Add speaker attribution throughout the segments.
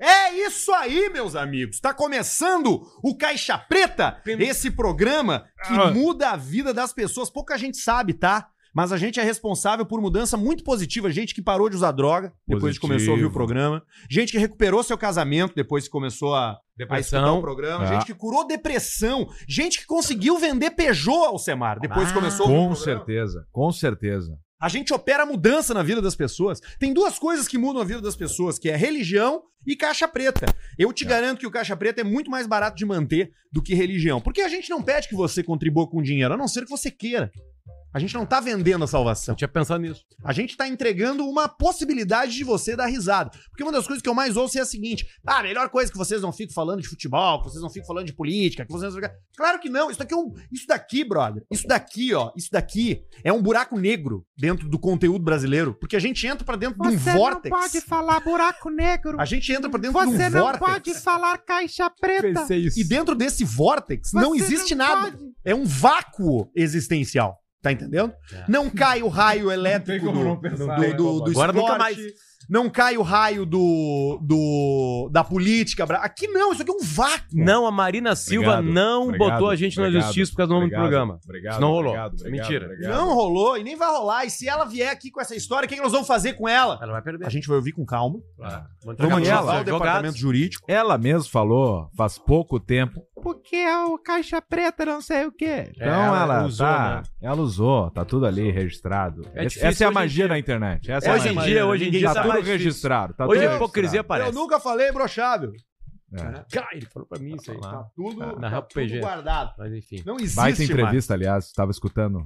Speaker 1: É isso aí, meus amigos. Está começando o Caixa Preta, esse programa que
Speaker 2: Ah.
Speaker 1: muda a vida das pessoas. Pouca gente sabe, tá? Mas a gente é responsável por mudança muito positiva. Gente que parou de usar droga depois que
Speaker 2: Positivo.
Speaker 1: começou a ouvir o programa. Gente que recuperou seu casamento depois que começou a, a escutar o programa.
Speaker 2: Ah.
Speaker 1: Gente que curou depressão. Gente que conseguiu vender Peugeot ao Semar depois que começou a ouvir
Speaker 2: Ah, Com
Speaker 1: o programa.
Speaker 2: certeza, com certeza.
Speaker 1: A gente opera mudança na vida das pessoas. Tem duas coisas que mudam a vida das pessoas, que é religião e caixa preta. Eu te garanto que o caixa preta é muito mais barato de manter do que religião. Porque a gente não pede que você contribua com dinheiro, a não ser que você queira. A gente não tá vendendo a salvação.
Speaker 3: tinha pensado nisso.
Speaker 1: A gente tá entregando uma possibilidade de você dar risada. Porque uma das coisas que eu mais ouço é a seguinte: ah, a melhor coisa é que vocês não ficam falando de futebol, que vocês não ficam falando de política, que vocês não ficam... Claro que não, isso daqui é um. Isso daqui, brother, isso daqui, ó, isso daqui é um buraco negro dentro do conteúdo brasileiro. Porque a gente entra pra dentro de um vórtex.
Speaker 4: falar buraco negro.
Speaker 1: A gente entra pra dentro de um vórtex.
Speaker 4: falar caixa preta.
Speaker 3: Tá.
Speaker 1: E dentro desse vórtex não
Speaker 4: Você
Speaker 1: existe
Speaker 4: não
Speaker 1: nada.
Speaker 4: pode.
Speaker 1: É um vácuo existencial. Tá entendendo?
Speaker 2: É.
Speaker 1: Não cai o raio elétrico do, do, do, do
Speaker 3: Agora nunca
Speaker 1: esporte,
Speaker 3: mais.
Speaker 1: Não cai o raio do, do da política. bra- Aqui não, isso aqui é um vácuo.
Speaker 3: Não, a Marina Silva
Speaker 2: Obrigado,
Speaker 3: não
Speaker 2: obrigado,
Speaker 3: botou a gente na
Speaker 2: obrigado,
Speaker 3: justiça por causa do nome
Speaker 2: obrigado,
Speaker 3: do programa.
Speaker 2: Obrigado.
Speaker 3: Isso não rolou.
Speaker 2: obrigado,
Speaker 3: Isso é
Speaker 2: obrigado,
Speaker 3: mentira.
Speaker 2: obrigado.
Speaker 1: Não rolou e nem vai rolar. E se ela vier aqui com essa história, o que que nós vamos fazer com ela?
Speaker 3: Ela vai perder.
Speaker 1: A gente vai ouvir com calma.
Speaker 2: Vamos
Speaker 3: Vamos
Speaker 2: adiantar
Speaker 3: ela,
Speaker 1: o departamento jurídico.
Speaker 2: Ela mesmo falou faz pouco tempo.
Speaker 4: Porque é o caixa preta, não sei o quê.
Speaker 2: Então
Speaker 3: É, ela
Speaker 2: ela,
Speaker 3: usou,
Speaker 2: tá,
Speaker 3: né?
Speaker 2: ela usou, tá tudo ali registrado.
Speaker 3: É
Speaker 2: Essa-
Speaker 3: difícil
Speaker 2: Essa é a
Speaker 3: hoje em
Speaker 2: magia
Speaker 3: dia.
Speaker 2: da internet. Essa é a
Speaker 3: Hoje em
Speaker 2: magia.
Speaker 3: dia, hoje em dia,
Speaker 2: tá
Speaker 3: tá
Speaker 2: tudo
Speaker 3: mais difícil.
Speaker 2: registrado. Tá
Speaker 3: Hoje
Speaker 2: tudo
Speaker 3: a hipocrisia
Speaker 1: Eu
Speaker 3: aparece.
Speaker 1: nunca falei brochável.
Speaker 2: registrado. É.
Speaker 3: Cara, ele falou pra mim isso aí.
Speaker 1: Tá tudo,
Speaker 3: Ah,
Speaker 1: tá
Speaker 3: na
Speaker 1: tudo
Speaker 3: RPG.
Speaker 1: guardado.
Speaker 3: Mas enfim.
Speaker 1: Não existe
Speaker 2: Baita
Speaker 1: mais.
Speaker 2: entrevista, aliás, tava escutando.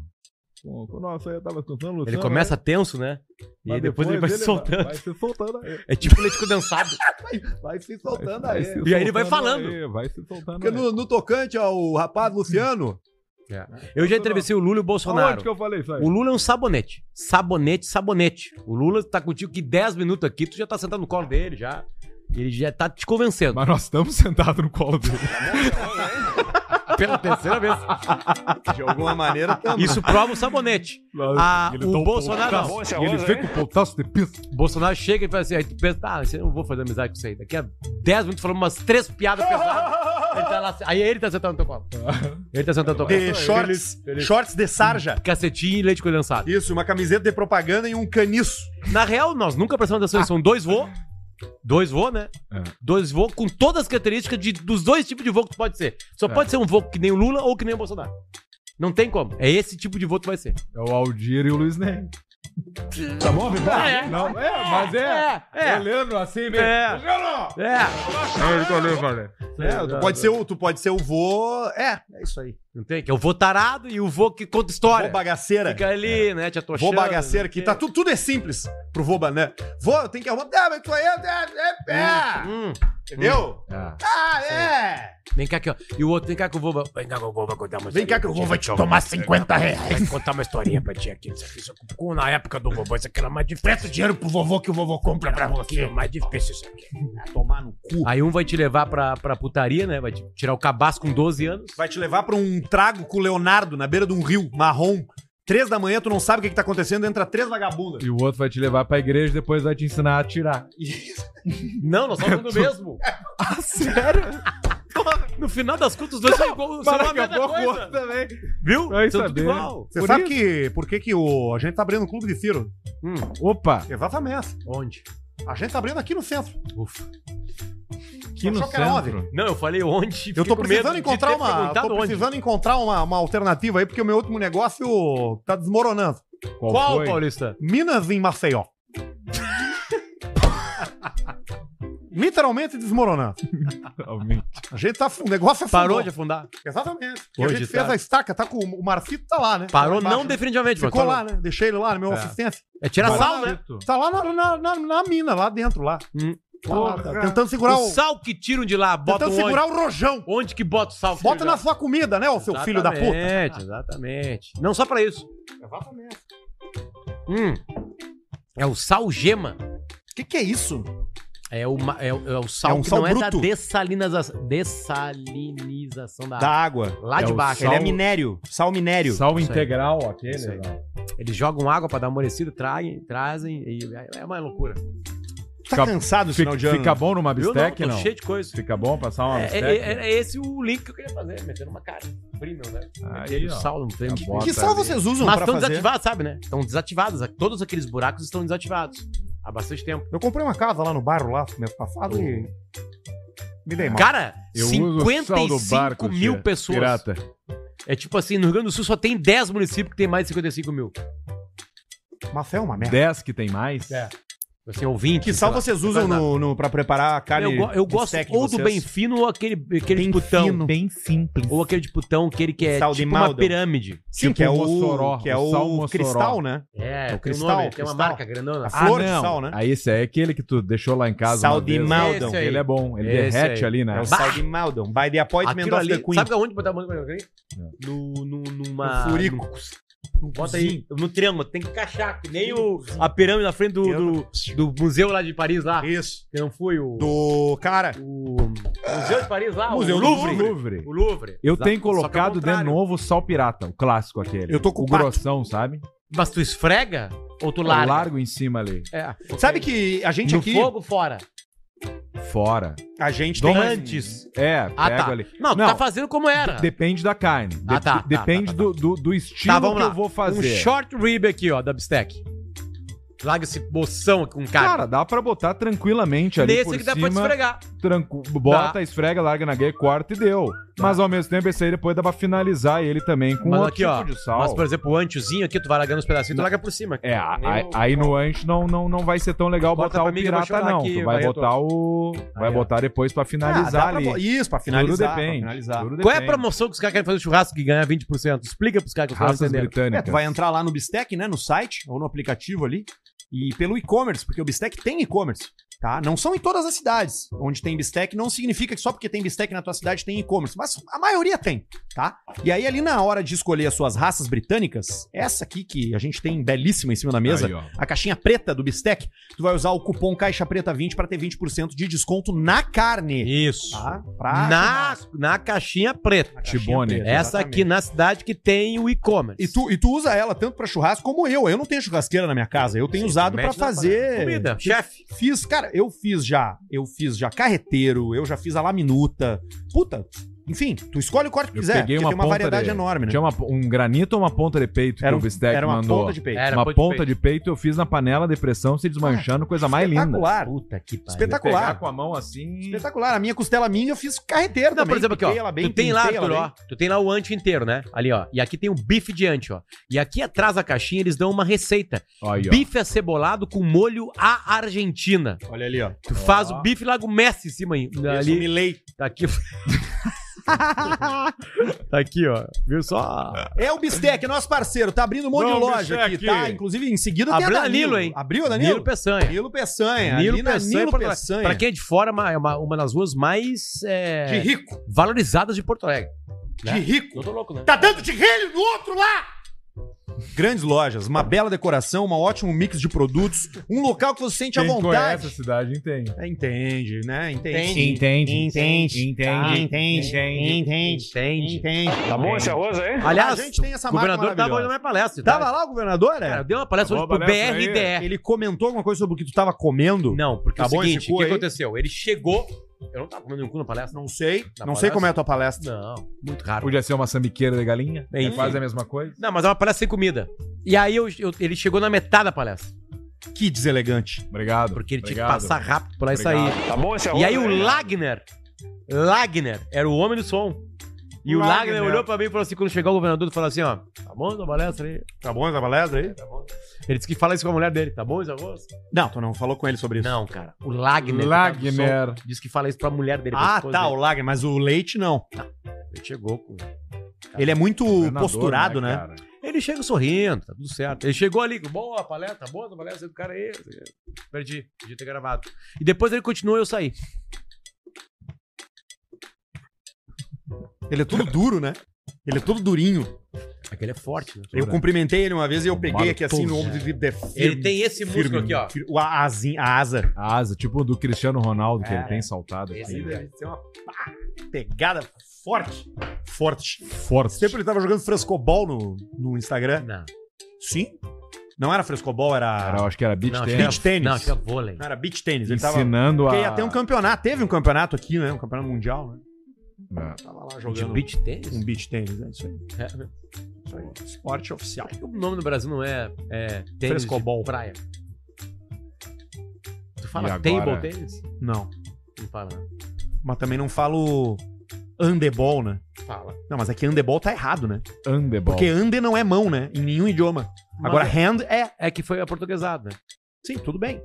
Speaker 2: Nossa, eu tava escutando.
Speaker 3: Ele
Speaker 2: é.
Speaker 3: começa tenso, né? E aí depois ele vai se soltando.
Speaker 2: Vai se soltando aí.
Speaker 3: É tipo leite condensado.
Speaker 1: Vai se soltando
Speaker 2: Vai
Speaker 1: aí.
Speaker 2: se
Speaker 3: E aí ele vai
Speaker 2: soltando
Speaker 3: falando.
Speaker 2: aí, vai se soltando
Speaker 1: Porque
Speaker 2: aí.
Speaker 1: no, no tocante ao rapaz Luciano,
Speaker 3: Eu já entrevistei o Lula e o
Speaker 2: Aonde
Speaker 3: Bolsonaro.
Speaker 2: que eu falei isso aí?
Speaker 3: O Lula é um sabonete. Sabonete, sabonete. O Lula tá contigo que 10 minutos aqui, tu já tá sentado no colo dele já. Ele já tá te convencendo.
Speaker 2: Mas nós estamos sentados no colo dele.
Speaker 3: Pela terceira vez.
Speaker 1: de alguma maneira, também.
Speaker 3: Isso prova o sabonete. Ah,
Speaker 2: Ele
Speaker 3: o
Speaker 2: dá um
Speaker 3: Bolsonaro.
Speaker 2: pontaço.
Speaker 3: não. é
Speaker 2: E ele vem com o pontaço de pizza.
Speaker 3: Bolsonaro chega e fala assim, aí tu pensa, ah, eu não vou fazer amizade com isso aí. Daqui a 10 minutos falando umas três piadas pesadas. Ele tá lá, aí ele tá sentado no teu colo. Ele tá sentado no teu colo.
Speaker 1: De shorts, shorts de sarja.
Speaker 3: Cacetinho e leite condensado.
Speaker 1: Isso, uma camiseta de propaganda e um caniço.
Speaker 3: Na real, nós nunca prestamos atenção. São dois vô. Dois vô, né?
Speaker 2: É.
Speaker 3: Dois vô com todas as características de, dos dois tipos de vô que tu pode ser. Só
Speaker 1: É.
Speaker 3: pode ser um vô que nem o Lula ou que nem o Bolsonaro. Não tem como. É esse tipo de vô que tu vai ser.
Speaker 2: É o Aldir e o Luiz Ney. Tá bom, Vitor?
Speaker 3: Ah, é.
Speaker 2: Não, é, mas
Speaker 3: É,
Speaker 2: é.
Speaker 3: é.
Speaker 2: Olhando assim mesmo.
Speaker 3: É. É.
Speaker 2: Ele tá ali, falei.
Speaker 1: É,
Speaker 3: Tá,
Speaker 1: tu pode ser o, tu pode ser o vô. É, é isso aí.
Speaker 3: Não tem, que é o vô tarado e o vô que conta
Speaker 1: Vô
Speaker 3: história.
Speaker 1: bagaceira.
Speaker 3: Fica ali, né? Te atochando. né?
Speaker 1: Vô bagaceira que tá
Speaker 3: tudo.
Speaker 1: tudo, tudo é simples pro vô né? Vô, tem que arrumar. Ah, mas tu é, é, é,
Speaker 3: Hum,
Speaker 1: é. Entendeu? Ah, é.
Speaker 3: Vem cá aqui, ó. E o outro, vem cá que eu vou. Vem cá que eu vou vou contar uma
Speaker 1: Vem cá que o vô vai te tomar 50 reais.
Speaker 3: Vai contar uma historinha pra ti aqui. Isso aqui, isso aqui, com- na época do vovô, isso aqui era mais
Speaker 1: Presta
Speaker 3: difícil.
Speaker 1: o dinheiro pro vovô que o vovô compra pra
Speaker 3: Isso aqui
Speaker 1: você.
Speaker 3: é mais difícil isso aqui.
Speaker 1: Tomar no cu.
Speaker 3: Aí um vai te levar pra, pra putaria, né? Vai te tirar o cabaço com 12 anos.
Speaker 1: Vai te levar pra um trago com o Leonardo na beira de um rio marrom. Três da manhã, tu não sabe o que, que tá acontecendo, entra três vagabundas.
Speaker 2: E o outro vai te levar pra igreja e depois vai te ensinar a atirar.
Speaker 3: Não, nós somos do mesmo.
Speaker 2: Ah, sério?
Speaker 3: No final das contas, os dois são igual. São a mesma coisa.
Speaker 2: também.
Speaker 3: Viu?
Speaker 2: Vai
Speaker 3: São tudo
Speaker 2: saber.
Speaker 3: igual.
Speaker 1: Você
Speaker 2: Por
Speaker 1: sabe
Speaker 2: isso-
Speaker 1: que por que, que o, a gente tá abrindo um clube de tiro?
Speaker 2: Opa,
Speaker 1: Exatamente.
Speaker 3: Hum, Onde?
Speaker 1: A gente tá abrindo aqui no centro.
Speaker 3: Ufa.
Speaker 2: que
Speaker 1: Eu
Speaker 2: no
Speaker 1: só quero
Speaker 2: centro.
Speaker 3: Não, eu falei onde.
Speaker 1: Eu tô
Speaker 3: fiquei com medo
Speaker 1: precisando
Speaker 3: de
Speaker 1: encontrar
Speaker 3: ter
Speaker 1: uma.
Speaker 3: perguntado
Speaker 1: Tô
Speaker 3: onde.
Speaker 1: precisando encontrar uma, uma alternativa aí, porque o meu último negócio tá desmoronando.
Speaker 2: Qual,
Speaker 3: Qual,
Speaker 2: foi?
Speaker 3: Paulista?
Speaker 1: Minas em Maceió. Literalmente desmoronando.
Speaker 2: Realmente.
Speaker 1: A gente tá. O negócio é
Speaker 3: Parou de afundar.
Speaker 1: Exatamente. Porque
Speaker 3: Hoje
Speaker 1: a gente
Speaker 3: tá.
Speaker 1: fez a estaca, tá com. O Marcito tá lá, né?
Speaker 3: Parou
Speaker 1: Lá embaixo,
Speaker 3: não
Speaker 1: né?
Speaker 3: definitivamente, mas
Speaker 1: Ficou
Speaker 3: parou.
Speaker 1: lá, né? Deixei ele lá, no meu
Speaker 2: É.
Speaker 1: assistente.
Speaker 3: É tirar sal, né?
Speaker 2: Parasito.
Speaker 1: Tá lá na, na, na, na mina, lá dentro, lá.
Speaker 3: Hum.
Speaker 1: Tá lá, tá
Speaker 2: Porra.
Speaker 1: tentando segurar
Speaker 3: o
Speaker 1: o.
Speaker 3: sal que tiram de lá, bota um
Speaker 1: Tentando
Speaker 3: onde?
Speaker 1: segurar o rojão.
Speaker 3: Onde que bota o sal? que
Speaker 1: Bota
Speaker 3: tiram
Speaker 1: na
Speaker 3: de lá?
Speaker 1: sua comida, né, ô seu filho da puta.
Speaker 3: Exatamente, exatamente. Não só pra isso.
Speaker 1: Exatamente.
Speaker 3: Hum. É o sal gema.
Speaker 1: O que, que é isso?
Speaker 3: É o, ma- é, o- é o sal
Speaker 1: É um
Speaker 3: que
Speaker 1: sal
Speaker 3: não é da
Speaker 1: bruto.
Speaker 3: dessaliniza- dessalinização da,
Speaker 1: Da
Speaker 3: água.
Speaker 1: água.
Speaker 3: Lá
Speaker 2: É
Speaker 3: de
Speaker 2: o
Speaker 3: baixo.
Speaker 2: sal-
Speaker 1: Ele é minério. Sal minério.
Speaker 2: Sal
Speaker 3: Isso aí.
Speaker 2: integral
Speaker 3: Isso aí.
Speaker 2: aquele. não.
Speaker 3: Eles jogam água pra dar amolecida, traem, trazem. E é uma é loucura.
Speaker 1: tá
Speaker 2: Fica-
Speaker 1: cansado esse
Speaker 2: Fica,
Speaker 1: final de ano.
Speaker 2: fica bom numa
Speaker 3: Eu
Speaker 2: bistec,
Speaker 3: tô
Speaker 2: não?
Speaker 3: cheio de coisa.
Speaker 2: Fica bom passar uma
Speaker 3: É,
Speaker 2: bistec?
Speaker 3: é- é- é esse o link que eu queria fazer, meter uma cara. Premium, né?
Speaker 2: Aí,
Speaker 3: o
Speaker 2: ó.
Speaker 3: sal não tem.
Speaker 2: Tá bom.
Speaker 1: que
Speaker 2: bota
Speaker 1: sal
Speaker 2: ali.
Speaker 1: vocês usam
Speaker 3: Mas
Speaker 1: pra
Speaker 3: estão
Speaker 1: fazer?
Speaker 3: desativados, sabe, né? Estão desativados. Todos aqueles buracos estão desativados. Há bastante tempo.
Speaker 1: Eu comprei uma casa lá no bairro, lá no mês passado, e me dei mal.
Speaker 3: Cara,
Speaker 2: Eu uso o sal do
Speaker 3: 55
Speaker 2: barco,
Speaker 3: mil
Speaker 2: tia.
Speaker 3: pessoas.
Speaker 2: Pirata.
Speaker 3: É tipo assim, no Rio Grande do Sul só tem 10 municípios que tem mais de 55 mil.
Speaker 1: Mas é uma merda.
Speaker 2: 10 que tem mais?
Speaker 3: Assim, ou 20.
Speaker 1: Que sal
Speaker 3: sei lá. é
Speaker 1: vocês usam no, no, pra preparar a carne?
Speaker 3: Eu, go- eu
Speaker 1: de
Speaker 3: gosto
Speaker 1: steak de
Speaker 3: ou do
Speaker 1: vocês?
Speaker 3: bem fino ou aquele, aquele de
Speaker 1: tipo
Speaker 3: putão.
Speaker 5: Bem simples.
Speaker 3: Ou aquele de putão, aquele que é
Speaker 1: Sal de
Speaker 3: tipo uma
Speaker 1: Malden.
Speaker 3: pirâmide.
Speaker 1: Sim,
Speaker 2: Tipo
Speaker 1: que é o,
Speaker 2: Mossoró,
Speaker 1: que é
Speaker 2: o sal
Speaker 1: o
Speaker 2: Mossoró.
Speaker 1: cristal, né?
Speaker 3: É,
Speaker 1: o
Speaker 3: tem um
Speaker 1: cristal,
Speaker 3: nome, tem uma
Speaker 1: cristal.
Speaker 3: marca grandona.
Speaker 1: A flor de
Speaker 2: Ah, não.
Speaker 1: sal, né?
Speaker 2: Aí esse é aquele que tu deixou lá em casa.
Speaker 1: Sal
Speaker 2: uma
Speaker 1: de
Speaker 2: vez.
Speaker 1: Maldon.
Speaker 3: Esse aí.
Speaker 2: Ele é bom, ele
Speaker 3: Esse
Speaker 2: derrete
Speaker 3: aí.
Speaker 2: ali,
Speaker 1: É
Speaker 2: né?
Speaker 1: o
Speaker 3: Bah!
Speaker 1: sal de Maldon. By the appointment
Speaker 3: Aquilo
Speaker 1: of
Speaker 3: ali,
Speaker 1: the Queen.
Speaker 3: sabe aonde botar a mão do Queen? No, no, numa...
Speaker 1: No furico.
Speaker 3: num- bota aí, no triângulo, tem que encaixar, que nem o, a pirâmide na frente do, do, do museu lá de Paris, lá.
Speaker 1: Isso.
Speaker 3: Que não foi o...
Speaker 1: Do cara.
Speaker 3: o Museu de Paris lá,
Speaker 1: Museu
Speaker 3: o
Speaker 1: do
Speaker 3: Louvre. é
Speaker 1: Louvre.
Speaker 2: Louvre.
Speaker 3: O Louvre.
Speaker 2: Eu
Speaker 3: Exato.
Speaker 2: tenho
Speaker 3: Só que ao
Speaker 2: colocado de
Speaker 3: contrário.
Speaker 2: novo o sal pirata, o clássico aquele.
Speaker 1: Eu tô com
Speaker 2: O
Speaker 1: pato.
Speaker 2: grossão, sabe?
Speaker 3: Mas tu esfrega ou tu
Speaker 2: Eu
Speaker 3: larga?
Speaker 2: largo em cima ali.
Speaker 3: É.
Speaker 1: Sabe que a gente
Speaker 3: no
Speaker 1: aqui.
Speaker 3: fogo fora.
Speaker 2: Fora.
Speaker 1: A gente
Speaker 2: Dom-
Speaker 1: tem.
Speaker 3: Antes.
Speaker 2: É,
Speaker 3: Ah,
Speaker 2: pego
Speaker 3: tá.
Speaker 2: ali.
Speaker 3: Não,
Speaker 2: Não.
Speaker 3: tu tá fazendo como era.
Speaker 2: Depende da carne.
Speaker 3: Ah,
Speaker 2: Dep-
Speaker 3: tá, tá,
Speaker 2: Depende
Speaker 3: tá, tá,
Speaker 2: Do, do, do estilo
Speaker 3: Tá, vamos
Speaker 2: que
Speaker 3: lá.
Speaker 2: eu vou
Speaker 3: Um
Speaker 2: fazer.
Speaker 3: short rib aqui, ó, da Bistec. Larga esse moção com
Speaker 2: Cara,
Speaker 3: cara.
Speaker 2: dá pra botar tranquilamente ali
Speaker 3: Nesse
Speaker 2: por
Speaker 3: que dá pra te
Speaker 2: cima.
Speaker 3: esfregar.
Speaker 2: tranco- bota, esfrega, larga na guia, corta e deu. Mas ao mesmo tempo, esse aí depois dá pra finalizar ele também com
Speaker 3: Mas
Speaker 2: outro
Speaker 3: aqui,
Speaker 2: tipo
Speaker 3: ó.
Speaker 2: de sal.
Speaker 3: Mas, por exemplo, o anchozinho aqui, tu vai largando os pedacinhos, tu larga por cima.
Speaker 2: É, a-
Speaker 3: Nem
Speaker 2: aí,
Speaker 3: o-
Speaker 2: aí no ancho não, não, não vai ser tão legal
Speaker 3: Corta
Speaker 2: botar
Speaker 3: pra
Speaker 2: o
Speaker 3: mim que eu vou
Speaker 2: pirata,
Speaker 3: chorar
Speaker 2: não.
Speaker 3: aqui,
Speaker 2: tu vai
Speaker 3: Barreto.
Speaker 2: botar o. Vai
Speaker 3: Aí, ó.
Speaker 2: botar depois pra finalizar
Speaker 1: Ah, dá pra
Speaker 2: ali.
Speaker 1: bo- Isso, pra
Speaker 2: Tudo
Speaker 1: finalizar. pra
Speaker 2: depende.
Speaker 1: finalizar.
Speaker 2: Tudo
Speaker 3: Qual é a
Speaker 2: depende.
Speaker 3: promoção que os caras querem fazer churrasco que ganha 20%? Explica pros caras que os caras não
Speaker 2: Raças
Speaker 3: entenderam.
Speaker 2: britânicas.
Speaker 1: É, tu vai entrar lá no Bistec, né? No site ou no aplicativo ali. E pelo e-commerce, porque o Bistec tem e-commerce. Tá? Não são em todas as cidades onde tem bistec, não significa que só porque tem bistec na tua cidade tem e-commerce, mas a maioria tem, tá? E aí ali na hora de escolher as suas raças britânicas, essa aqui que a gente tem belíssima em cima da mesa,
Speaker 2: Aí, ó.
Speaker 1: a caixinha preta do bistec, tu vai usar o cupom caixa preta 20 para ter 20% de desconto na carne,
Speaker 3: Isso.
Speaker 1: tá?
Speaker 2: Ah,
Speaker 1: Pra
Speaker 3: Na, na caixinha preta.
Speaker 1: Na caixinha
Speaker 2: Tibone.
Speaker 1: preta,
Speaker 3: Essa
Speaker 1: exatamente.
Speaker 3: aqui na cidade que tem o e-commerce.
Speaker 1: E tu, e tu usa ela tanto pra churrasco como eu. Eu não tenho churrasqueira na minha casa. Eu tenho
Speaker 3: Sim,
Speaker 1: usado
Speaker 3: mete
Speaker 1: pra
Speaker 3: na parada.
Speaker 1: fazer
Speaker 3: Comida, chefe.
Speaker 1: Fiz, cara, eu fiz já. Eu fiz já carreteiro, eu já fiz a laminuta. Puta, enfim, tu escolhe o corte que
Speaker 2: Eu
Speaker 1: quiser.
Speaker 2: peguei
Speaker 1: porque
Speaker 2: uma
Speaker 1: tem uma
Speaker 2: ponta
Speaker 1: variedade
Speaker 2: de-
Speaker 1: enorme, né?
Speaker 2: Tinha uma- um granito ou uma ponta de peito
Speaker 1: Era,
Speaker 2: que o
Speaker 1: um-
Speaker 2: Bistec
Speaker 1: era uma
Speaker 2: mandou.
Speaker 1: ponta de peito.
Speaker 3: Era
Speaker 2: uma
Speaker 3: pão de
Speaker 2: ponta
Speaker 3: peito.
Speaker 2: de peito eu fiz na panela, depressão, se desmanchando, coisa
Speaker 3: tá
Speaker 2: mais linda.
Speaker 1: Espetacular.
Speaker 3: Puta que pariu.
Speaker 1: Espetacular.
Speaker 2: Pegar com a mão assim.
Speaker 1: Espetacular. A minha costela minha eu fiz carreteiro
Speaker 3: Não,
Speaker 1: também.
Speaker 3: um por exemplo, aqui,
Speaker 1: piquei ela
Speaker 3: ó.
Speaker 1: bem,
Speaker 3: tu tem lá,
Speaker 1: pintei ela
Speaker 3: Arthur, ó. Tu tem lá o ancho inteiro, né? Ali, ó. E aqui tem o bife de ancho, ó. E aqui atrás da caixinha eles dão uma receita:
Speaker 2: Olha, ó.
Speaker 3: bife acebolado com molho à Argentina.
Speaker 1: bem. Olha ali, ó.
Speaker 3: Tu faz o bife lá com o Messi em cima aí.
Speaker 1: Isso,
Speaker 3: Ali,
Speaker 1: Milei.
Speaker 3: tá aqui. tá aqui, ó. Viu só?
Speaker 1: É o Bistec, é nosso parceiro. Tá abrindo um monte
Speaker 2: Não,
Speaker 1: de loja aqui,
Speaker 2: Bistec.
Speaker 1: tá? Inclusive, em seguida
Speaker 3: Abriu
Speaker 1: a
Speaker 3: a Nilo, hein?
Speaker 1: Abriu a
Speaker 3: Nilo
Speaker 1: Danilo?
Speaker 3: Peçanha.
Speaker 1: Nilo Peçanha.
Speaker 3: Nilo
Speaker 1: ali na
Speaker 3: Peçanha,
Speaker 1: Nilo
Speaker 3: Porto Alegre.
Speaker 1: Peçanha.
Speaker 3: Pra quem é de fora, é uma, é uma, uma das ruas mais é,
Speaker 1: De rico.
Speaker 3: valorizadas de Porto Alegre.
Speaker 1: De rico.
Speaker 3: Eu tô louco, né?
Speaker 1: Tá dando de relho no outro lá! Grandes lojas, uma bela decoração, um ótimo mix de produtos, um local que você sente à
Speaker 2: Quem
Speaker 1: vontade.
Speaker 2: conhece a cidade entende.
Speaker 1: É, Entende, né? Entende.
Speaker 2: Entende.
Speaker 1: Entende.
Speaker 2: Entende. Entende.
Speaker 3: Entende.
Speaker 1: Tá bom esse arroz aí?
Speaker 3: Aliás,
Speaker 1: a gente tem essa
Speaker 3: O
Speaker 1: marca
Speaker 3: governador tava na
Speaker 1: maravilhosa.
Speaker 3: minha palestra.
Speaker 1: Tava lá o governador, né?
Speaker 3: Cara, eu dei uma palestra
Speaker 2: Tá
Speaker 3: hoje
Speaker 2: bom
Speaker 3: pro
Speaker 2: a palestra aí?
Speaker 3: BRDE.
Speaker 1: Ele comentou alguma coisa sobre o que tu tava comendo?
Speaker 3: É. Não, porque
Speaker 1: Tá
Speaker 3: é o
Speaker 1: bom,
Speaker 3: seguinte,
Speaker 1: ficou
Speaker 3: o que
Speaker 1: aí?
Speaker 3: aconteceu? Ele chegou. Eu não tava comendo nenhum cu na palestra.
Speaker 1: Não sei.
Speaker 3: Na
Speaker 1: não sei
Speaker 3: palestra?
Speaker 1: como é a tua palestra.
Speaker 3: Não, muito raro.
Speaker 2: Podia ser uma sambiqueira de galinha.
Speaker 3: Bem,
Speaker 2: É
Speaker 3: enfim.
Speaker 2: quase a mesma coisa.
Speaker 3: Não, mas é uma palestra sem comida. E aí eu- eu- ele chegou na metade da palestra.
Speaker 1: Que deselegante.
Speaker 2: Obrigado.
Speaker 3: Porque ele tinha
Speaker 2: Obrigado.
Speaker 3: que passar rápido por lá e
Speaker 2: Obrigado.
Speaker 3: sair. E aí o Lagner, Lagner, era o homem do som. E o Lagner,
Speaker 1: Lagner.
Speaker 3: olhou pra mim e falou assim, quando chegar o governador, ele falou assim, ó, tá bom essa palestra aí?
Speaker 1: Tá bom essa palestra aí?
Speaker 3: Ele disse que fala isso com a mulher dele, tá bom esse arroz?
Speaker 1: Não, tu não falou com ele sobre isso.
Speaker 3: Não, cara, o
Speaker 1: tá?
Speaker 3: Lagner.
Speaker 2: Lagner.
Speaker 3: Diz que fala isso pra mulher dele. pra
Speaker 1: Ah,
Speaker 3: esposa
Speaker 1: tá,
Speaker 3: dele.
Speaker 1: o Lagner, mas o leite não.
Speaker 3: Ele chegou com...
Speaker 1: Ele é muito
Speaker 2: Governador,
Speaker 1: posturado, né?
Speaker 2: cara?
Speaker 3: Ele chega sorrindo, tá tudo certo. Ele chegou ali, boa palestra, tá boa essa palestra do cara aí. Perdi, podia ter gravado. E depois ele continuou e eu saí.
Speaker 1: Ele é todo duro, né? Ele é todo durinho.
Speaker 3: É que ele é forte, né?
Speaker 1: Eu cumprimentei ele uma vez e eu peguei aqui assim no
Speaker 2: Maravilhoso.
Speaker 1: ombro dele. de- firme,
Speaker 3: Ele tem esse músculo
Speaker 1: firme,
Speaker 3: aqui, ó.
Speaker 1: firme. O a, asinha- a asa.
Speaker 2: A asa, tipo o do Cristiano Ronaldo, que
Speaker 1: É.
Speaker 2: ele tem saltado
Speaker 3: Esse
Speaker 2: aqui. né?
Speaker 1: tem uma pá, pegada forte. Forte.
Speaker 2: Forte.
Speaker 1: Sempre ele tava jogando frescobol no, no Instagram.
Speaker 3: Não.
Speaker 1: Sim. Não era frescobol,
Speaker 2: Cara, eu
Speaker 1: era.
Speaker 2: acho que era beat
Speaker 3: Não, acho que
Speaker 2: tennis.
Speaker 1: Beach tênis.
Speaker 3: Não, acho que é vôlei.
Speaker 1: Não, era beach tênis. Ele tava.
Speaker 2: Ensinando
Speaker 1: Porque
Speaker 2: a...
Speaker 1: ia ter um campeonato. Teve um campeonato aqui, né? Um campeonato mundial, né?
Speaker 2: Ah.
Speaker 1: Tava lá
Speaker 3: De
Speaker 1: jogando.
Speaker 3: beach tênis?
Speaker 1: Um beach tênis, é isso aí.
Speaker 3: É.
Speaker 1: Isso aí. Esporte oficial.
Speaker 3: Por que o nome do Brasil não é, é tênis
Speaker 1: Frescobol.
Speaker 3: de praia? Tu
Speaker 2: E
Speaker 3: fala
Speaker 2: agora?
Speaker 3: table tênis?
Speaker 1: Não.
Speaker 3: Não fala, né? não.
Speaker 1: Mas também não falo andebol, né?
Speaker 3: Fala.
Speaker 1: Não, mas é que andebol tá errado, né?
Speaker 2: Andebol.
Speaker 1: Porque ande não é mão, né? Em nenhum idioma.
Speaker 3: Mas
Speaker 1: Agora, hand é.
Speaker 3: É que foi a portuguesada. né?
Speaker 1: Sim, tudo bem.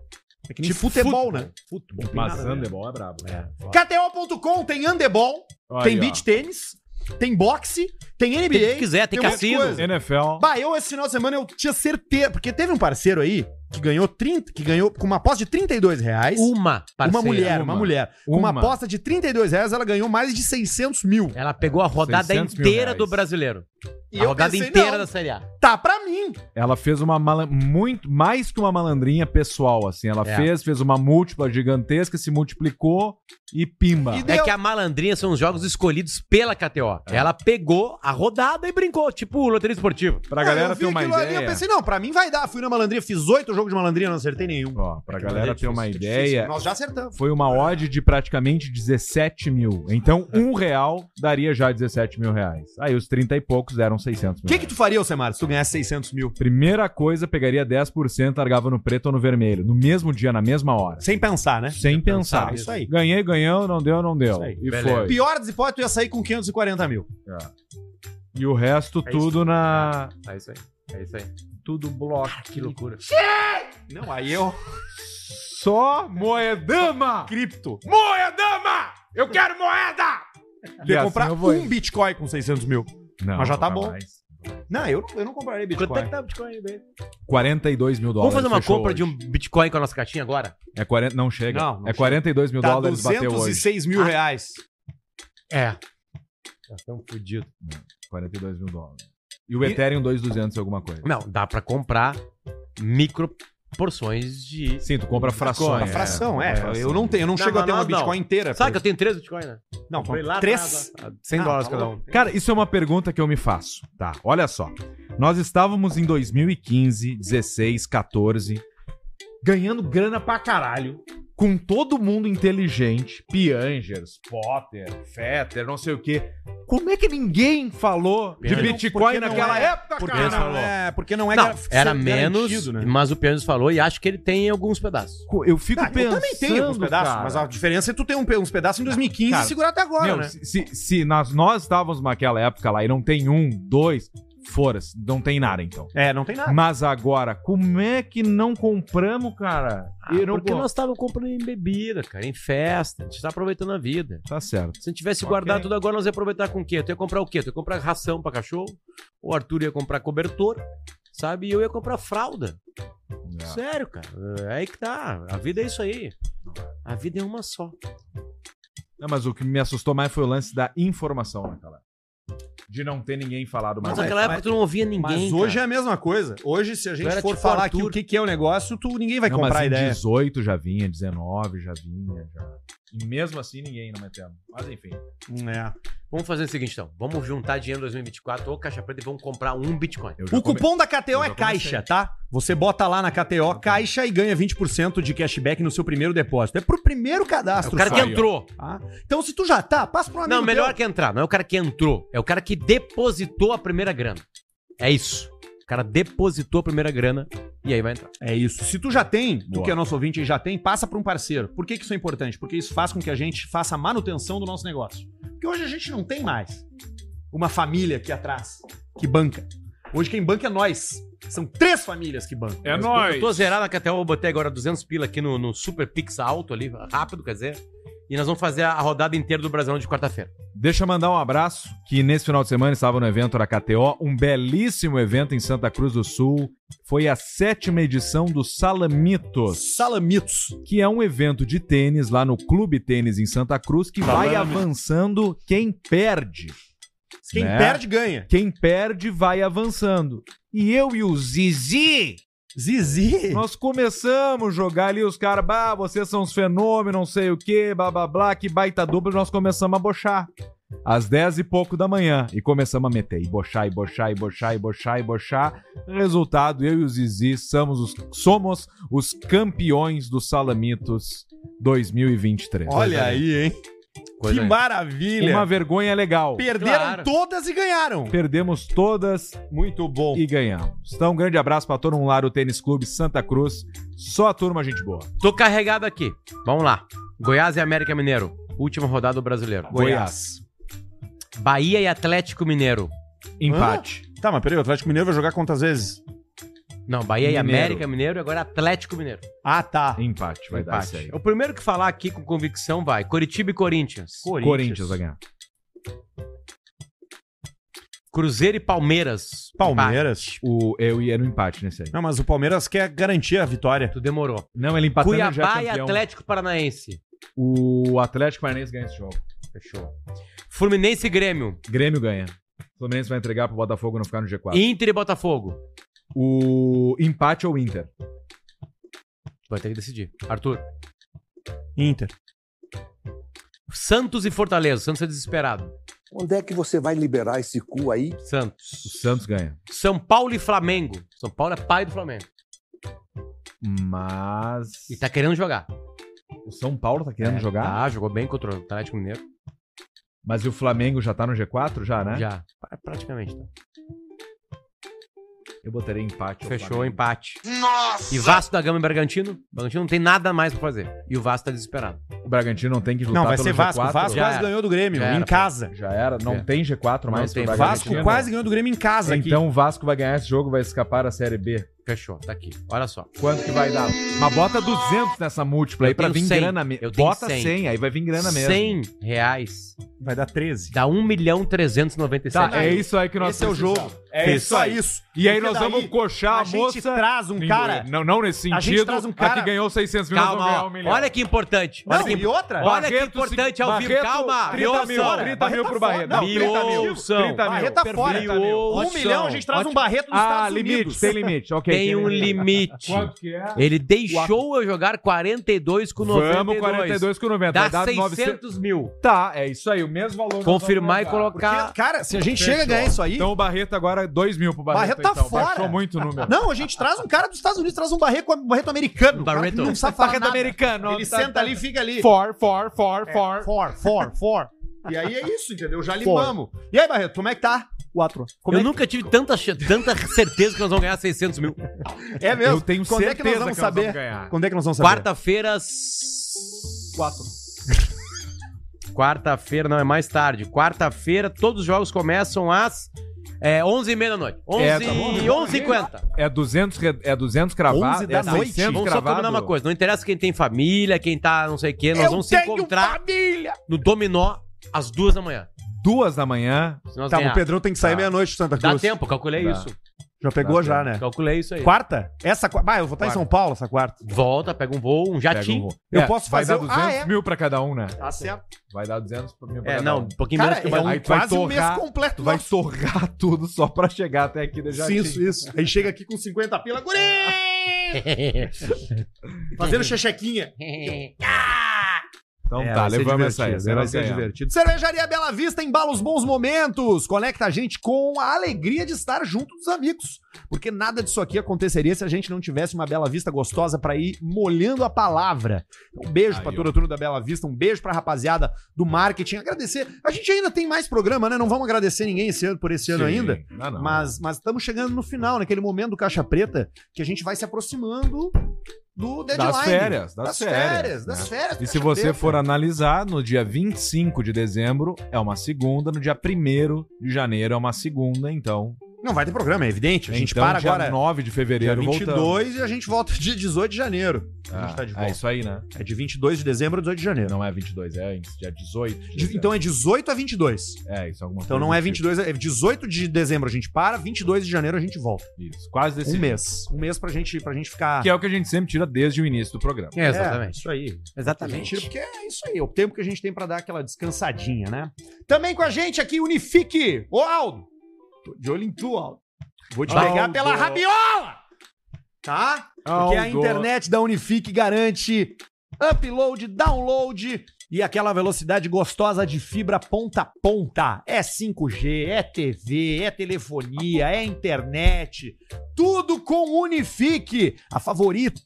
Speaker 1: É que nem futebol, né? Futebol. tem
Speaker 2: Mas
Speaker 1: nada a ver.
Speaker 2: andebol é brabo. né?
Speaker 1: KTO.com tem andebol,
Speaker 2: Olha
Speaker 1: tem
Speaker 2: aí, ó.
Speaker 1: beach tênis, tem boxe, tem NBA.
Speaker 3: Tem o que quiser, tem
Speaker 1: tem um monte de
Speaker 3: cassino.
Speaker 1: coisa.
Speaker 2: NFL.
Speaker 1: Bah, eu esse final de semana eu tinha certeza, porque teve um parceiro aí que ganhou 30, que ganhou com uma aposta de 32 reais.
Speaker 3: Um Uma parceira.
Speaker 1: uma mulher, uma,
Speaker 2: uma.
Speaker 1: mulher. Com uma
Speaker 2: Uma.
Speaker 1: aposta de 32 reais, ela ganhou mais de 600 mil.
Speaker 3: Ela pegou a rodada
Speaker 2: 600 mil
Speaker 3: inteira
Speaker 2: reais.
Speaker 3: do brasileiro.
Speaker 1: E
Speaker 3: a
Speaker 1: eu
Speaker 3: rodada
Speaker 1: pensei,
Speaker 3: inteira
Speaker 1: não.
Speaker 3: da Série A.
Speaker 1: Tá pra mim.
Speaker 2: Ela fez uma mala... muito mais que uma malandrinha pessoal, assim. Ela
Speaker 3: É.
Speaker 2: fez, fez uma múltipla gigantesca, se multiplicou e pimba.
Speaker 1: E É.
Speaker 3: É
Speaker 1: Deu.
Speaker 3: que a malandrinha são os jogos escolhidos pela KTO. Ela pegou a rodada e brincou, tipo loteria esportiva.
Speaker 2: Pra
Speaker 1: Não,
Speaker 2: galera
Speaker 1: eu vi
Speaker 2: ter uma
Speaker 1: aquilo ali,
Speaker 2: ideia.
Speaker 1: eu pensei, não, pra mim vai dar. Fui na malandria, fiz oito jogos de malandria, não acertei nenhum.
Speaker 2: Ó, pra
Speaker 1: É que
Speaker 2: galera
Speaker 1: é
Speaker 2: ter
Speaker 1: difícil,
Speaker 2: uma
Speaker 1: é difícil.
Speaker 2: ideia,
Speaker 1: Nós já acertamos.
Speaker 2: foi uma odd de praticamente 17 mil. Então, um real daria já 17 mil reais. Aí os 30 e poucos deram 600
Speaker 1: O
Speaker 2: mil.
Speaker 1: que,
Speaker 2: reais.
Speaker 1: que tu faria, Alcemar, se tu ganhasse 600 mil?
Speaker 2: Primeira coisa, pegaria 10%, largava no preto ou no vermelho. No mesmo dia, na mesma hora.
Speaker 1: Sem pensar, né?
Speaker 2: Sem pensar.
Speaker 1: pensar, isso aí.
Speaker 2: Ganhei, ganhou, não deu, não deu.
Speaker 1: Isso aí,
Speaker 2: E
Speaker 3: beleza.
Speaker 2: foi.
Speaker 1: Pior das hipóteses, tu ia sair com 540 mil.
Speaker 2: E o resto,
Speaker 3: É isso.
Speaker 2: tudo na.
Speaker 3: É isso aí. É isso aí.
Speaker 2: Tudo bloco.
Speaker 3: Que loucura.
Speaker 1: Não, aí eu...
Speaker 2: Só moedama!
Speaker 1: Cripto.
Speaker 2: Moedama! Eu quero moeda!
Speaker 1: Tu
Speaker 2: assim
Speaker 1: ia comprar um Bitcoin com 600 mil.
Speaker 2: Não,
Speaker 1: Mas já tá
Speaker 2: não
Speaker 1: bom.
Speaker 2: mais.
Speaker 1: Não, eu, eu não compraria Bitcoin.
Speaker 3: Quanto é que
Speaker 1: tá Bitcoin aí, velho?
Speaker 2: 42 mil
Speaker 3: Vamos
Speaker 2: dólares.
Speaker 3: fazer uma
Speaker 2: fechou
Speaker 3: compra
Speaker 2: hoje.
Speaker 3: de um Bitcoin com a nossa caixinha agora?
Speaker 2: É 40... Não chega.
Speaker 1: um- Não, não
Speaker 2: é 42 mil
Speaker 1: Tá
Speaker 2: dólares bateu hoje.
Speaker 1: 206 mil reais.
Speaker 3: É. Nós estamos fodidos.
Speaker 2: 42 mil dólares. E o Ethereum 2,200 e alguma coisa.
Speaker 3: Não, dá pra comprar micro porções de.
Speaker 2: Sim, tu compra frações.
Speaker 1: Uma fração, é.
Speaker 2: fração.
Speaker 1: Eu não, tenho, eu não,
Speaker 3: Não,
Speaker 1: chego a
Speaker 3: mas
Speaker 1: ter uma
Speaker 3: nós não.
Speaker 1: Bitcoin inteira.
Speaker 3: Sabe que eu tenho três Bitcoin, né?
Speaker 1: Não,
Speaker 3: Comprei lá
Speaker 1: três.
Speaker 3: atrás, a- 100
Speaker 1: Ah,
Speaker 3: dólares
Speaker 1: tá
Speaker 3: cada um.
Speaker 1: louco.
Speaker 2: Cara, isso é uma pergunta que eu me faço, tá? Olha só. Nós estávamos em 2015, 16, 14, ganhando grana pra caralho, com todo mundo inteligente, Piangers, Potter, Fetter, não sei o quê. Como é que ninguém falou de
Speaker 3: Piangers.
Speaker 2: Bitcoin
Speaker 1: Porque não
Speaker 2: naquela
Speaker 1: é-
Speaker 2: época,
Speaker 1: Porque
Speaker 2: cara?
Speaker 1: não é, porque não é
Speaker 3: Não,
Speaker 1: gar-
Speaker 3: era menos,
Speaker 1: garantido, né?
Speaker 3: mas o Pianos falou e acho que ele tem alguns pedaços.
Speaker 2: Eu fico
Speaker 1: Ah,
Speaker 2: pensando,
Speaker 1: eu também tenho alguns pedaços,
Speaker 2: cara.
Speaker 1: mas a diferença é tu ter um pe- uns pedaços em 2015
Speaker 2: Cara,
Speaker 1: e segurar até agora,
Speaker 2: Meu,
Speaker 1: né?
Speaker 2: se, se- se nós, nós estávamos naquela época lá e não tem um, dois, fora-se, não tem nada então.
Speaker 1: É, não tem nada.
Speaker 2: Mas agora, como é que não compramos, cara?
Speaker 3: Ah,
Speaker 2: Eu não
Speaker 3: porque
Speaker 2: gosto.
Speaker 3: nós estávamos comprando em bebida, cara, em festa. A gente tá aproveitando a vida.
Speaker 2: Tá certo.
Speaker 3: Se a gente tivesse
Speaker 2: Ok.
Speaker 3: guardado tudo agora, nós ia aproveitar com o quê? Tu ia comprar o quê? Tu ia comprar ração pra cachorro, o Arthur ia comprar cobertor, sabe? E eu ia comprar fralda. Sério, cara. É aí que tá. A vida é isso aí. A vida é uma só.
Speaker 2: Não, mas o que me assustou mais foi o lance da informação naquela época. De não ter ninguém falado mais.
Speaker 3: Mas
Speaker 1: Não,
Speaker 3: naquela
Speaker 1: mas-
Speaker 3: época tu não ouvia
Speaker 1: Mas
Speaker 3: ninguém.
Speaker 1: hoje é a mesma coisa. Hoje, se a gente
Speaker 3: era
Speaker 1: for
Speaker 3: tipo
Speaker 1: falar
Speaker 3: Arthur.
Speaker 1: aqui o que, que é o negócio, tu, ninguém vai
Speaker 2: não,
Speaker 1: comprar
Speaker 2: mas
Speaker 1: a
Speaker 2: em
Speaker 1: ideia.
Speaker 2: 18 já vinha, 19 já vinha, já. E mesmo assim ninguém não metendo. Mas enfim.
Speaker 1: É.
Speaker 3: Vamos fazer o seguinte, então. Vamos juntar dinheiro em 2024 ou caixa preta e vamos comprar um Bitcoin.
Speaker 2: Eu já
Speaker 1: O cupom da KTO
Speaker 2: Eu
Speaker 1: é
Speaker 2: já comecei.
Speaker 1: caixa, tá? Você bota lá na KTO caixa e ganha 20% de cashback no seu primeiro depósito. É pro primeiro
Speaker 3: É
Speaker 1: cadastro.
Speaker 3: o cara que
Speaker 1: só.
Speaker 2: Aí, ó.
Speaker 3: entrou.
Speaker 1: Tá? Então, se tu já tá, passa
Speaker 2: Ah,
Speaker 1: pra um amigo
Speaker 3: Não, melhor
Speaker 1: teu.
Speaker 3: que entrar. Não é o cara que entrou. É o cara que depositou a primeira grana. É isso. O cara depositou a primeira grana e aí vai entrar.
Speaker 1: É isso. Se tu já tem, tu
Speaker 2: Boa.
Speaker 1: que é nosso ouvinte e já tem, passa pra um parceiro. Por que, que isso é importante? Porque isso faz com que a gente faça a manutenção do nosso negócio. Porque hoje a gente não tem mais uma família aqui atrás que banca. Hoje quem banca é nós. São três famílias que bancam.
Speaker 2: É
Speaker 1: Mas
Speaker 3: Eu tô zerado na KTO, eu botei agora 200 pila aqui no, no Super Pix alto ali, rápido, quer dizer. E nós vamos fazer a rodada inteira do Brasilão de quarta-feira.
Speaker 2: Deixa eu mandar um abraço, que nesse final de semana estava no evento da KTO, um belíssimo evento em Santa Cruz do Sul. Foi a sétima edição do Salamitos.
Speaker 1: Salamitos.
Speaker 2: que é um evento de tênis lá no Clube Tênis em Santa Cruz que vai avançando quem perde.
Speaker 1: Quem
Speaker 2: Né?
Speaker 1: perde, ganha.
Speaker 2: Quem perde vai avançando. E eu e o Zizi,
Speaker 1: Zizi.
Speaker 2: nós começamos a jogar ali os caras, bah, vocês são os fenômenos, não sei o quê, blá blá blá, que baita dupla, nós começamos a bochar. às 10 e pouco da manhã. E começamos a meter. E bochar, e bochar, e bochar, e bochar, e bochar. Resultado, eu e o Zizi somos os, somos os campeões do Salamitos 2023.
Speaker 6: Olha aí, hein?
Speaker 3: Coisa-
Speaker 6: que maravilha.
Speaker 2: é. Uma vergonha legal.
Speaker 1: Perderam
Speaker 3: Claro.
Speaker 1: todas e ganharam.
Speaker 2: Perdemos todas
Speaker 6: Muito bom.
Speaker 2: e ganhamos. Então, um grande abraço pra todo mundo lá do Tênis Clube Santa Cruz. Só a turma, gente boa.
Speaker 3: Tô carregado aqui. Vamos lá. Goiás e América Mineiro. Última rodada do brasileiro.
Speaker 2: Goiás.
Speaker 3: Bahia e Atlético Mineiro.
Speaker 2: Empate.
Speaker 6: Tá, mas peraí, o Atlético Mineiro vai jogar quantas vezes?
Speaker 3: Não, Bahia e
Speaker 2: Mineiro.
Speaker 3: América Mineiro e agora Atlético Mineiro.
Speaker 1: Ah, tá.
Speaker 2: Empate, vai dar
Speaker 3: Empate. É
Speaker 2: isso aí.
Speaker 3: O primeiro que falar aqui com convicção vai. Coritiba e Corinthians.
Speaker 2: Corinthians. Corinthians vai ganhar.
Speaker 3: Cruzeiro e Palmeiras.
Speaker 6: Palmeiras.
Speaker 2: O, eu ia no empate nesse aí.
Speaker 6: Não, mas o Palmeiras quer garantir a vitória.
Speaker 3: Empate. Tu demorou.
Speaker 2: Não, ele empatando
Speaker 3: Cuiabá e
Speaker 2: já é campeão.
Speaker 3: Atlético Paranaense.
Speaker 2: O Atlético Paranaense ganha esse jogo.
Speaker 3: Fechou. Fluminense e Grêmio.
Speaker 2: Grêmio ganha. O Fluminense vai entregar pro Botafogo não ficar no G4.
Speaker 3: Inter e Botafogo.
Speaker 2: O empate ou Inter?
Speaker 3: Tu vai ter que decidir. Arthur.
Speaker 6: Inter.
Speaker 3: Santos e Fortaleza. Santos é desesperado.
Speaker 7: Onde é que você vai liberar esse cu aí?
Speaker 2: O
Speaker 3: Santos.
Speaker 2: Santos ganha.
Speaker 3: São Paulo e Flamengo. São Paulo é pai do Flamengo.
Speaker 2: Mas.
Speaker 3: E tá querendo jogar.
Speaker 2: O São Paulo tá querendo
Speaker 3: É,
Speaker 2: jogar.
Speaker 3: Tá, jogou bem contra o Atlético Mineiro.
Speaker 2: Mas e o Flamengo já tá no G4? Já, né?
Speaker 3: Já. Pra- Praticamente. Tá.
Speaker 2: Eu botaria empate. ao
Speaker 3: Fechou o
Speaker 2: Flamengo.
Speaker 3: empate. Nossa! E Vasco da Gama e Bragantino? Bragantino não tem nada mais pra fazer. E o Vasco tá desesperado.
Speaker 2: O Bragantino não tem que lutar
Speaker 6: não, vai
Speaker 2: pelo
Speaker 6: ser Vasco.
Speaker 2: G4.
Speaker 6: Vasco
Speaker 3: Já
Speaker 6: quase
Speaker 3: era.
Speaker 6: ganhou do Grêmio,
Speaker 3: Já era,
Speaker 6: em
Speaker 3: pô.
Speaker 6: casa.
Speaker 2: Já era. Não
Speaker 3: É.
Speaker 2: tem G4 mais
Speaker 3: Não
Speaker 2: pro
Speaker 3: tem.
Speaker 6: Vasco
Speaker 2: Bragantino.
Speaker 6: quase ganhou do Grêmio em casa aqui.
Speaker 2: né? Então o Vasco vai ganhar esse jogo, vai escapar a Série B.
Speaker 3: Fechou, tá aqui. Olha só.
Speaker 2: Quanto que vai dar? Mas bota 200 nessa múltipla aí
Speaker 3: Eu
Speaker 2: pra
Speaker 3: tenho
Speaker 2: vir
Speaker 3: 100.
Speaker 2: grana mesmo.
Speaker 3: Eu tenho
Speaker 2: Bota 100.
Speaker 3: 100.
Speaker 2: aí vai vir grana mesmo.
Speaker 3: 100 reais
Speaker 6: Vai dar 13.
Speaker 3: dá 1 milhão 397.
Speaker 2: Tá, é isso aí que nós
Speaker 1: Esse é o
Speaker 2: precisamos.
Speaker 1: jogo.
Speaker 2: É
Speaker 1: É
Speaker 2: isso
Speaker 1: só
Speaker 2: aí.
Speaker 1: isso.
Speaker 2: E aí
Speaker 1: Porque
Speaker 2: nós
Speaker 1: daí
Speaker 2: vamos coxar a,
Speaker 1: a gente
Speaker 2: moça.
Speaker 1: traz um cara.
Speaker 2: Não, não nesse
Speaker 1: A gente
Speaker 2: sentido.
Speaker 1: traz um
Speaker 2: A
Speaker 1: cara-
Speaker 2: que ganhou 600 mil, nós vamos
Speaker 3: Calma,
Speaker 2: ganhar
Speaker 3: ó.
Speaker 2: um milhão.
Speaker 3: Olha que importante. Olha
Speaker 1: Não,
Speaker 3: que
Speaker 1: e outra?
Speaker 3: Olha que importante ao vivo. Calma, me
Speaker 2: 30 mil,
Speaker 3: ouçam.
Speaker 2: 30 mil pro Barreto.
Speaker 1: Barreto.
Speaker 2: Não,
Speaker 3: Me
Speaker 2: 30 mil.
Speaker 3: ouçam.
Speaker 2: 30 mil.
Speaker 1: Barreto tá fora.
Speaker 2: Perfeito.
Speaker 1: Um
Speaker 3: Ótimo.
Speaker 1: milhão, a gente traz um
Speaker 2: Ótimo.
Speaker 1: barreto dos
Speaker 2: Ah,
Speaker 1: Estados
Speaker 2: limite,
Speaker 1: Unidos.
Speaker 2: tem limite. Ok. é
Speaker 3: Tem um limite.
Speaker 2: Quanto que é?
Speaker 3: Ele deixou eu jogar 42 com 92.
Speaker 2: Vamos, 42 com 90.
Speaker 3: Dá
Speaker 2: vai dar 900.
Speaker 3: 600 mil.
Speaker 2: Tá, é isso aí, o mesmo valor. nós
Speaker 3: Confirmar e
Speaker 2: vamos levar.
Speaker 1: Porque,
Speaker 3: colocar.
Speaker 1: cara, se a gente chega a ganhar isso aí.
Speaker 2: Então o Barreto agora, 2 mil pro Barreto.
Speaker 1: Barreto tá
Speaker 2: então.
Speaker 1: fora.
Speaker 2: Baixou muito o número.
Speaker 1: Não, a gente traz um cara dos Estados Unidos, traz um barreto, um barreto americano.
Speaker 3: Um
Speaker 1: Um barreto.
Speaker 3: barreto.
Speaker 1: Não sabe falar
Speaker 2: Barreto
Speaker 1: nada.
Speaker 2: americano.
Speaker 1: Ele
Speaker 2: tá-
Speaker 1: senta
Speaker 2: tá-
Speaker 1: ali e fica ali.
Speaker 2: For, for, for, for.
Speaker 1: For, for, for. E aí é isso, entendeu? Já limamos. E aí, Barreto, como é que tá? Quatro.
Speaker 2: é
Speaker 3: eu nunca tive tanta, che- tanta certeza que nós vamos ganhar 600 mil.
Speaker 1: É mesmo?
Speaker 2: Eu tenho
Speaker 1: Quando
Speaker 2: certeza
Speaker 1: é que nós vamos saber?
Speaker 2: ganhar.
Speaker 1: Quando é que nós vamos saber?
Speaker 3: Quarta-feira. s-
Speaker 1: Quatro.
Speaker 3: Quarta-feira, não, é mais tarde. Quarta-feira, todos os jogos começam às é, 11h30 da noite. 11
Speaker 2: É, tá bom.
Speaker 3: 11h50.
Speaker 2: É 200, re- é 200 cravados,
Speaker 1: 11 da
Speaker 2: é 600
Speaker 1: noite.
Speaker 3: Vamos só
Speaker 2: cravados.
Speaker 3: combinar uma coisa. Não interessa quem tem família, quem tá não sei o quê. Nós vamos se encontrar
Speaker 1: família!
Speaker 3: no Dominó às duas da manhã.
Speaker 2: Duas da manhã.
Speaker 3: Se nós
Speaker 1: Tá, mas o
Speaker 3: ganhar.
Speaker 1: Pedrão tem que sair
Speaker 2: Tá.
Speaker 1: meia-noite de Santa
Speaker 3: Dá
Speaker 1: Cruz.
Speaker 3: tempo, calculei
Speaker 2: Dá.
Speaker 3: isso.
Speaker 1: Já pegou
Speaker 2: Dá
Speaker 1: já, né?
Speaker 3: Calculei isso aí.
Speaker 1: Quarta? Essa quarta. Ah, eu vou estar em
Speaker 3: Quarta.
Speaker 1: São Paulo essa quarta.
Speaker 3: Volta, pega um voo,
Speaker 1: Tá
Speaker 3: um
Speaker 2: pega um
Speaker 3: jatinho.
Speaker 2: voo.
Speaker 1: Eu posso fazer
Speaker 2: Vai
Speaker 1: o-
Speaker 2: dar 200
Speaker 1: Ah, é.
Speaker 2: mil pra cada um, né?
Speaker 1: Tá certo.
Speaker 2: Vai dar 200 mil pra
Speaker 3: É,
Speaker 2: cada
Speaker 3: não,
Speaker 2: um.
Speaker 3: um pouquinho
Speaker 1: Cara,
Speaker 3: menos que
Speaker 1: é
Speaker 3: vai.
Speaker 1: um,
Speaker 2: Aí tu vai
Speaker 1: quase um mês
Speaker 2: torrar-
Speaker 1: completo.
Speaker 2: Tu vai
Speaker 1: nosso.
Speaker 2: sorrar tudo só pra chegar até aqui da
Speaker 1: Isso, isso, isso. Aí chega aqui com 50 pila. Guri!
Speaker 3: Ah.
Speaker 1: Fazendo chechequinha.
Speaker 2: Então
Speaker 1: É,
Speaker 2: tá,
Speaker 1: vai ser
Speaker 2: levamos essa
Speaker 1: divertido,
Speaker 2: aí.
Speaker 1: né? Vai
Speaker 2: levamos
Speaker 1: ser
Speaker 2: essa aí.
Speaker 1: divertido. Cervejaria Bela Vista embala os bons momentos. Conecta a gente com a alegria de estar junto dos amigos. Porque nada disso aqui aconteceria se a gente não tivesse uma Bela Vista gostosa pra ir molhando a palavra. Um beijo
Speaker 2: Aí,
Speaker 1: pra
Speaker 2: ó.
Speaker 1: toda a turma da Bela Vista, um beijo pra rapaziada do marketing. Agradecer. A gente ainda tem mais programa, né? Não vamos agradecer ninguém esse ano por esse ano
Speaker 2: Sim.
Speaker 1: ainda.
Speaker 2: Não, não.
Speaker 1: Mas mas estamos chegando no final, naquele momento do Caixa Preta, que a gente vai se aproximando do deadline.
Speaker 2: das férias, das,
Speaker 1: é Das
Speaker 2: férias.
Speaker 1: férias,
Speaker 2: né?
Speaker 1: das férias. do
Speaker 2: E se
Speaker 1: Caixa
Speaker 2: você
Speaker 1: Preta.
Speaker 2: for analisar, no dia 25 de dezembro é uma segunda, no dia 1 de janeiro é uma segunda, então.
Speaker 1: Não vai ter programa, é evidente. A gente
Speaker 2: então,
Speaker 1: para
Speaker 2: dia
Speaker 1: agora
Speaker 2: 9 de
Speaker 1: dia
Speaker 2: fevereiro
Speaker 1: 22
Speaker 2: voltamos.
Speaker 1: e a gente volta dia 18 de janeiro. A
Speaker 2: Ah,
Speaker 1: gente tá de
Speaker 2: É
Speaker 1: volta.
Speaker 2: isso aí, né?
Speaker 1: É de 22 de dezembro a 18 de janeiro.
Speaker 2: Não é 22, é antes, dia 18. de
Speaker 1: De-
Speaker 2: dezembro.
Speaker 1: então é 18 a 22.
Speaker 2: é isso, alguma
Speaker 1: Então
Speaker 2: coisa
Speaker 1: não é
Speaker 2: do tipo.
Speaker 1: 22, é 18 de dezembro a gente para, 22 de janeiro a gente volta.
Speaker 2: Isso, quase desse
Speaker 1: Um mês. Um mês pra gente, pra gente ficar...
Speaker 2: Que é o que a gente sempre tira desde o início do programa.
Speaker 3: É, exatamente.
Speaker 1: isso aí.
Speaker 3: Exatamente.
Speaker 1: Mentira, porque é isso aí. É o tempo que a gente tem pra dar aquela descansadinha, né? Também com a gente aqui, Unifique. Ô, Aldo. Tô de olho em tu, Aldo. Vou te pegar
Speaker 2: Aldo.
Speaker 1: pela rabiola.
Speaker 2: Oh,
Speaker 1: Tá? Porque a internet da Unifique garante upload, download, E aquela velocidade gostosa de fibra ponta a ponta. É 5G, é TV, é telefonia, é internet. Tudo com Unifique, a favorita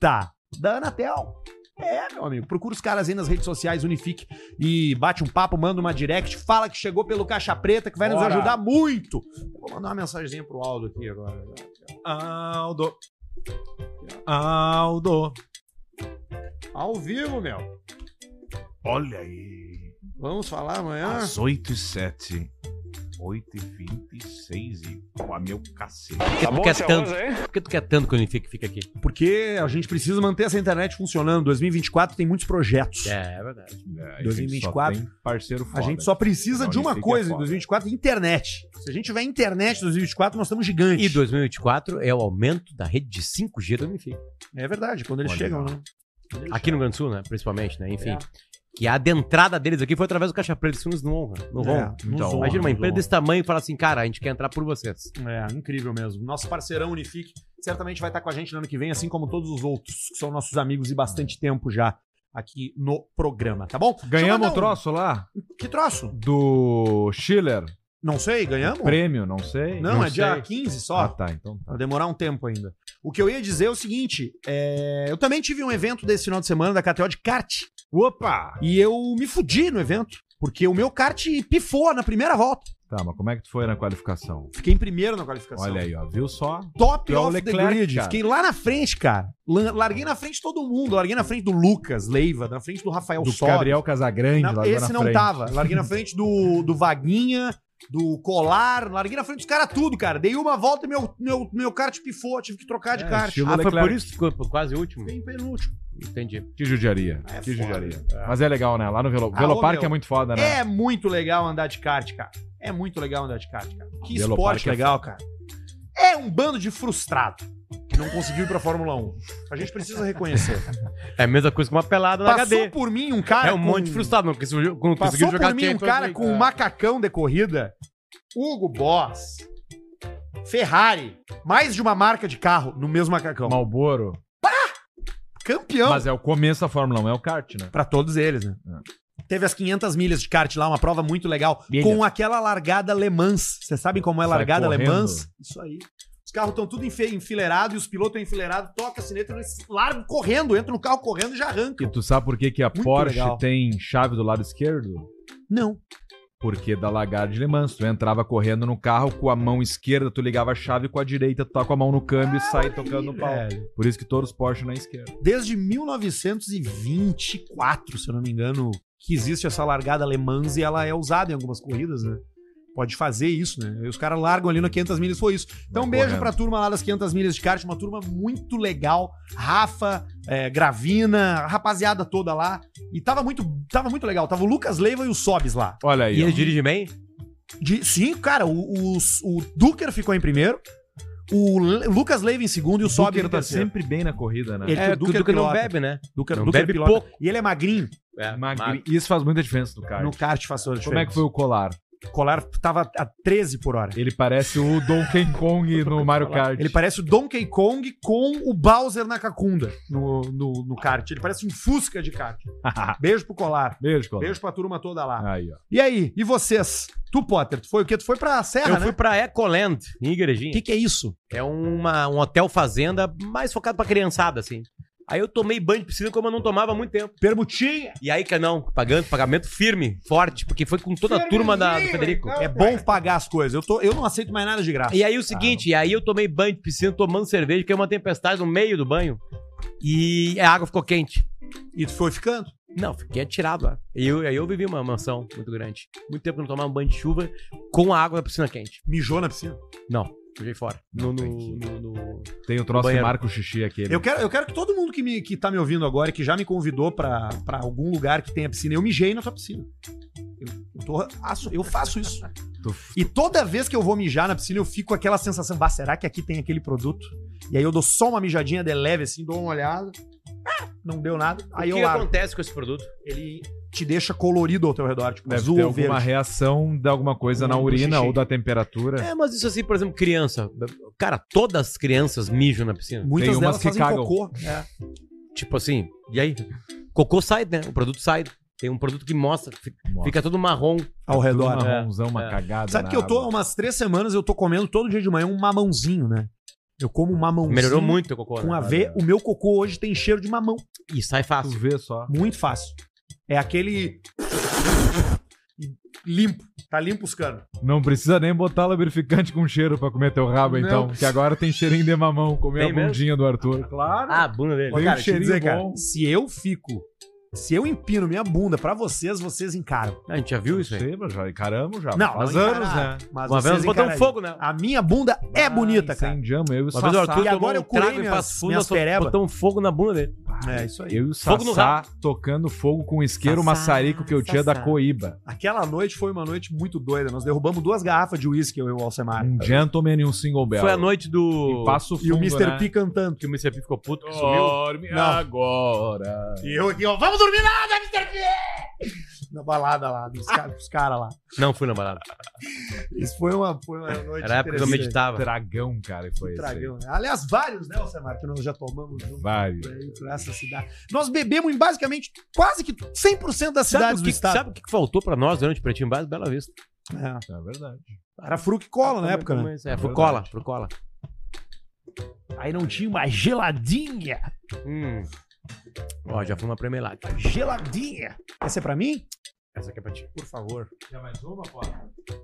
Speaker 1: da Anatel. É, meu amigo. Procura os caras aí nas redes sociais, Unifique, e bate um papo, manda uma direct, fala que chegou pelo Caixa Preta, que vai nos
Speaker 2: Bora.
Speaker 1: ajudar muito. Vou mandar uma mensagenzinha pro Aldo aqui agora.
Speaker 2: Aldo. Aldo.
Speaker 1: Ao vivo, meu.
Speaker 2: Olha aí.
Speaker 1: Vamos falar amanhã?
Speaker 2: Às 8 e 7. 8 e 26 e com a meu cacete.
Speaker 3: Por que,
Speaker 1: Tá
Speaker 3: tu quer tanto, por que tu quer tanto que o Unifique fica aqui?
Speaker 1: Porque a gente precisa manter essa internet funcionando. 2024 tem muitos projetos.
Speaker 3: É, é verdade.
Speaker 2: É, a
Speaker 1: 2024.
Speaker 2: gente só tem parceiro foda.
Speaker 1: A gente só precisa
Speaker 2: Não,
Speaker 1: de uma
Speaker 2: Unifique é
Speaker 1: coisa em
Speaker 2: foda.
Speaker 1: 2024, internet. Se a gente tiver internet em 2024, nós estamos gigantes.
Speaker 3: E 2024 é o aumento da rede de 5G do Unifique.
Speaker 1: É verdade, quando eles
Speaker 2: Olha
Speaker 1: chegam,
Speaker 2: lá.
Speaker 1: né?
Speaker 3: Aqui no Rio Grande do Sul, né? Principalmente, né? Enfim.
Speaker 1: É.
Speaker 3: Que a adentrada deles aqui foi através do Caixa Preta. Isso nos não honra. Não honra.
Speaker 1: É, nos
Speaker 2: Então,
Speaker 1: honra,
Speaker 3: Imagina uma
Speaker 1: nos
Speaker 3: empresa desse tamanho e falar assim, cara, a gente quer entrar por vocês.
Speaker 1: É, incrível mesmo. Nosso parceirão Unifique certamente vai estar com a gente no ano que vem, assim como todos os outros, que são nossos amigos e bastante tempo já aqui no programa, tá bom?
Speaker 2: Ganhamos o
Speaker 1: Deixa eu mandar
Speaker 2: troço lá
Speaker 1: um- Que troço?
Speaker 2: do Schiller.
Speaker 1: Não sei, ganhamos?
Speaker 2: Prêmio, não sei.
Speaker 1: Não, é
Speaker 2: sei.
Speaker 1: dia 15 só.
Speaker 2: Ah, tá, então tá.
Speaker 1: Vai demorar um tempo ainda. O que eu ia dizer é o seguinte: é, eu também tive um evento desse final de semana da KTO de kart.
Speaker 2: Opa!
Speaker 1: E eu me fudi no evento. Porque o meu kart pifou na primeira volta.
Speaker 2: Tá, mas como é que tu foi na qualificação?
Speaker 1: Fiquei em primeiro na qualificação.
Speaker 2: Olha aí, ó. Viu só?
Speaker 1: Top
Speaker 2: Tu é o
Speaker 1: of the
Speaker 2: Leclerc,
Speaker 1: grid.
Speaker 2: cara.
Speaker 1: Fiquei lá na frente, cara. Lan- Larguei na frente de todo mundo. Larguei na frente do Lucas Leiva, na frente do Rafael
Speaker 2: do
Speaker 1: Sobe.
Speaker 2: Gabriel Casagrande
Speaker 1: Na-
Speaker 2: lá na
Speaker 1: esse É não tá
Speaker 2: frente.
Speaker 1: tava. Larguei na frente do, do Vaguinha, do Colar. Larguei na frente dos caras tudo, cara. Dei uma volta e meu, meu, meu kart pifou. Tive que trocar de
Speaker 2: É,
Speaker 1: kart.
Speaker 2: estilo
Speaker 3: ah, foi
Speaker 2: Leclerc.
Speaker 3: por isso que ficou por quase último?
Speaker 1: Fiquei em penúltimo.
Speaker 3: Entendi.
Speaker 2: Que judiaria.
Speaker 1: É
Speaker 2: que
Speaker 1: foda.
Speaker 2: judiaria. Mas é legal, né? Lá no Velo...
Speaker 1: Ah, ô,
Speaker 2: Veloparque
Speaker 1: meu.
Speaker 2: é muito foda, né?
Speaker 1: É muito legal andar de kart, cara. É muito legal andar de kart, cara. Que
Speaker 2: Veloparque
Speaker 1: esporte
Speaker 2: é
Speaker 1: legal, cara. É um bando de frustrado que não conseguiu ir pra Fórmula 1. A gente precisa reconhecer. cara.
Speaker 3: É a mesma coisa que uma pelada na
Speaker 1: Passou
Speaker 3: HD.
Speaker 1: por mim um cara.
Speaker 3: É um
Speaker 1: com-
Speaker 3: monte de frustrado, não conseguiu, não conseguiu
Speaker 1: Passou
Speaker 3: jogar
Speaker 1: por mim um
Speaker 3: Champions
Speaker 1: cara
Speaker 3: League.
Speaker 1: com um macacão de corrida, Hugo Boss, Ferrari, mais de uma marca de carro no mesmo macacão.
Speaker 2: É um Malboro.
Speaker 1: Campeão.
Speaker 2: Mas é o começo da Fórmula 1, é o kart, né?
Speaker 1: Pra todos eles, né? Teve as 500 milhas de kart lá, uma prova muito legal,
Speaker 2: Milhas.
Speaker 1: com aquela largada Le Mans. Vocês sabem como é
Speaker 2: Sai
Speaker 1: largada Le
Speaker 2: correndo.
Speaker 1: Mans? Isso aí. Os carros estão tudo enfe- enfileirado e os pilotos estão enfileirados, toca a sineta, eles largam correndo, entram no carro correndo e já
Speaker 2: E
Speaker 1: arrancam.
Speaker 2: tu sabe por que, que a
Speaker 1: Muito
Speaker 2: Porsche
Speaker 1: legal.
Speaker 2: tem chave do lado esquerdo?
Speaker 1: Não.
Speaker 2: Porque da lagarde de Le Mans, tu entrava correndo no carro com a mão esquerda, tu ligava a chave com a direita, tu tá com a mão no câmbio e sai tocando no pau.
Speaker 1: É.
Speaker 2: Por isso que todos os Porsche na esquerda.
Speaker 1: Desde 1924, se eu não me engano, que existe essa largada Le Mans e ela é usada em algumas corridas, né? Pode fazer isso, né? E os caras largam ali na 500 milhas, foi isso. Então, um
Speaker 2: Vai
Speaker 1: beijo
Speaker 2: correndo.
Speaker 1: pra turma lá das 500 milhas de kart, uma turma muito legal. Rafa, eh, Gravina, a rapaziada toda lá. E tava muito, tava muito legal. Tava o Lucas Leiva e o Sobes lá.
Speaker 2: Olha aí.
Speaker 3: E
Speaker 2: ó.
Speaker 3: ele dirige bem?
Speaker 1: De, sim, cara, o, o, o Duker ficou em primeiro, o Le- Lucas Leiva em segundo e o
Speaker 2: O
Speaker 1: Sobes
Speaker 2: Duker
Speaker 1: em
Speaker 2: tá
Speaker 1: terceiro.
Speaker 2: sempre bem na corrida, né?
Speaker 1: Ele
Speaker 3: É,
Speaker 1: que o
Speaker 3: porque o
Speaker 1: Duque
Speaker 3: Duque não
Speaker 1: pilota.
Speaker 3: bebe, né?
Speaker 1: Duker,
Speaker 3: Não
Speaker 1: Duker
Speaker 3: bebe
Speaker 1: pilota.
Speaker 3: pouco.
Speaker 1: E ele é magrinho.
Speaker 3: É,
Speaker 2: Magri-
Speaker 3: magro.
Speaker 2: Isso faz muita diferença no kart.
Speaker 1: No kart faz toda a
Speaker 2: Como é que
Speaker 1: diferença.
Speaker 2: foi o colar?
Speaker 1: O colar tava a 13 por hora.
Speaker 2: Ele parece o Donkey Kong no Mario Kart.
Speaker 1: Ele parece o Donkey Kong com o Bowser na cacunda no, no, no kart. Ele parece um Fusca de kart. Beijo pro colar.
Speaker 2: Beijo, colar.
Speaker 1: Beijo pra turma toda lá.
Speaker 2: Aí, ó.
Speaker 1: E aí, e vocês? Tu, Potter, tu foi o quê? Tu foi pra Serra,
Speaker 3: Eu
Speaker 1: né?
Speaker 3: fui pra Ecoland, em Igrejinha.
Speaker 1: O que, que é isso?
Speaker 3: É uma, um hotel fazenda mais focado pra criançada, assim. Aí eu tomei banho de piscina como eu não tomava há muito tempo.
Speaker 1: Permutinha.
Speaker 3: E aí, que não, pagando, pagamento firme, forte, porque foi com toda a turma da, do Federico.
Speaker 1: É bom pagar as coisas. Eu, tô, eu não aceito mais nada de graça.
Speaker 3: E aí o seguinte, e aí eu tomei banho de piscina tomando cerveja, que é uma tempestade no meio do banho. E a água ficou quente.
Speaker 1: E tu foi ficando?
Speaker 3: Não, fiquei atirado lá. E eu, aí eu vivi uma mansão muito grande. Muito tempo que eu não tomava um banho de chuva com a água da piscina quente.
Speaker 1: Mijou na piscina.
Speaker 3: Joguei fora.
Speaker 2: Não
Speaker 3: No, no,
Speaker 2: tem que-
Speaker 3: no, no-
Speaker 2: Tem o troço que
Speaker 3: Banheiro.
Speaker 2: marca o xixi aquele.
Speaker 1: Eu quero, eu quero que todo mundo que, me, que tá me ouvindo agora e que já me convidou pra, pra algum lugar que tenha piscina, eu mijei na tua piscina. Eu, eu tô- aço- eu faço isso.
Speaker 2: Tu-
Speaker 1: E toda vez que eu vou mijar na piscina, eu fico com aquela sensação, bah, será que aqui tem aquele produto? E aí eu dou só uma mijadinha de leve, assim, dou uma olhada. Ah, Não deu nada. Aí
Speaker 3: o
Speaker 1: eu
Speaker 3: que
Speaker 1: largo.
Speaker 3: acontece com esse produto?
Speaker 1: Ele te deixa colorido ao teu redor, tipo,
Speaker 2: Deve
Speaker 1: azul
Speaker 2: ter
Speaker 1: ou
Speaker 2: alguma
Speaker 1: verde.
Speaker 2: reação de alguma coisa na
Speaker 1: Do
Speaker 2: urina
Speaker 1: xixi.
Speaker 2: ou da temperatura.
Speaker 3: É, mas isso assim, por exemplo, criança. Cara, todas as crianças mijam na piscina.
Speaker 1: Muitas
Speaker 2: Tem umas
Speaker 1: delas
Speaker 2: que
Speaker 1: fazem
Speaker 2: cagam.
Speaker 1: cocô. É.
Speaker 3: Tipo assim, e aí? Cocô sai, né? O produto sai. Tem um produto que mostra, fi- fica todo marrom.
Speaker 8: Ao redor.
Speaker 2: Uma
Speaker 3: né?
Speaker 2: ronzão, uma
Speaker 3: É.
Speaker 2: cagada.
Speaker 1: Sabe
Speaker 2: na
Speaker 1: que eu tô há
Speaker 2: água.
Speaker 1: umas três semanas, eu tô comendo todo dia de manhã um mamãozinho, né? Eu como um mamãozinho.
Speaker 3: Melhorou muito teu cocô.
Speaker 1: Com
Speaker 3: Né?
Speaker 1: aveia. O meu cocô hoje tem cheiro de mamão.
Speaker 3: E sai
Speaker 2: Tu
Speaker 1: um
Speaker 3: fácil.
Speaker 2: vê só.
Speaker 1: Muito fácil. É aquele. e Limpo. Tá limpo os canos.
Speaker 2: Não precisa nem botar lubrificante com cheiro pra comer teu rabo,
Speaker 1: Não.
Speaker 2: então. Que agora tem cheirinho de mamão. Comer
Speaker 3: Tem
Speaker 2: a
Speaker 3: mesmo?
Speaker 2: bundinha do Arthur. Claro.
Speaker 3: Ah, a bunda dele.
Speaker 2: Tem
Speaker 1: cara,
Speaker 2: um
Speaker 1: deixa eu
Speaker 2: cheirinho
Speaker 1: dizer, cara,
Speaker 2: bom.
Speaker 1: se eu fico. Se eu empino minha bunda pra vocês, vocês encaram.
Speaker 3: A gente já viu isso aí.
Speaker 2: Sei, mas já encaramos já.
Speaker 1: Não,
Speaker 2: Tá, faz
Speaker 1: não
Speaker 2: anos,
Speaker 1: encarar.
Speaker 2: né?
Speaker 1: Mas
Speaker 3: Uma vez nós
Speaker 1: vocês
Speaker 3: botamos
Speaker 1: encarariam.
Speaker 3: fogo, né?
Speaker 1: A minha bunda é bonita, cara.
Speaker 2: Incendiamos, eu e o
Speaker 3: Uma vez o
Speaker 2: Sassá.
Speaker 3: Arthur
Speaker 1: E agora eu
Speaker 3: tomou um
Speaker 1: curei
Speaker 3: trago e
Speaker 1: minhas-
Speaker 3: faz fundo,
Speaker 1: minhas
Speaker 3: nós só
Speaker 1: pereba.
Speaker 3: botamos fogo na bunda dele.
Speaker 1: É, isso aí.
Speaker 2: Eu e o
Speaker 3: Fogo no
Speaker 2: Sassá tocando fogo com isqueiro, uma
Speaker 4: Sassá,
Speaker 2: maçarico que eu tinha da
Speaker 4: Sassá.
Speaker 2: Coíba.
Speaker 1: Aquela noite foi uma noite muito doida. Nós derrubamos duas garrafas de uísque, eu e o Alcemar.
Speaker 2: Um gentleman e um single bell.
Speaker 3: Foi a noite do.
Speaker 2: E passo
Speaker 1: E o
Speaker 2: fundo,
Speaker 1: Mr.
Speaker 2: né?
Speaker 1: P cantando.
Speaker 3: Que o Mr. P ficou puto,
Speaker 1: Oh.
Speaker 3: que sumiu.
Speaker 2: Dorme
Speaker 1: Não.
Speaker 2: agora.
Speaker 1: E eu aqui, ó, vamos dormir nada, Mr. P! Na balada lá, dos caras cara lá.
Speaker 3: Não, fui na balada.
Speaker 1: Isso foi uma, foi uma noite
Speaker 3: Era a época que eu
Speaker 1: interessante.
Speaker 3: meditava.
Speaker 2: Dragão, cara, foi esse. aí.
Speaker 1: Dragão, né? Aliás, vários, né, Alcemar, que nós já tomamos junto.
Speaker 2: Vários.
Speaker 1: aí Pra essa cidade. Nós bebemos em basicamente quase que 100% das
Speaker 3: Sabe
Speaker 1: cidades
Speaker 3: o,
Speaker 1: do
Speaker 3: que,
Speaker 1: estado.
Speaker 3: sabe o que faltou pra nós durante o Pretinho Básico? Bela Vista.
Speaker 1: É.
Speaker 2: É verdade.
Speaker 1: Era fruque cola na época, né?
Speaker 3: Mas, É, pro cola, pro cola.
Speaker 1: Aí não tinha uma geladinha.
Speaker 3: Hum. Ó, já fui uma premelada.
Speaker 1: Geladinha. Essa é pra mim?
Speaker 3: Essa aqui é pra ti.
Speaker 1: Por favor.
Speaker 2: Já mais uma, pô?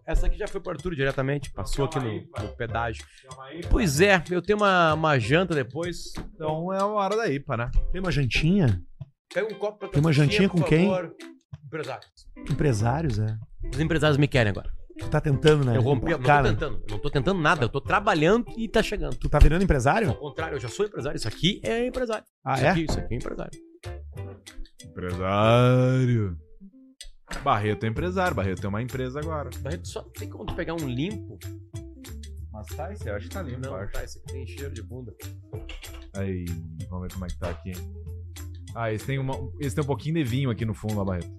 Speaker 3: Essa aqui já foi pro Arthur diretamente, passou aqui
Speaker 2: calma
Speaker 3: no,
Speaker 2: aí, pai.
Speaker 3: no pedágio.
Speaker 2: Calma aí.
Speaker 3: Pois é, eu tenho uma, uma janta depois.
Speaker 2: Então é uma hora da IPA, né?
Speaker 1: Tem uma jantinha?
Speaker 3: Pega um copo pra tua
Speaker 1: Tem uma jantinha com
Speaker 3: por
Speaker 1: quem?
Speaker 3: favor. Empresários.
Speaker 1: Empresários, é.
Speaker 3: Os empresários me querem agora.
Speaker 1: Tu tá tentando, né?
Speaker 3: Eu rompi, eu não tô
Speaker 1: Cara,
Speaker 3: tentando. Eu não tô tentando nada, eu tô trabalhando e tá chegando.
Speaker 1: Tu tá virando empresário?
Speaker 3: Ao contrário, eu já sou empresário. Isso aqui é empresário.
Speaker 1: Ah,
Speaker 3: isso
Speaker 1: é?
Speaker 3: aqui, isso aqui é empresário.
Speaker 2: Empresário. Barreto é empresário, Barreto tem uma empresa agora.
Speaker 3: Barreto, só tem como tu pegar um limpo.
Speaker 2: Mas tá, esse eu acho que tá
Speaker 3: não, tá, esse aqui tem cheiro de bunda.
Speaker 2: Aí, vamos ver como é que tá aqui. Ah, esse tem, uma, esse tem um pouquinho de vinho aqui no fundo, lá, Barreto.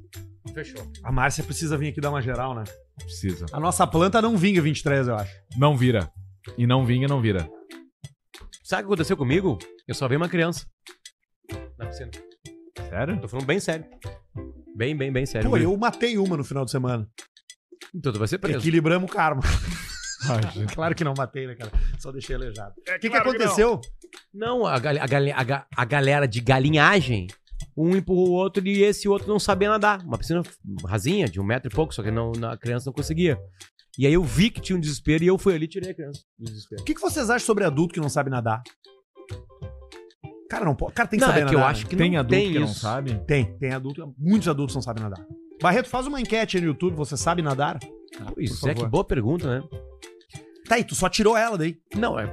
Speaker 3: Fechou.
Speaker 1: A Márcia precisa vir aqui dar uma geral, né?
Speaker 2: Precisa.
Speaker 1: A nossa planta não vinga 23, eu acho.
Speaker 2: Não vira. E não vinga, não vira.
Speaker 3: Sabe o que aconteceu comigo? Eu só vi uma criança. Na piscina.
Speaker 2: Sério?
Speaker 3: Tô falando bem sério. Bem, bem, bem sério.
Speaker 1: Pô, eu matei uma no final de semana.
Speaker 3: Então tu vai ser preso.
Speaker 1: Equilibramos o karma.
Speaker 2: Imagina.
Speaker 1: Claro que não matei, né, cara? Só deixei aleijado. O É que, que aconteceu?
Speaker 3: Não, a, gal- a gal- a ga- a galera de galinhagem, um empurrou o outro e esse outro não sabia nadar. Uma piscina rasinha, de um metro e pouco, só que não, na- a criança não conseguia. E aí eu vi que tinha um desespero e eu fui ali e tirei a criança do desespero.
Speaker 1: O que, que vocês acham sobre adulto que não sabe nadar? Cara, não pode. Cara, tem que
Speaker 3: não,
Speaker 1: saber
Speaker 3: é que
Speaker 1: nadar.
Speaker 3: eu
Speaker 1: né?
Speaker 3: acho que
Speaker 2: tem
Speaker 3: não
Speaker 2: adulto
Speaker 3: tem
Speaker 2: que não
Speaker 3: isso.
Speaker 2: sabe?
Speaker 1: Tem, tem adulto. Muitos adultos não sabem nadar. Barreto, faz uma enquete aí no YouTube. Você sabe nadar?
Speaker 3: Pois
Speaker 1: por
Speaker 3: é, que
Speaker 1: favor.
Speaker 3: boa pergunta, né?
Speaker 1: Tá aí, tu só tirou ela daí.
Speaker 3: Não, é,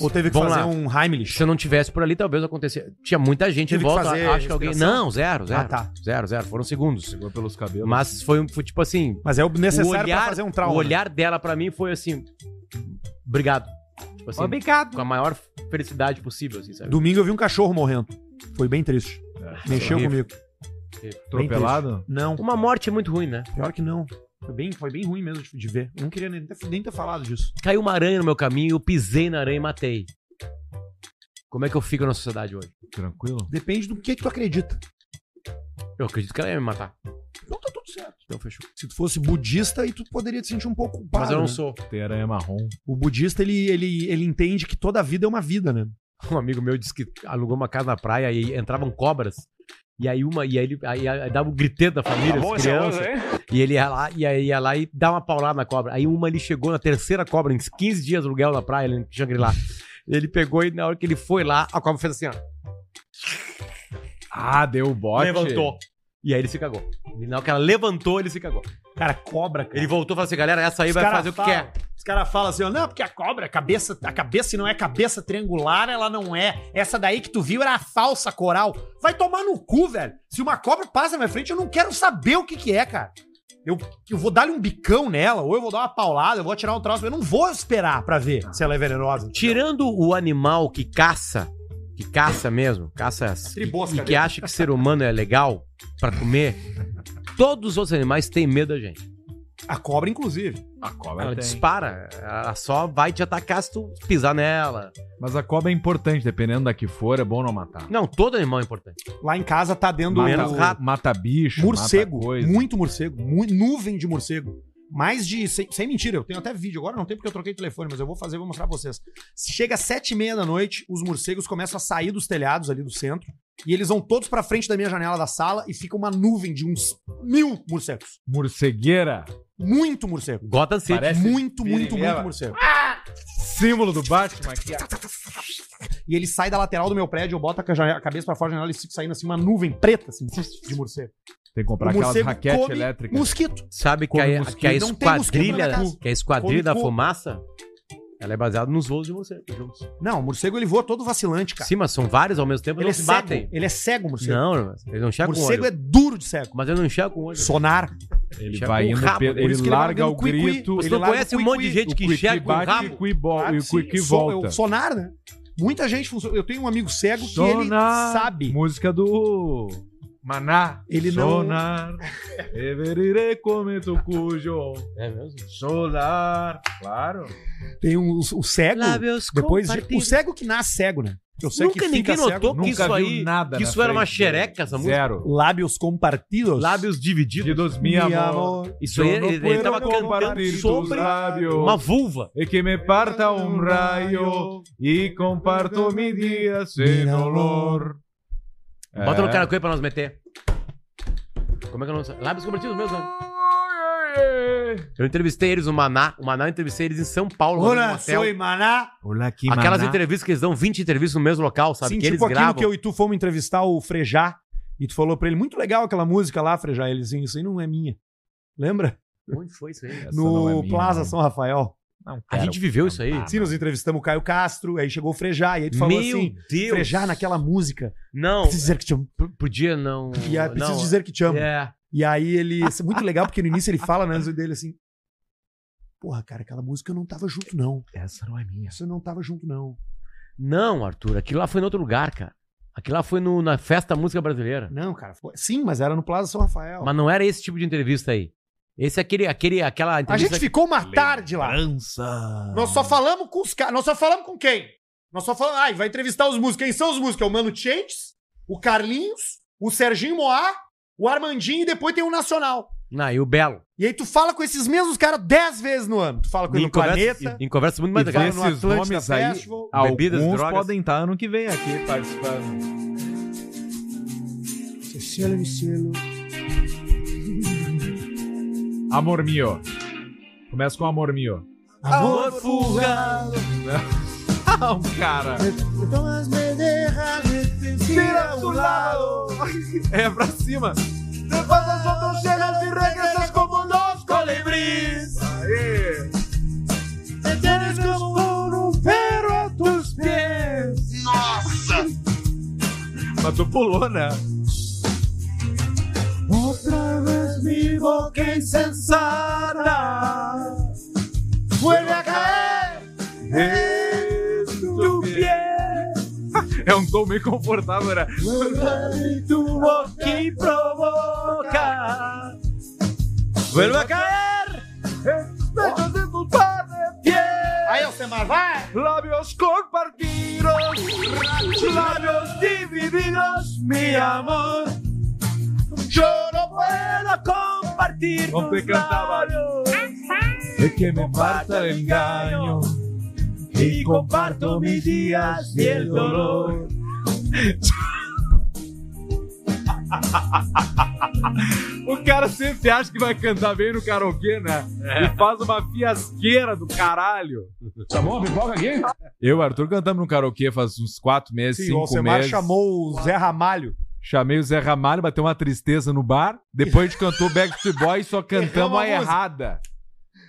Speaker 1: Ou teve que
Speaker 3: Vamos
Speaker 1: fazer
Speaker 3: lá.
Speaker 1: um Heimlich?
Speaker 3: se eu não tivesse por ali, talvez acontecesse. Tinha muita gente
Speaker 1: Teve
Speaker 3: em
Speaker 1: que
Speaker 3: volta,
Speaker 1: fazer
Speaker 3: acho que alguém...
Speaker 1: respiração?
Speaker 3: Não, zero, zero.
Speaker 1: Ah, tá.
Speaker 3: Zero, zero, foram segundos.
Speaker 2: Chegou pelos cabelos.
Speaker 3: Mas foi, um- foi tipo assim,
Speaker 1: Mas é o necessário
Speaker 3: O olhar-
Speaker 1: pra fazer um trauma.
Speaker 3: o olhar dela pra mim foi assim, obrigado. Tipo assim,
Speaker 4: Obrigado.
Speaker 3: com a maior felicidade possível, assim, sabe?
Speaker 1: Domingo eu vi um cachorro morrendo. Foi bem triste.
Speaker 2: É,
Speaker 1: Mexeu
Speaker 3: horrível.
Speaker 1: comigo.
Speaker 2: atropelado?
Speaker 1: Não.
Speaker 3: Uma morte é muito ruim, né?
Speaker 1: Pior que não. Foi bem, foi bem ruim mesmo de, de ver. Eu não queria nem, ter- nem ter falado disso.
Speaker 3: Caiu uma aranha no meu caminho, eu pisei na aranha e matei. Como é que eu fico na sociedade hoje?
Speaker 2: Tranquilo?
Speaker 1: Depende do que, que tu acredita.
Speaker 3: Eu acredito que ela ia me matar.
Speaker 1: Então tá tudo certo.
Speaker 3: Então fechou.
Speaker 1: Se tu fosse budista, aí tu poderia te sentir um pouco culpado.
Speaker 3: Mas eu não
Speaker 1: né?
Speaker 3: sou.
Speaker 2: Tem aranha marrom.
Speaker 1: O budista, ele, ele, ele entende que toda vida é uma vida, né?
Speaker 3: Um amigo meu disse que alugou uma casa na praia e entravam cobras. E aí uma, e aí ele aí, aí dava um griteiro da
Speaker 2: Tá
Speaker 3: família, as
Speaker 2: é
Speaker 3: crianças. E ele ia lá, e aí ia lá e dá uma paulada na cobra. Aí uma ele chegou na terceira cobra, em 15 dias de aluguel na praia, ele em Xangri-Lá. Ele pegou e na hora que ele foi lá, a cobra fez assim, ó.
Speaker 2: Ah, deu o bote.
Speaker 3: Levantou. E aí ele se cagou. E na hora que ela levantou, ele se cagou.
Speaker 1: Cara, cobra, cara.
Speaker 3: Ele voltou e falou assim, galera, essa aí
Speaker 1: É. Os
Speaker 3: vai
Speaker 1: cara
Speaker 3: fazer o que é?
Speaker 1: fala-
Speaker 3: quer.
Speaker 1: Os caras falam assim, ó, não, porque a cobra, a cabeça, a cabeça se não é cabeça triangular, ela não é. Essa daí que tu viu era a falsa coral. Vai tomar no cu, velho. Se uma cobra passa na minha frente, eu não quero saber o que que é, cara. Eu, eu vou dar-lhe um bicão nela, ou eu vou dar uma paulada, eu vou tirar um troço, eu não vou esperar pra ver se ela é venenosa. entendeu?
Speaker 3: Tirando o animal que caça, que caça mesmo, caça
Speaker 1: Tribosca
Speaker 3: e que
Speaker 1: dele.
Speaker 3: acha que ser humano é legal pra comer, todos os outros animais têm medo da gente.
Speaker 1: A cobra, inclusive.
Speaker 2: A cobra
Speaker 3: Ela
Speaker 2: tem.
Speaker 3: dispara. Ela só vai te atacar se tu pisar nela.
Speaker 2: Mas a cobra é importante, dependendo da que for, é bom não matar.
Speaker 3: Não, todo animal é importante.
Speaker 1: Lá em casa tá dentro
Speaker 3: menos
Speaker 1: o-
Speaker 3: rato.
Speaker 2: Mata bicho,
Speaker 1: Morcego,
Speaker 2: mata coisa.
Speaker 1: muito morcego, mu- nuvem de morcego. Mais de. Sem, sem mentira, eu tenho até vídeo. Agora não tem porque eu troquei de telefone, mas eu vou fazer, vou mostrar pra vocês. Chega às sete e meia da noite, os morcegos começam a sair dos telhados ali do centro. E eles vão todos pra frente da minha janela da sala e fica uma nuvem de uns mil morcegos.
Speaker 2: Morcegueira.
Speaker 1: Muito morcego.
Speaker 3: Gotham City.
Speaker 2: Parece
Speaker 1: muito, muito,
Speaker 2: Piriguela.
Speaker 1: muito morcego.
Speaker 2: Símbolo do Batman aqui.
Speaker 1: E ele sai da lateral do meu prédio, eu boto a, jane- a cabeça pra fora da janela e fica saindo assim uma nuvem preta, assim, de morcego.
Speaker 2: Tem que comprar aquelas raquetes elétricas.
Speaker 1: mosquito.
Speaker 3: Sabe que
Speaker 1: Come
Speaker 3: a,
Speaker 1: mosquito.
Speaker 3: que a
Speaker 1: Não tem mosquito na
Speaker 3: esquadrilha,
Speaker 1: minha casa.
Speaker 3: que a esquadrilha
Speaker 1: Come
Speaker 3: da
Speaker 1: cu.
Speaker 3: fumaça, ela é baseada nos voos de morcego. juntos.
Speaker 1: Não, o morcego ele voa todo vacilante, cara.
Speaker 3: Sim, mas são vários ao mesmo tempo,
Speaker 1: Ele é
Speaker 3: eles não se
Speaker 1: cego.
Speaker 3: batem.
Speaker 1: Ele é cego, morcego.
Speaker 3: Não, não, ele não enxerga Tá com o
Speaker 1: morcego
Speaker 3: olho.
Speaker 1: é duro de cego.
Speaker 3: Mas ele não enxerga com o olho.
Speaker 1: Sonar.
Speaker 2: Ele
Speaker 3: Enxerga
Speaker 2: vai
Speaker 3: com o
Speaker 2: indo,
Speaker 3: rabo,
Speaker 2: pelo-
Speaker 3: por
Speaker 2: ele
Speaker 1: isso que ele
Speaker 2: larga
Speaker 1: vai
Speaker 2: o
Speaker 1: dando cui-cui.
Speaker 2: grito.
Speaker 1: Você
Speaker 3: Você
Speaker 2: ele
Speaker 3: não
Speaker 2: larga
Speaker 3: conhece
Speaker 2: o
Speaker 3: um monte de
Speaker 2: cui-cui.
Speaker 3: gente que
Speaker 2: O cui-cui
Speaker 3: enxerga com o
Speaker 2: bate
Speaker 3: rabo?
Speaker 2: e o cui bo- e o
Speaker 1: Sim,
Speaker 2: cui-cui
Speaker 1: so-
Speaker 2: volta.
Speaker 1: eu- sonar, né? Muita gente funciona. Eu tenho um amigo cego que ele
Speaker 2: Sonar.
Speaker 1: sabe.
Speaker 2: Música do Maná.
Speaker 1: Ele não-
Speaker 2: Sonar. Everire comento cujo.
Speaker 3: É mesmo?
Speaker 2: Solar. Claro.
Speaker 3: Então,
Speaker 1: Tem um, o, o cego. Depois, de- o cego que nasce cego, né? Eu sei
Speaker 3: Nunca
Speaker 1: que
Speaker 3: ninguém
Speaker 1: cego.
Speaker 3: notou que
Speaker 2: Nunca
Speaker 3: isso
Speaker 2: viu
Speaker 3: aí,
Speaker 2: nada
Speaker 3: que
Speaker 2: na
Speaker 3: isso era uma
Speaker 2: frente.
Speaker 3: xereca, essa música.
Speaker 2: Zero.
Speaker 1: Lábios compartidos.
Speaker 3: Lábios divididos.
Speaker 2: De dos minha
Speaker 1: Mi
Speaker 2: amor.
Speaker 3: Isso é aí,
Speaker 2: Yo no
Speaker 3: ele, ele
Speaker 2: puedo
Speaker 3: tava
Speaker 2: compartir
Speaker 3: cantando
Speaker 2: tus
Speaker 3: sobre
Speaker 2: lábios.
Speaker 3: uma vulva.
Speaker 2: E que me parta um raio e comparto mi dia sem dolor. É.
Speaker 3: Bota no cara pra nós meter. Como é que eu não sei? Lábios convertidos mesmo, né? Eu entrevistei eles no Maná. O Maná eu entrevistei eles em São Paulo. lá no
Speaker 1: Ora,
Speaker 3: hotel.
Speaker 1: sou maná.
Speaker 2: Olá, que
Speaker 3: Aquelas
Speaker 2: maná.
Speaker 3: entrevistas que eles dão 20 entrevistas no mesmo local, sabe?
Speaker 1: Sim,
Speaker 3: que eles
Speaker 1: tipo aquilo
Speaker 3: gravam.
Speaker 1: que eu e tu fomos entrevistar o Frejá. E tu falou pra ele, muito legal aquela música lá, Frejá. Ele assim, isso aí não é minha. Lembra?
Speaker 3: Onde foi isso aí?
Speaker 2: Essa
Speaker 1: no
Speaker 2: não é minha,
Speaker 1: Plaza
Speaker 2: não.
Speaker 1: São Rafael.
Speaker 2: Não,
Speaker 3: A
Speaker 2: quero.
Speaker 3: gente viveu isso aí.
Speaker 1: Sim, Assim, nós entrevistamos o Caio Castro, aí chegou o Frejá, e ele falou
Speaker 3: Meu
Speaker 1: assim,
Speaker 3: Deus.
Speaker 1: Frejá naquela música.
Speaker 3: Não,
Speaker 1: Preciso dizer que te amo.
Speaker 3: p- podia não.
Speaker 1: E aí, preciso
Speaker 3: não.
Speaker 1: dizer que te amo.
Speaker 3: É.
Speaker 1: E aí ele. Isso é muito legal, porque no início ele fala na né, dele assim. Porra, cara, aquela música eu não tava junto, não.
Speaker 2: Essa não é minha.
Speaker 1: Isso eu não tava junto, não.
Speaker 3: Não, Arthur, aquilo lá foi em outro lugar, cara. Aquilo lá foi no- na festa da música brasileira.
Speaker 1: Não, cara. pô, Sim, mas era no Plaza São Rafael.
Speaker 3: Mas não era esse tipo de entrevista aí. Esse é aquele, aquele, aquela
Speaker 1: a
Speaker 3: entrevista.
Speaker 1: gente ficou uma tarde lá.
Speaker 2: França.
Speaker 4: Nós só falamos com os caras. Nós só falamos com quem? Nós só falamos. Ai, vai entrevistar os músicos. Quem são os músicos? É o Mano Changes, o Carlinhos, o Serginho Moá, o Armandinho e depois tem o Nacional.
Speaker 3: Não, e o Belo.
Speaker 4: E aí tu fala com esses mesmos caras dez vezes no ano. Tu fala com ele
Speaker 3: Em
Speaker 4: no
Speaker 3: conversas-
Speaker 4: Planeta.
Speaker 3: em conversas muito
Speaker 2: E
Speaker 3: mais legais.
Speaker 2: vai- Esses nomes aí,
Speaker 4: Festival.
Speaker 2: Alguns
Speaker 3: Bebidas, drogas.
Speaker 2: podem estar ano que vem aqui participando. Amor mio. Começa com amor mio.
Speaker 1: Amor
Speaker 3: fugado.
Speaker 2: Não, cara.
Speaker 1: Então Tira do lado.
Speaker 2: É pra cima. Mas tu pulou, né?
Speaker 1: Outra vez vivo que insensada. Vuelve a caer.
Speaker 2: Do pé. É um tom meio confortável, né?
Speaker 1: Que provoca.
Speaker 2: Vuelve a cair.
Speaker 4: Aí, Alcemar, vai!
Speaker 2: Lábios compartidos, lábios divididos, mi amor. Yo no puedo compartir. Não te cantaba. Es que me falta el engaño y comparto mis días y el dolor. O cara sempre acha que vai cantar bem no karaokê, né? E faz uma fiasqueira do caralho. Eu e o Arthur cantamos no karaokê faz uns quatro meses,
Speaker 1: Sim, o
Speaker 2: cinco
Speaker 1: Alcemar
Speaker 2: meses.
Speaker 1: chamou o Zé Ramalho.
Speaker 2: Chamei o Zé Ramalho, bateu uma tristeza no bar. Depois a gente cantou Backstreet Boys, só cantamos
Speaker 4: Erramos a
Speaker 2: a
Speaker 4: música.
Speaker 2: errada.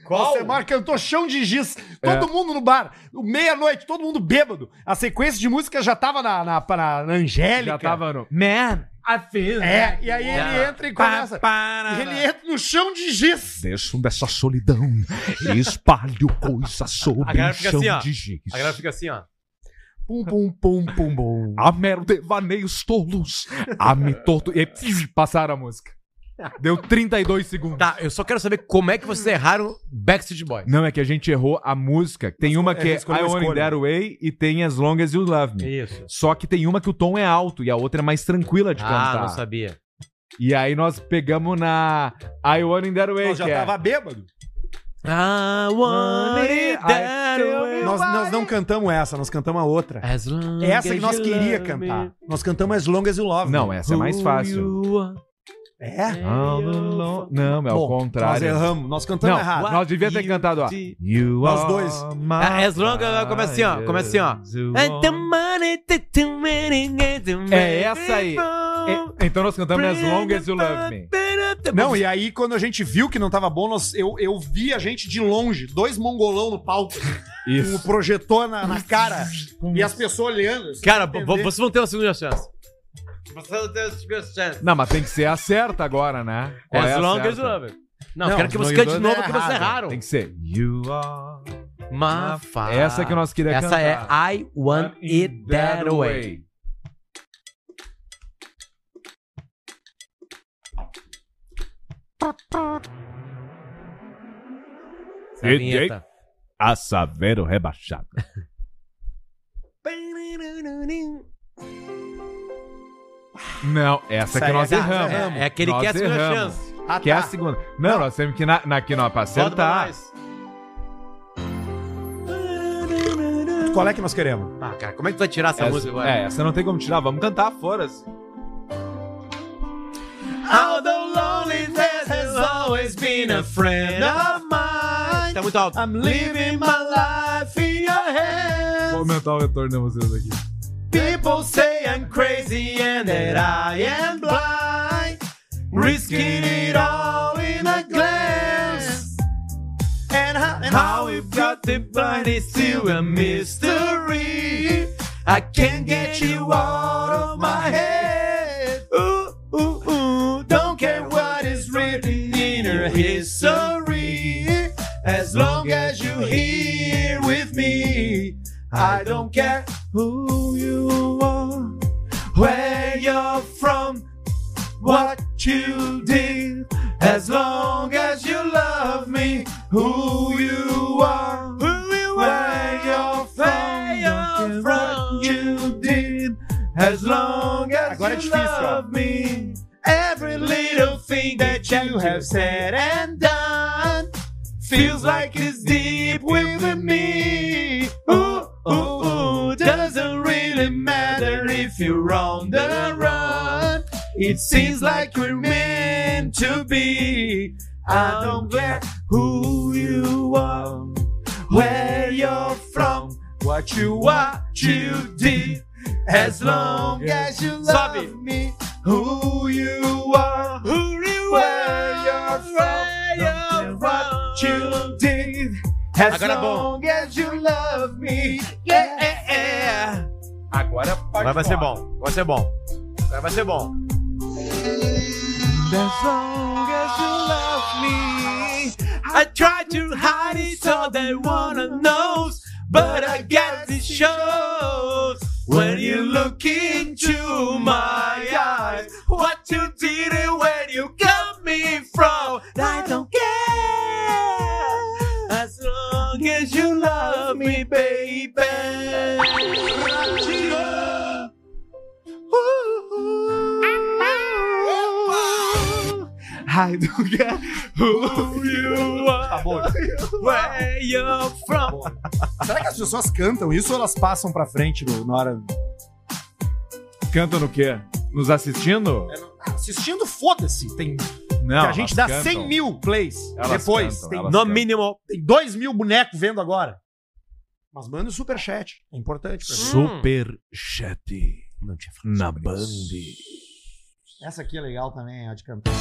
Speaker 1: é
Speaker 4: Alcemar cantou chão de giz. Todo mundo no bar. Meia-noite, todo mundo bêbado. A sequência de música já tava na, na, na, na Angélica.
Speaker 2: Já tava no... Man, I feel...
Speaker 4: É, e aí ele entra e começa. Ele entra no chão de giz.
Speaker 2: Deixo dessa solidão e espalho coisa
Speaker 3: A
Speaker 2: sobre
Speaker 3: galera
Speaker 2: o
Speaker 3: fica
Speaker 2: chão
Speaker 3: assim, ó.
Speaker 2: de giz.
Speaker 3: A galera fica assim, ó.
Speaker 4: Pum, pum, pum, pum, bom.
Speaker 2: A mero devaneios tolos, a me torto... E aí, pss, passaram a música. Deu 32 segundos.
Speaker 4: Tá, eu só quero saber como é que vocês erraram Backstreet Boys.
Speaker 2: Não, é que a gente errou a música. Tem uma que é I
Speaker 1: escolheu uma
Speaker 2: Only
Speaker 1: escolha.
Speaker 2: That Way e tem As Long As You Love
Speaker 3: É
Speaker 2: Me.
Speaker 4: Isso.
Speaker 2: Só que tem uma que o tom é alto e a outra é mais tranquila de
Speaker 4: Ah, não
Speaker 2: cantar.
Speaker 4: sabia.
Speaker 2: E aí nós pegamos na I Want It That Way,
Speaker 1: Nós já
Speaker 2: que é-
Speaker 1: tava bêbado.
Speaker 4: I want it that way.
Speaker 1: Nós, nós não cantamos essa, nós cantamos a outra.
Speaker 4: As long
Speaker 1: Essa que
Speaker 4: as
Speaker 1: nós
Speaker 4: you
Speaker 1: queria
Speaker 4: love
Speaker 1: cantar.
Speaker 4: me.
Speaker 1: Nós cantamos As Long As You Love.
Speaker 2: Não,
Speaker 1: Me.
Speaker 2: essa é mais
Speaker 4: Who
Speaker 2: fácil.
Speaker 4: you are.
Speaker 1: É?
Speaker 2: All alone- Não, é o
Speaker 1: Bom, Nós
Speaker 2: contrário.
Speaker 1: erramos, nós cantamos
Speaker 2: Não,
Speaker 1: errado.
Speaker 2: nós devia ter
Speaker 4: You
Speaker 2: cantado, ó.
Speaker 4: did.
Speaker 2: You
Speaker 1: Nós
Speaker 2: are
Speaker 1: dois.
Speaker 2: my
Speaker 4: Ah, As Long As- começa assim, ó, começa assim, ó. então,
Speaker 2: You
Speaker 4: And the
Speaker 2: are-
Speaker 4: money that the money get the
Speaker 2: É essa aí.
Speaker 4: money
Speaker 2: E- Então nós cantamos As Long As You Love Me.
Speaker 1: Não, e aí quando a gente viu que não tava bom, nós, eu, eu vi a gente de longe, dois mongolão no palco, com o
Speaker 2: Isso.
Speaker 1: projetor na, na cara, e as pessoas olhando. assim,
Speaker 4: Cara,
Speaker 1: pra
Speaker 4: vo-
Speaker 1: entender.
Speaker 4: vocês vão ter uma segunda chance. Vocês vão ter uma segunda chance.
Speaker 2: Não, mas tem que ser a certa agora, né? Qual é
Speaker 4: As
Speaker 2: a
Speaker 4: long
Speaker 2: certa?
Speaker 4: as you love. it. Não,
Speaker 1: Não,
Speaker 4: quero que
Speaker 2: as long
Speaker 4: você
Speaker 2: as
Speaker 4: cante de
Speaker 2: you
Speaker 4: novo
Speaker 1: love
Speaker 4: que
Speaker 1: it
Speaker 4: vocês
Speaker 1: é errado.
Speaker 4: erraram.
Speaker 2: Tem que ser You are
Speaker 4: Mafá.
Speaker 2: Essa que nós queria
Speaker 4: Essa
Speaker 2: cantar.
Speaker 4: é I want it that way. Essa é
Speaker 2: DJ.
Speaker 4: a vinheta.
Speaker 2: A Saveiro rebaixado. Não, essa
Speaker 1: Essa
Speaker 2: que
Speaker 1: aí
Speaker 2: nós
Speaker 1: é-
Speaker 2: erramos.
Speaker 3: né?
Speaker 4: É, é aquele
Speaker 2: Nós
Speaker 4: que é a segunda
Speaker 2: erramos.
Speaker 4: chance.
Speaker 1: Ah,
Speaker 2: Que é a
Speaker 1: tá.
Speaker 4: assim?
Speaker 2: segunda. Não, nós temos que ir na, na, que não, pra
Speaker 4: Volta pra
Speaker 2: acertar.
Speaker 4: nós.
Speaker 1: Qual é que nós queremos?
Speaker 4: Ah, cara, como é que tu vai tirar essa, música agora?
Speaker 2: é, essa não tem como tirar. Vamos cantar, foras.
Speaker 4: Although loneliness has always been a friend of mine. Tá muito alto.
Speaker 1: I'm living my life in your hands.
Speaker 2: aumentar o retorno de vocês aqui.
Speaker 1: People say I'm
Speaker 4: crazy and that I am
Speaker 1: blind.
Speaker 4: Risking it all in a glance.
Speaker 1: And how,
Speaker 4: How we've got the blind is still a mystery. I can't get you out of my head. Ooh, ooh, ooh. Don't care what is written in her history. As long as you're here with me, I don't care who you are, where you're from, what you did. As long as you love me, who you are, who you where you're from, you're from, you did. As long as
Speaker 1: Agora é
Speaker 4: you
Speaker 1: difícil, ó.
Speaker 4: love me, every little thing that you have said and done feels like it's deep within me. Ooh, ooh, ooh, doesn't really matter if you're on the run. It seems like we're meant to be. I don't care who you are, where you're from, what you what you did. As long as you love me, who you are, who you where you're from, you're what you did. As
Speaker 1: é
Speaker 4: long as you love me, yeah, yeah, yeah.
Speaker 2: Agora pode
Speaker 4: vai ser bom, vai ser bom, vai ser bom. As long as you love me, I try to hide it so that one knows, but I guess it shows when you look into my eyes. What you did and where you got me from, I don't care. As long as you love me, baby. I don't care who you are, where you're from.
Speaker 1: Será que as pessoas cantam isso ou elas passam pra frente no- na hora?
Speaker 2: Cantam no quê? Nos assistindo?
Speaker 1: Ah, Assistindo, foda-se. Tem...
Speaker 2: Não.
Speaker 1: que a gente dá
Speaker 2: elas
Speaker 1: 100
Speaker 2: cantam.
Speaker 1: mil plays.
Speaker 2: Elas
Speaker 1: Depois,
Speaker 2: cantam,
Speaker 1: tem,
Speaker 2: elas
Speaker 1: no
Speaker 2: cantam.
Speaker 1: mínimo, tem 2 mil bonecos vendo agora. Mas manda o superchat. É importante pra mim.
Speaker 2: Super chat na Band.
Speaker 1: Essa aqui é legal também, a de cantar.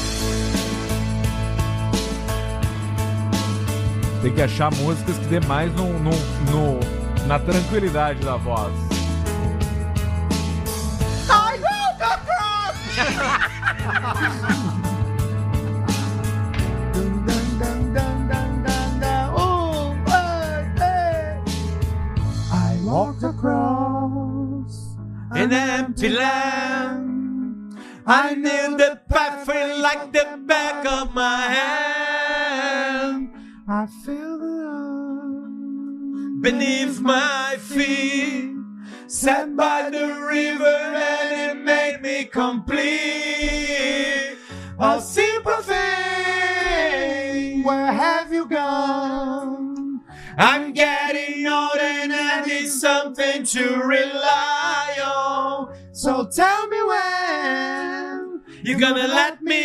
Speaker 2: Tem que achar músicas que dê mais no, no, no- na tranquilidade da voz.
Speaker 1: I walked across
Speaker 3: Mm.
Speaker 4: An empty land. I knew the
Speaker 3: I feel like the back of my hand
Speaker 9: I feel the
Speaker 3: beneath my feet. Sat by the river and it made me complete. A simple thing.
Speaker 9: Where have you gone?
Speaker 3: I'm getting old and I need something to rely on.
Speaker 9: So tell me when
Speaker 3: You're gonna let me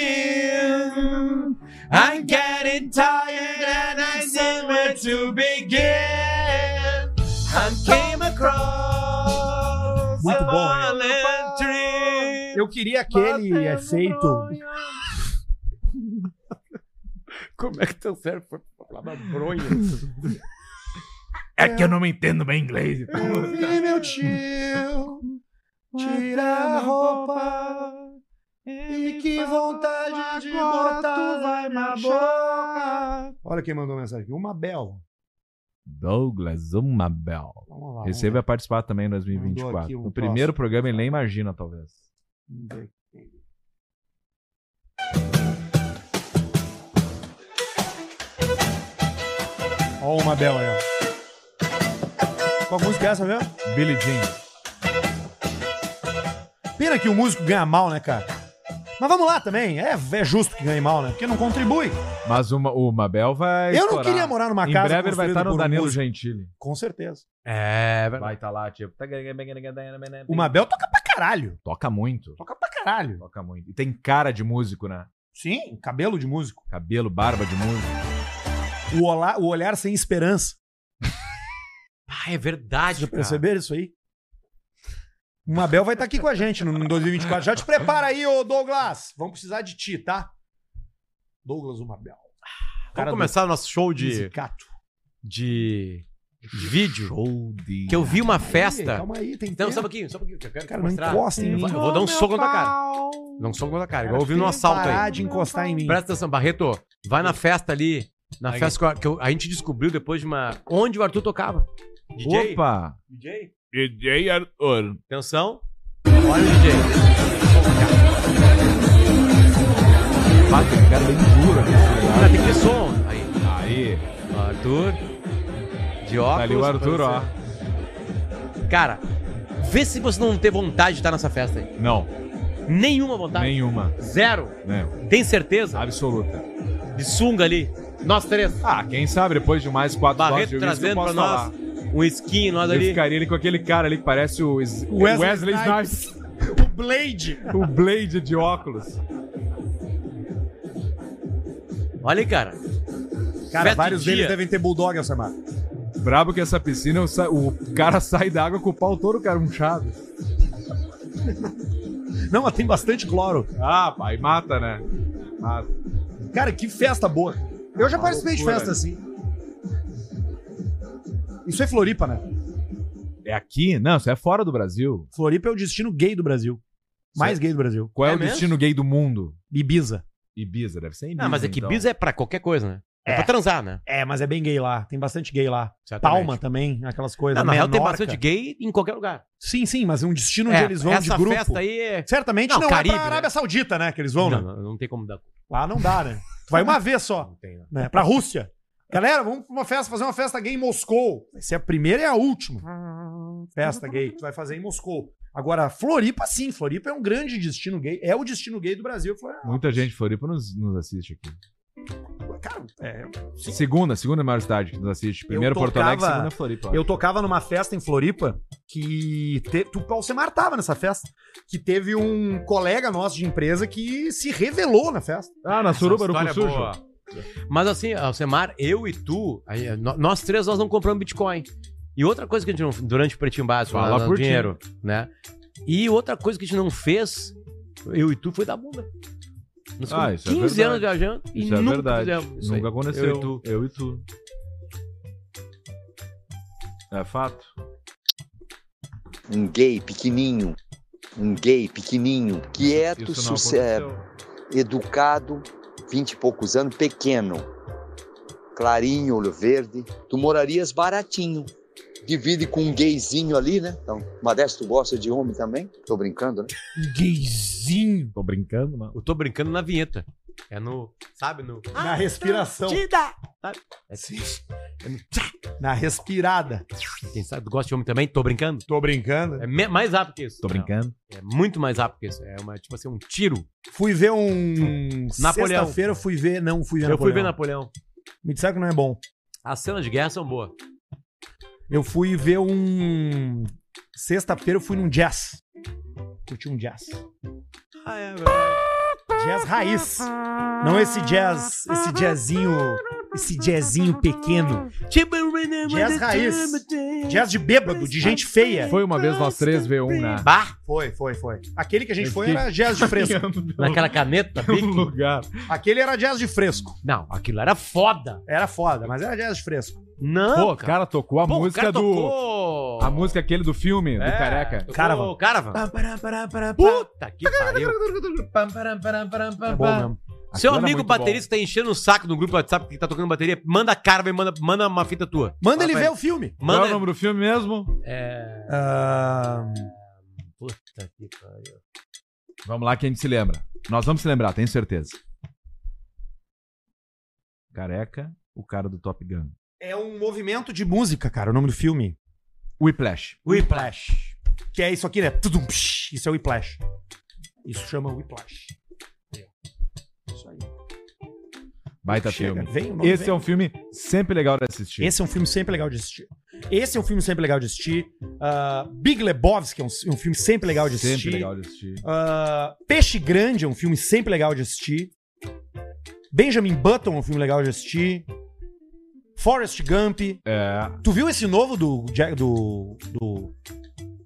Speaker 3: in. I'm getting tired and I don't know where to begin. I came across
Speaker 1: Muito
Speaker 3: a
Speaker 1: bom, hein?
Speaker 3: violent dream.
Speaker 1: Eu queria aquele efeito.
Speaker 3: Como é que teu cérebro foi pra falar bronha?
Speaker 2: É que eu não me entendo bem inglês. então.
Speaker 1: E meu tio, tira a roupa. E que vontade de
Speaker 9: Agora
Speaker 1: botar
Speaker 9: tu vai
Speaker 1: na
Speaker 9: me
Speaker 1: boca. Olha quem mandou mensagem aqui. Uma Bel.
Speaker 2: Douglas Umabel.
Speaker 1: Vamos lá.
Speaker 2: Esse aí vai participar também em
Speaker 1: Mandou
Speaker 2: 2024.
Speaker 1: aqui um
Speaker 2: o primeiro programa ele nem imagina, talvez.
Speaker 1: vai. Ó, uma Bel aí, ó. Qual música é essa mesmo?
Speaker 2: Billy Jean.
Speaker 1: Pena que o músico ganha mal, né, cara? Mas vamos lá também. É, é justo que ganhe mal, né? Porque não contribui.
Speaker 2: Mas uma, o Mabel vai.
Speaker 1: Eu não
Speaker 2: É estourar.
Speaker 1: queria morar numa
Speaker 2: Em
Speaker 1: casa.
Speaker 2: breve ele vai
Speaker 1: construída
Speaker 2: estar no
Speaker 1: por um
Speaker 2: Danilo
Speaker 1: músico.
Speaker 2: Gentili.
Speaker 1: Com certeza.
Speaker 3: É,
Speaker 2: Vai estar lá, tipo.
Speaker 1: O Mabel toca pra caralho.
Speaker 2: Toca muito.
Speaker 1: Toca pra caralho.
Speaker 2: Toca muito. E tem cara de músico, né?
Speaker 1: Sim, cabelo de músico.
Speaker 2: Cabelo, barba de músico.
Speaker 1: O, olá, o olhar sem esperança.
Speaker 3: Ah, é verdade, cara.
Speaker 1: Perceberam isso aí? O Mabel vai estar aqui com a gente no 2024. Já te prepara aí, ô Douglas. Vamos precisar de ti, tá? Douglas o Mabel.
Speaker 3: Vamos começar o nosso show de,
Speaker 1: Cato.
Speaker 3: de vídeo.
Speaker 2: Show de.
Speaker 3: Que eu vi uma festa.
Speaker 1: Calma aí, tem
Speaker 3: Então, só um
Speaker 1: tempo.
Speaker 3: pouquinho, só um pouquinho. que Eu quero
Speaker 1: Cara,
Speaker 3: te
Speaker 1: não
Speaker 3: mostrar.
Speaker 1: encosta em
Speaker 3: Eu
Speaker 1: mim.
Speaker 3: vou- eu vou dar um soco na tua cara. Dá um soco na tua cara. Eu ouvi um assalto aí.
Speaker 1: Parar de encostar em mim.
Speaker 3: Presta atenção, Barreto. Vai na festa ali. Na
Speaker 2: Aí.
Speaker 3: festa que eu- que eu- a gente descobriu depois de uma. Onde o Arthur tocava. DJ?
Speaker 2: Opa!
Speaker 3: DJ?
Speaker 2: DJ Arthur.
Speaker 3: Atenção. Olha o DJ.
Speaker 2: Bate, cara bem duro. né?
Speaker 3: Ah, tem que ter som. Aí.
Speaker 2: Aí.
Speaker 3: Arthur. De óculos.
Speaker 2: Tá ali o Arthur, ó.
Speaker 3: Cara, vê se você não tem vontade de estar nessa festa aí.
Speaker 2: Não,
Speaker 3: Nenhuma
Speaker 1: Tá.
Speaker 3: vontade.
Speaker 2: nenhuma.
Speaker 3: Zero.
Speaker 2: Né?
Speaker 3: Tem certeza?
Speaker 2: Absoluta.
Speaker 3: De sunga ali. Nós três.
Speaker 2: Ah, quem sabe depois de mais quatro
Speaker 3: Barreto
Speaker 2: horas de uísque eu
Speaker 3: trazendo pra
Speaker 2: posso
Speaker 3: nós
Speaker 2: falar.
Speaker 3: um skin, nós
Speaker 2: Eu
Speaker 3: ali.
Speaker 2: ficaria ali com aquele cara ali que parece o Is- Wesley, Snipes.
Speaker 1: O Blade.
Speaker 2: O Blade de óculos.
Speaker 3: Olha aí, cara.
Speaker 1: Cara,
Speaker 3: Festa
Speaker 1: vários
Speaker 3: de
Speaker 1: deles
Speaker 3: dia.
Speaker 1: devem ter bulldog, Alcemar.
Speaker 2: Brabo que essa piscina, eu sa- o cara sai da água com o pau todo carunchado.
Speaker 1: Não, mas tem bastante cloro.
Speaker 2: Ah, pai, mata, né? Mata.
Speaker 1: Cara, que festa boa. Eu já participei de
Speaker 2: loucura,
Speaker 1: festa assim. Isso é Floripa, né?
Speaker 2: É aqui? Não, isso é fora do Brasil.
Speaker 1: Floripa é o destino gay do Brasil. Mais gay do Brasil.
Speaker 2: Qual é,
Speaker 3: É
Speaker 2: o
Speaker 3: mesmo?
Speaker 2: destino gay do mundo?
Speaker 1: Ibiza.
Speaker 2: Ibiza, deve ser Ibiza.
Speaker 3: Ah, mas é que
Speaker 2: então.
Speaker 3: bis é pra qualquer coisa, né? É,
Speaker 1: É.
Speaker 3: pra transar, né?
Speaker 1: É, mas é bem gay lá. Tem bastante gay lá.
Speaker 3: Certamente.
Speaker 1: Palma também, aquelas coisas.
Speaker 2: é
Speaker 3: Não, na Ah, real tem
Speaker 1: Menorca.
Speaker 3: bastante gay em qualquer lugar.
Speaker 1: Sim, sim, mas é um destino onde
Speaker 3: É,
Speaker 1: eles vão de
Speaker 3: essa
Speaker 1: grupo.
Speaker 3: festa aí é...
Speaker 1: Certamente
Speaker 3: Não,
Speaker 1: não,
Speaker 3: Caribe,
Speaker 1: é pra
Speaker 3: né?
Speaker 1: Arábia Saudita, né? Que eles vão,
Speaker 3: Não,
Speaker 1: né?
Speaker 3: não, não tem como dar culpa.
Speaker 1: Lá não dá, né? Tu vai uma vez só,
Speaker 3: Não tem, né?
Speaker 1: né? Pra Rússia. Galera, vamos pra uma festa, fazer uma festa gay em Moscou. Vai ser a primeira e a última. festa gay que tu vai fazer em Moscou. Agora, Floripa, sim, Floripa é um grande destino gay, é o destino gay do Brasil. Eu falei,
Speaker 3: é
Speaker 1: ah,
Speaker 2: Muita gente de Floripa nos, nos assiste aqui.
Speaker 1: cara, é,
Speaker 2: Segunda, segunda maior cidade que nos assiste. Primeiro Porto
Speaker 1: tocava-
Speaker 2: Alegre, segunda Floripa.
Speaker 1: eu tocava numa festa em Floripa que. Te, tu, Paulo Semar tava nessa festa. Que teve um colega nosso de empresa que se revelou na festa.
Speaker 2: Ah, na Suruba, no
Speaker 3: Essa
Speaker 2: Sujo.
Speaker 3: história é boa. Mas assim, Alcemar, eu e tu, aí, nó- nós três, nós não compramos Bitcoin. E outra coisa que a gente não... Durante o Pretinho Básico,
Speaker 2: Fala
Speaker 3: lá,
Speaker 2: por ti.
Speaker 3: dinheiro, né? E outra coisa que a gente não fez, eu e tu, foi dar bunda. Nós
Speaker 2: Ah,
Speaker 3: ficamos
Speaker 2: isso é
Speaker 3: 15 anos
Speaker 2: verdade.
Speaker 3: viajando e
Speaker 2: Isso é
Speaker 3: nunca
Speaker 2: verdade.
Speaker 3: fizemos. isso aí.
Speaker 2: Nunca aconteceu.
Speaker 3: Eu e tu.
Speaker 2: Eu e tu. É fato.
Speaker 10: Um gay pequenininho, um gay pequenininho, quieto,
Speaker 2: Isso não
Speaker 10: suce- é,
Speaker 2: aconteceu.
Speaker 10: educado, vinte e poucos anos, pequeno, clarinho, olho verde. Tu morarias baratinho. divide com um gayzinho ali, né? Então, Modesto gosta de homem também. Tô brincando, né?
Speaker 1: Gayzinho.
Speaker 2: Tô brincando, não.
Speaker 3: Eu tô brincando na vinheta. É no. Sabe? No.
Speaker 1: Na respiração.
Speaker 3: É,
Speaker 1: Na respirada.
Speaker 3: quem sabe gosta de homem também? Tô brincando?
Speaker 1: Tô brincando.
Speaker 3: É me- mais rápido que isso.
Speaker 2: Tô brincando.
Speaker 3: É muito mais rápido que isso. É uma, tipo assim, um tiro.
Speaker 1: Fui ver um.
Speaker 3: Hum. Napoleão.
Speaker 1: Sexta-feira eu fui ver. Não, fui ver
Speaker 3: Eu fui ver
Speaker 1: Napoleão.
Speaker 3: Napoleão.
Speaker 1: Me disseram que não é bom.
Speaker 3: As cenas de guerra são boas.
Speaker 1: Eu fui ver um. Sexta-feira eu fui num jazz. Curti um jazz.
Speaker 3: Ah, é,
Speaker 1: Jazz raiz. Não esse jazz. Esse jazzinho. Esse jazzinho pequeno.
Speaker 3: Tipo, velho.
Speaker 1: Jazz raiz. Jazz de bêbado, de gente feia.
Speaker 2: Foi uma vez nós três né? V1 na.
Speaker 3: Bah,
Speaker 1: Foi, foi, foi. Aquele que a gente
Speaker 2: Eu
Speaker 1: foi
Speaker 2: fiquei-
Speaker 1: era jazz de fresco.
Speaker 3: naquela caneta.
Speaker 2: Um
Speaker 3: Bic.
Speaker 2: lugar.
Speaker 1: Aquele era jazz de fresco.
Speaker 3: Não, aquilo era foda.
Speaker 1: Era foda, mas era jazz de fresco.
Speaker 3: Não.
Speaker 2: Pô, o cara tocou a
Speaker 3: Pô, o
Speaker 2: música
Speaker 3: cara
Speaker 2: do.
Speaker 3: tocou-
Speaker 2: A música aquele do filme, do
Speaker 3: É,
Speaker 2: Careca.
Speaker 3: tocou
Speaker 1: Caravan.
Speaker 3: Caravan. Puta que pariu.
Speaker 1: É bom mesmo.
Speaker 3: Seu
Speaker 2: Aquilo era
Speaker 3: amigo
Speaker 2: muito
Speaker 3: baterista tá enchendo o saco no grupo do WhatsApp que tá tocando bateria, manda a cara, manda, manda uma fita tua.
Speaker 1: Manda ele
Speaker 3: Fala pra
Speaker 1: ver o filme.
Speaker 2: Qual é o
Speaker 3: Manda.
Speaker 2: nome do filme mesmo?
Speaker 3: É.
Speaker 1: Ahn,
Speaker 3: Puta que pariu.
Speaker 2: Vamos lá que a gente se lembra. Nós vamos se lembrar, tenho certeza. Careca, o cara do Top Gun.
Speaker 1: é um movimento de música, cara, o nome do filme.
Speaker 2: Whiplash.
Speaker 3: Whiplash.
Speaker 1: Que é isso aqui, né? Tudum, psh, Isso é o Whiplash. Isso chama Whiplash. Isso aí.
Speaker 2: Baita
Speaker 1: Chega,
Speaker 2: filme.
Speaker 1: vem, o nome
Speaker 2: Esse
Speaker 1: vem.
Speaker 2: é um filme sempre legal de assistir.
Speaker 1: Esse é um filme sempre legal de assistir. Esse é um filme sempre legal de assistir. Ah, Big Lebowski é um, um filme sempre legal de assistir.
Speaker 2: Sempre legal de assistir.
Speaker 1: Ah, Peixe Grande é um filme sempre legal de assistir. Benjamin Button é um filme legal de assistir. Forrest Gump.
Speaker 2: É,
Speaker 1: Tu viu esse novo do. Jack- do. do.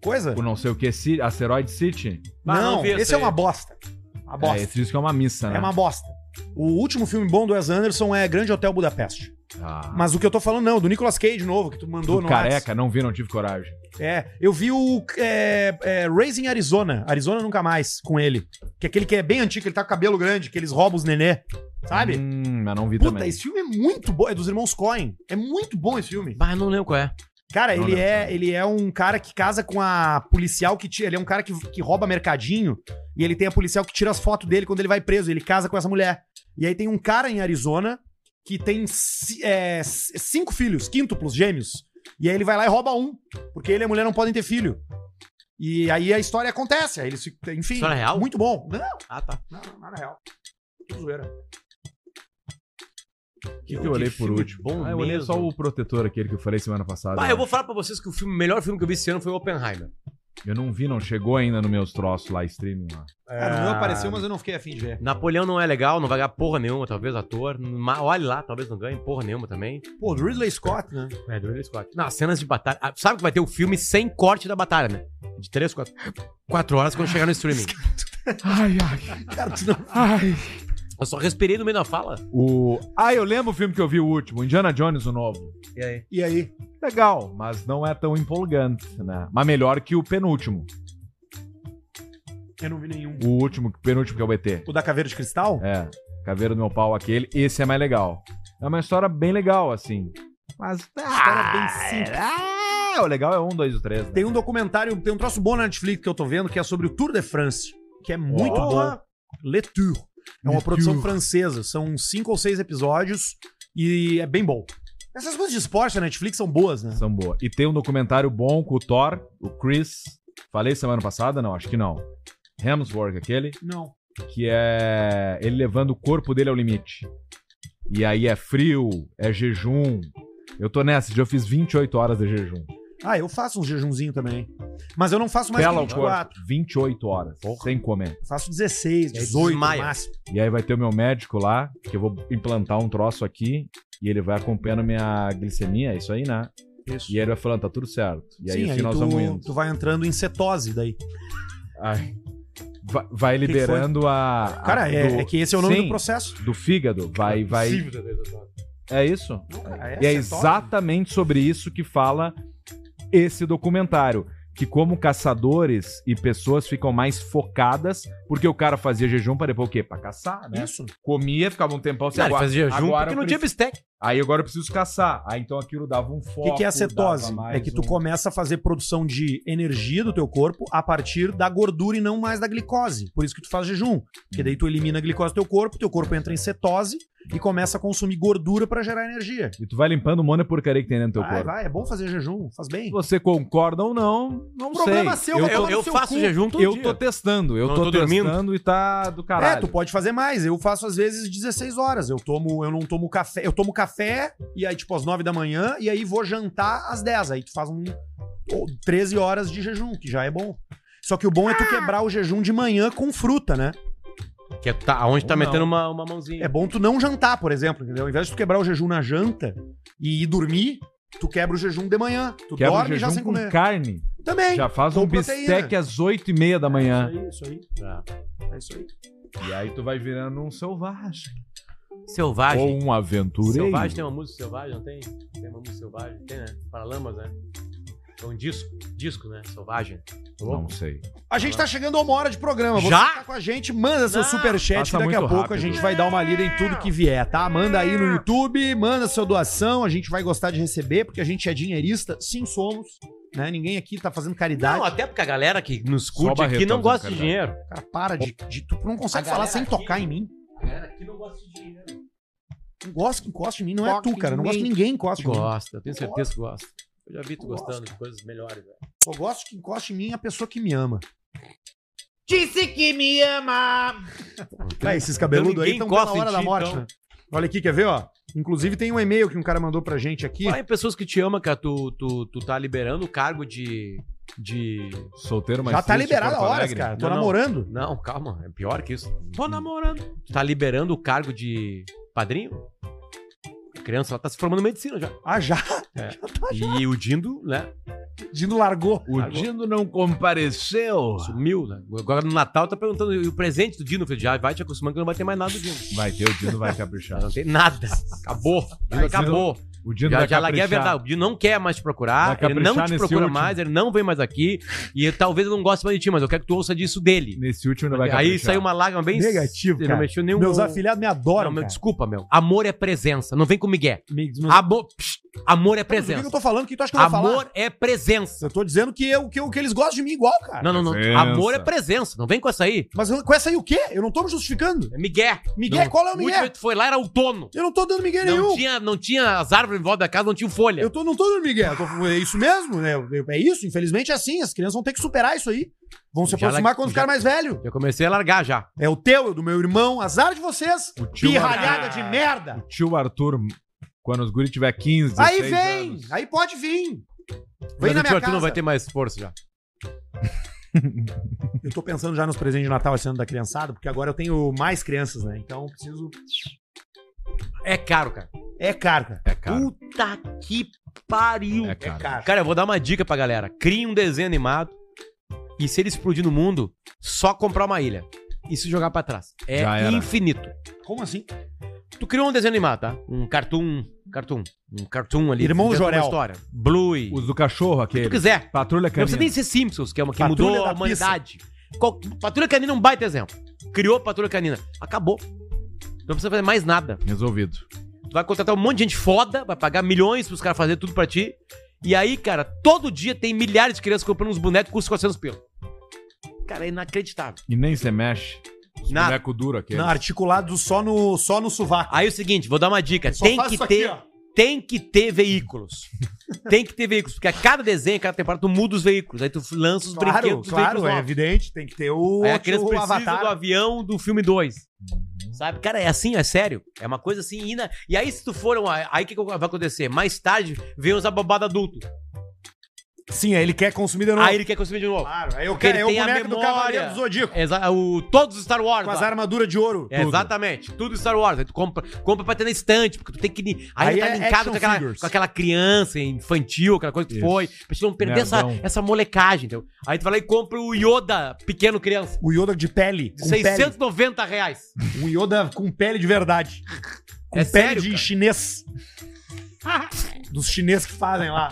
Speaker 1: Coisa?
Speaker 2: o não sei o que, Ci- Asteroid City.
Speaker 3: Ah,
Speaker 1: não,
Speaker 3: não vi esse
Speaker 1: esse é
Speaker 3: aí.
Speaker 1: uma bosta. Uma
Speaker 2: É,
Speaker 1: bosta.
Speaker 2: esse diz que é uma missa,
Speaker 1: É,
Speaker 2: né?
Speaker 1: uma bosta. O último filme bom do Wes Anderson é Grande Hotel Budapeste.
Speaker 2: Ah,
Speaker 1: Mas o que eu tô falando, não, do Nicolas Cage de novo, que tu mandou
Speaker 2: do
Speaker 1: no
Speaker 2: careca, não vi, não tive coragem.
Speaker 1: Whats. É, eu vi o é, é, Raising Arizona, Arizona Nunca Mais, com ele. Que é aquele que é bem antigo, ele tá com cabelo grande, que eles roubam os nenê, sabe?
Speaker 2: Hum, mas não vi
Speaker 1: Puta,
Speaker 2: também.
Speaker 1: esse filme é muito bom. É dos irmãos Coen. É muito bom esse filme.
Speaker 3: Bah, não lembro qual é.
Speaker 1: Cara,
Speaker 2: Não
Speaker 1: ele
Speaker 2: lembro
Speaker 1: é, ele é um cara que casa com a policial que tira. Ele é um cara que, que rouba mercadinho. E ele tem a policial que tira as fotos dele quando ele vai preso. Ele casa com essa mulher. E aí tem um cara em Arizona que tem ci- é, c- cinco filhos, quíntuplos, gêmeos. E aí ele vai lá e rouba um. Porque ele e a mulher não podem ter filho. E aí a história acontece. Aí eles, se-
Speaker 2: é
Speaker 1: enfim,
Speaker 3: História real?
Speaker 1: muito bom. Não,
Speaker 3: Ah, tá.
Speaker 1: não, não, nada real. Tudo zoeira.
Speaker 2: O
Speaker 1: é
Speaker 2: que, que eu olhei por
Speaker 3: filme
Speaker 2: último?
Speaker 3: bom
Speaker 2: ah, eu olhei só
Speaker 3: mesmo.
Speaker 2: o protetor aquele que eu falei semana passada.
Speaker 1: Ah,
Speaker 3: Bah, Ah, eu vou falar pra vocês que o filme- melhor filme que eu vi esse ano foi o Oppenheimer.
Speaker 2: Eu não vi, não chegou ainda nos meus troços lá, streaming lá.
Speaker 1: Cara,
Speaker 2: É.
Speaker 1: o meu apareceu, mas eu É, ah, não fiquei afim de ver.
Speaker 3: Ah, Napoleão não é legal, não vai ganhar porra nenhuma, talvez, ator. Ma- Olha lá, talvez não ganhe porra nenhuma também.
Speaker 1: Pô, do Ridley Scott, né?
Speaker 3: É, do Ridley Scott. Não, as cenas de batalha. Ah, Sabe que vai ter o filme sem corte da batalha, né? De 3, 4, quatro horas quando chegar no streaming.
Speaker 2: Ai, ai.
Speaker 1: Cara, tu não...
Speaker 2: ai.
Speaker 3: Eu só respirei no meio da fala.
Speaker 2: O... Ah, eu lembro o filme que eu vi o último, Indiana Jones, o novo.
Speaker 3: E aí?
Speaker 1: E aí?
Speaker 2: Legal, mas não é tão empolgante, né? Mas melhor que o penúltimo.
Speaker 1: Eu não vi nenhum.
Speaker 2: O último, penúltimo que é o BT.
Speaker 1: O da caveira de cristal?
Speaker 2: É, Caveira do Meu Pau, aquele. Esse é mais legal. É uma história bem legal, assim. Mas ah, história bem simples. Ah, o legal é um, dois, o três, né?
Speaker 1: Tem um documentário, tem um troço bom na Netflix que eu tô vendo, que é sobre o Tour de France, que é muito bom. Le Tour. É uma
Speaker 2: Le
Speaker 1: produção
Speaker 2: Tour.
Speaker 1: francesa. São cinco ou seis episódios e é bem bom. Essas coisas de esporte na Netflix são boas, né?
Speaker 2: São boa. E tem um documentário bom com o Thor, o Chris. Falei semana passada? Não, acho que não. Hemsworth, aquele,
Speaker 1: Não.
Speaker 2: que é ele levando o corpo dele ao limite. E aí é frio, é jejum. Eu tô nessa, já fiz 28 horas de jejum.
Speaker 1: Ah, eu faço um jejumzinho também. Mas eu não faço mais
Speaker 2: Pela
Speaker 1: que 24.
Speaker 2: 28 horas,
Speaker 3: Porra.
Speaker 2: sem comer.
Speaker 1: Eu faço
Speaker 2: É,
Speaker 1: 16,
Speaker 3: E aí
Speaker 1: 18 no
Speaker 3: desmaia.
Speaker 1: máximo.
Speaker 2: E aí vai ter o meu médico lá, que eu vou implantar um troço aqui, e ele vai acompanhando minha glicemia, é isso aí, né?
Speaker 1: Isso.
Speaker 2: E aí ele vai falando, tá tudo certo. E aí,
Speaker 1: Sim,
Speaker 2: assim
Speaker 1: aí
Speaker 2: nós
Speaker 1: tu,
Speaker 2: vamos indo.
Speaker 1: tu vai entrando em cetose daí.
Speaker 2: Ai. Vai, vai
Speaker 1: que
Speaker 2: liberando a, a-
Speaker 1: Cara, é,
Speaker 2: Ah, do-
Speaker 1: é que esse é o nome
Speaker 2: Sim,
Speaker 1: do processo.
Speaker 2: do fígado. Vai, vai. É isso?
Speaker 1: cara, é
Speaker 2: e é
Speaker 1: cetose.
Speaker 2: exatamente sobre isso que fala esse documentário. Que como caçadores e pessoas ficam mais focadas Porque o cara fazia jejum para depois o quê? Pra caçar, né?
Speaker 1: Isso.
Speaker 2: Comia, ficava um tempão sem
Speaker 3: Não, ele
Speaker 2: agora.
Speaker 3: fazia jejum
Speaker 2: agora
Speaker 3: porque
Speaker 2: eu
Speaker 3: não tinha bistec.
Speaker 2: Aí agora eu preciso caçar. Aí então aquilo dava um
Speaker 1: O
Speaker 2: foco.
Speaker 1: que, que é a cetose?
Speaker 2: dava mais
Speaker 1: É que tu
Speaker 2: um-
Speaker 1: começa a fazer produção de energia do teu corpo a partir da gordura e não mais da glicose. Por isso que tu faz jejum. Porque daí tu elimina a glicose do teu corpo, teu corpo entra em cetose e começa a consumir gordura pra gerar energia.
Speaker 2: E tu vai limpando um monte de porcaria que tem dentro do teu
Speaker 1: vai,
Speaker 2: corpo.
Speaker 1: vai, é bom fazer jejum, faz bem.
Speaker 2: Se você concorda ou não, não
Speaker 1: problema
Speaker 2: sei.
Speaker 1: seu, é
Speaker 2: eu,
Speaker 1: vai
Speaker 2: tô,
Speaker 1: tomar no seu cu.
Speaker 3: jejum
Speaker 2: eu tô testando, eu
Speaker 3: Não
Speaker 2: tô,
Speaker 3: tô
Speaker 2: testando
Speaker 3: dormindo.
Speaker 2: e tá do
Speaker 1: É,
Speaker 2: caralho.
Speaker 1: tu pode fazer mais. Eu faço às vezes 16 horas. Eu tomo, eu não tomo café, eu tomo café e aí tipo às 9 da manhã e aí vou jantar às 10. Aí tu faz um ou 13 horas de jejum, que já é bom. Só que o bom é tu quebrar o jejum de manhã com fruta, né?
Speaker 3: Que é tá, onde tá
Speaker 2: Ou não.
Speaker 3: metendo uma, uma mãozinha.
Speaker 1: É bom tu não jantar, por exemplo, entendeu? Ao invés de tu quebrar o jejum na janta e ir dormir, tu quebra o jejum de manhã. Tu
Speaker 2: Quebra o
Speaker 1: dorme já
Speaker 2: jejum
Speaker 1: sem
Speaker 2: com
Speaker 1: comer.
Speaker 2: carne.
Speaker 1: Também.
Speaker 2: Já faz
Speaker 1: com
Speaker 2: um
Speaker 1: proteína.
Speaker 2: bistec às oito e meia da manhã.
Speaker 1: É isso aí.
Speaker 3: Tá.
Speaker 1: É isso aí.
Speaker 2: E aí tu vai virando um selvagem.
Speaker 3: Selvagem.
Speaker 2: Ou um aventureiro.
Speaker 3: Selvagem tem uma música selvagem, não tem? Tem uma música selvagem, tem, né? Paralamas, né? É um disco, disco, né? Selvagem.
Speaker 2: Não sei.
Speaker 1: A gente tá chegando a uma hora de programa. Você
Speaker 3: Já?
Speaker 1: que tá com a gente, manda seu
Speaker 3: Não,
Speaker 1: superchat
Speaker 2: passa
Speaker 1: que daqui a
Speaker 2: muito
Speaker 1: pouco a
Speaker 2: rápido.
Speaker 1: gente vai dar uma lida em tudo que vier, tá? Manda aí no YouTube, manda sua doação, a gente vai gostar de receber, porque a gente é dinheirista, sim somos, né? Ninguém aqui tá fazendo caridade.
Speaker 3: Não, até porque a galera que nos
Speaker 2: Só
Speaker 3: curte aqui
Speaker 2: Barretão
Speaker 3: não gosta de
Speaker 2: fazendo
Speaker 3: dinheiro.
Speaker 1: Cara, para de, de- Tu não consegue
Speaker 3: A
Speaker 1: falar
Speaker 3: galera
Speaker 1: sem
Speaker 3: aqui-
Speaker 1: tocar em mim.
Speaker 3: A galera aqui não gosta de dinheiro.
Speaker 1: Não gosta que encoste em mim, não é
Speaker 9: Toca
Speaker 1: tu, cara.
Speaker 9: em
Speaker 1: Não gosta que
Speaker 9: mim.
Speaker 1: ninguém encoste em mim.
Speaker 3: Gosta, eu tenho certeza que gosta. Eu já vi tu gostando de coisas melhores, velho.
Speaker 1: Eu gosto que encoste em mim a pessoa que me ama.
Speaker 9: Disse que me ama.
Speaker 1: Tá, esses cabeludos aí
Speaker 3: Então, ninguém
Speaker 1: estão pela
Speaker 3: encosta em
Speaker 1: hora
Speaker 3: ti,
Speaker 1: da morte,
Speaker 3: então.
Speaker 1: né? Olha aqui, quer ver, ó? Inclusive tem um e-mail que um cara mandou pra gente aqui.
Speaker 3: Fala em pessoas que te amam, cara. Tu, tu, tu tá liberando o cargo de. de.
Speaker 2: Solteiro, mas
Speaker 1: Já tá
Speaker 2: triste,
Speaker 1: liberado
Speaker 2: Porto
Speaker 1: há horas,
Speaker 2: Alegre.
Speaker 1: cara. Tô
Speaker 3: Não, não.
Speaker 1: namorando.
Speaker 3: Não, calma, é pior que isso. Tô namorando. Tu tá liberando o cargo de padrinho? A criança, ela tá se formando em medicina já.
Speaker 1: Ah, já.
Speaker 3: E o Dindo, né?
Speaker 1: Dino largou.
Speaker 2: O Dindo não compareceu.
Speaker 3: Sumiu, né? Agora no Natal tá perguntando e o presente do Dindo. Eu falei, Já vai te acostumando que não vai ter mais nada do Dindo.
Speaker 2: Vai ter, o Dindo vai caprichar.
Speaker 3: Não tem nada. Acabou. O Dindo acabou.
Speaker 2: O Dindo
Speaker 3: Já,
Speaker 2: vai
Speaker 3: já
Speaker 2: caprichar.
Speaker 3: larguei a verdade. O Dino não quer mais te procurar,
Speaker 2: Vai
Speaker 3: ele não
Speaker 2: caprichar
Speaker 3: te
Speaker 2: nesse
Speaker 3: procura
Speaker 2: último.
Speaker 3: mais, ele não vem mais aqui. E eu- talvez eu não goste mais de ti, mas eu quero que tu ouça disso dele.
Speaker 2: Nesse último não vai caprichar.
Speaker 3: Aí saiu uma lágrima bem.
Speaker 1: Negativo,
Speaker 3: Ele
Speaker 1: cara.
Speaker 3: não mexeu nenhum.
Speaker 1: Meus afilhados me adoram,
Speaker 3: Não, meu,
Speaker 1: cara.
Speaker 3: desculpa, meu. Amor é presença. Não vem com Miguel.
Speaker 1: Me- meus-
Speaker 3: Amor, psh, amor é
Speaker 1: Mas O que, que
Speaker 3: presença.
Speaker 1: eu tô falando? O que tu acha que eu vou falar?
Speaker 3: Amor é presença.
Speaker 1: Eu tô dizendo que, eu, que, eu- que eles gostam de mim igual, cara.
Speaker 3: Não, não, não.
Speaker 2: Presença.
Speaker 3: Amor é presença. Não vem com essa aí.
Speaker 1: Mas eu- com essa aí o quê? Eu não tô me justificando.
Speaker 3: É Miguel.
Speaker 1: Miguel,
Speaker 3: Não.
Speaker 1: qual é o
Speaker 3: O último
Speaker 1: Miguel?
Speaker 3: que tu foi lá era outono.
Speaker 1: Eu não tô dando Miguel nenhum.
Speaker 3: Não tinha, não tinha as árvores em volta da casa, não tinha folha.
Speaker 1: Eu tô, não tô dando Miguel. Eu tô- é isso mesmo, né? Eu- eu- É isso, infelizmente é assim. As crianças vão ter que superar isso aí. Vão se
Speaker 3: Já
Speaker 1: aproximar
Speaker 3: lá-
Speaker 1: quando
Speaker 3: já-
Speaker 1: ficar mais velho.
Speaker 3: Eu comecei a largar já.
Speaker 1: É o teu, é o do meu irmão. Azar de vocês.
Speaker 2: O tio
Speaker 1: Pirralhada
Speaker 2: Arthur-
Speaker 1: de merda.
Speaker 2: Tio Arthur, quando os guri tiver 15, 16
Speaker 1: Aí vem.
Speaker 2: anos.
Speaker 1: Aí pode vir.
Speaker 3: Mas
Speaker 1: Vem na minha
Speaker 3: o tio Arthur
Speaker 1: casa.
Speaker 3: não vai ter mais força já.
Speaker 1: Eu tô pensando já nos presentes de Natal esse ano da criançada, porque agora eu tenho mais crianças, né? Então eu preciso.
Speaker 3: É caro, cara.
Speaker 1: É caro, cara.
Speaker 2: É caro.
Speaker 3: Puta que pariu.
Speaker 2: É caro.
Speaker 3: Cara, eu vou dar uma dica pra galera. Crie um desenho animado e se ele explodir no mundo, só comprar uma ilha e se jogar pra trás.
Speaker 2: Já
Speaker 3: É
Speaker 2: era.
Speaker 3: infinito.
Speaker 1: Como assim?
Speaker 3: Tu criou um desenho animado, tá? Um cartoon, cartoon, um cartoon ali.
Speaker 1: Irmão
Speaker 3: inventa uma
Speaker 1: Jorel.
Speaker 3: história. Bluey. O
Speaker 2: Os do cachorro
Speaker 3: que tu
Speaker 2: aquele.
Speaker 3: quiser.
Speaker 2: Patrulha
Speaker 3: Não
Speaker 2: canina.
Speaker 3: precisa nem ser Simpsons, que é uma que
Speaker 1: Patrulha da
Speaker 3: mudou a
Speaker 1: pizza.
Speaker 3: humanidade. Qual- Patrulha Canina é um baita exemplo. Criou Patrulha Canina. Acabou. Não precisa fazer mais nada.
Speaker 2: Resolvido.
Speaker 3: Tu vai contratar um monte de gente foda, vai pagar milhões pros caras fazerem tudo pra ti. E aí, cara, todo dia tem milhares de crianças comprando uns bonecos que custam 400 pelo. Cara, é inacreditável.
Speaker 2: E nem se mexe. Os
Speaker 3: Nada.
Speaker 2: boneco duro aquele.
Speaker 1: Não, articulado só no, só no sovaco.
Speaker 3: Aí é o seguinte, vou dar uma dica.
Speaker 1: Só
Speaker 3: Tem
Speaker 1: faz
Speaker 3: que,
Speaker 1: isso
Speaker 3: ter,
Speaker 1: aqui, ó.
Speaker 3: tem que ter veículos. tem que ter veículos. Porque a cada desenho, a cada temporada, tu muda os veículos. Aí tu lança os
Speaker 1: Claro,
Speaker 3: brinquedos dos
Speaker 1: claro,
Speaker 3: veículos
Speaker 1: é
Speaker 3: novos.
Speaker 1: evidente. Tem que ter o,
Speaker 3: Aí a criança
Speaker 1: o
Speaker 3: precisa
Speaker 1: avatar. Uhum.
Speaker 3: do avião do filme 2. Sabe? Cara, é assim, é sério. É uma coisa assim. Ina... E aí, se tu for. um- Aí o que, que vai acontecer? Mais tarde, vem os abobados adultos.
Speaker 1: Sim, aí ele quer consumir de novo.
Speaker 3: Aí ele quer consumir de novo.
Speaker 1: Claro, aí eu
Speaker 3: Porque
Speaker 1: quero
Speaker 3: ele
Speaker 1: é o
Speaker 3: tem a
Speaker 1: boneco do
Speaker 3: memória.
Speaker 1: Cavaleiro do Zodíaco.
Speaker 3: Exa o, todos os Star Wars.
Speaker 1: Com as
Speaker 3: lá.
Speaker 1: armaduras de ouro.
Speaker 3: É, exatamente, tudo Star Wars. Aí tu compra, compra pra ter na estante, porque tu tem que. li- Aí,
Speaker 1: Aí
Speaker 3: já tá
Speaker 1: é
Speaker 3: linkado
Speaker 1: action
Speaker 3: com aquela,
Speaker 1: figures.
Speaker 3: com aquela criança infantil, aquela coisa que
Speaker 2: Isso.
Speaker 3: foi. Pra gente não
Speaker 1: É,
Speaker 3: perder essa,
Speaker 2: Nerdão.
Speaker 3: essa molecagem, entendeu? Aí tu vai lá e compra o Yoda pequeno criança.
Speaker 1: O Yoda de pele.
Speaker 3: de
Speaker 1: Com
Speaker 3: 690 reais.
Speaker 1: pele. Um Yoda com pele de verdade. Com
Speaker 3: É
Speaker 1: pele
Speaker 3: sério,
Speaker 1: de
Speaker 3: cara.
Speaker 1: chinês. Dos chineses que fazem lá.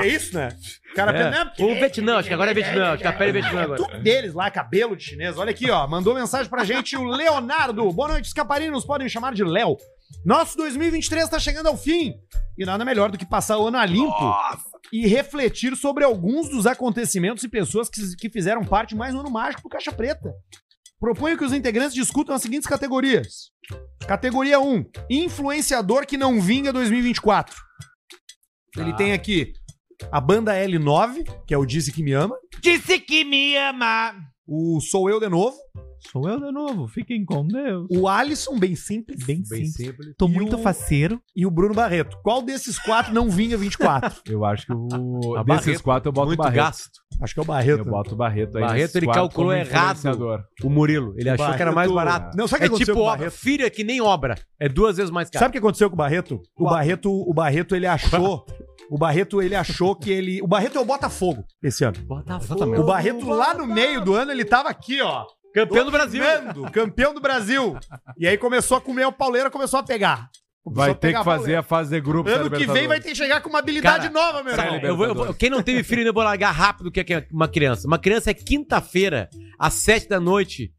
Speaker 1: é isso, né? cara
Speaker 3: É.
Speaker 1: pensa, "Não, porque
Speaker 3: O Vietnã, acho que agora é Vietnã, acho que a pele é Vietnã agora.
Speaker 1: Tudo deles lá, cabelo de chinês. Olha aqui, ó. Mandou mensagem pra gente o Leonardo. Boa noite, escaparinos. Podem me chamar de Léo. Nosso 2023 tá chegando ao fim. E nada melhor do que passar o ano a limpo e refletir sobre alguns dos acontecimentos e pessoas que, que fizeram parte de mais um ano mágico do Caixa Preta. Proponho que os integrantes discutam as seguintes categorias. Categoria 1: Influenciador que não vinga 2024. Ele tem aqui a banda L9, que é o Disse que me ama.
Speaker 9: Disse que me ama.
Speaker 1: O Sou Eu de novo.
Speaker 11: Sou eu de novo, fiquem com Deus.
Speaker 1: O Alisson, bem simples.
Speaker 2: Ah,
Speaker 11: Bem,
Speaker 3: Bem
Speaker 11: simples.
Speaker 3: simples.
Speaker 11: Tô
Speaker 1: E
Speaker 11: muito
Speaker 1: o-
Speaker 11: faceiro.
Speaker 1: E o Bruno Barreto. Qual desses quatro não vinha 24?
Speaker 2: Eu acho que o.
Speaker 3: A
Speaker 2: desses
Speaker 3: Barreto,
Speaker 2: quatro eu boto o
Speaker 3: Muito
Speaker 2: Barreto.
Speaker 3: gasto.
Speaker 1: Acho que é o
Speaker 2: Eu
Speaker 1: Barreto.
Speaker 2: boto o Barreto aí.
Speaker 3: Barreto,
Speaker 2: nesses
Speaker 3: ele
Speaker 2: quatro
Speaker 3: calculou
Speaker 2: como
Speaker 3: errado.
Speaker 2: influenciador.
Speaker 3: O Murilo, ele achou que era mais barato.
Speaker 1: Não, sabe o
Speaker 3: É
Speaker 1: que aconteceu
Speaker 3: tipo
Speaker 1: com o
Speaker 3: obra.
Speaker 1: Barreto?
Speaker 3: Filho é que nem obra. É duas vezes mais caro.
Speaker 1: Sabe o que aconteceu com o Barreto? O Barreto, o Barreto ele achou. O Barreto, ele achou que ele. O Barreto é o Botafogo esse ano.
Speaker 3: Botafogo.
Speaker 1: O Barreto, lá no meio do ano, ele tava aqui, ó.
Speaker 3: Campeão do Brasil.
Speaker 1: Dominando, campeão do Brasil. E aí começou a comer, o pauleira começou a pegar. Começou
Speaker 2: Vai
Speaker 1: a
Speaker 2: ter
Speaker 1: pegar
Speaker 2: que
Speaker 1: a
Speaker 2: fazer a fase de grupos.
Speaker 1: Ano
Speaker 2: da
Speaker 1: que vem vai
Speaker 2: Libertadores.
Speaker 1: ter que chegar com uma habilidade
Speaker 3: Cara,
Speaker 1: nova, meu
Speaker 3: Não,
Speaker 1: irmão.
Speaker 3: eu vou- eu vou- quem não teve filho, eu vou largar rápido o que é uma criança. Uma criança é quinta-feira, às sete da noite.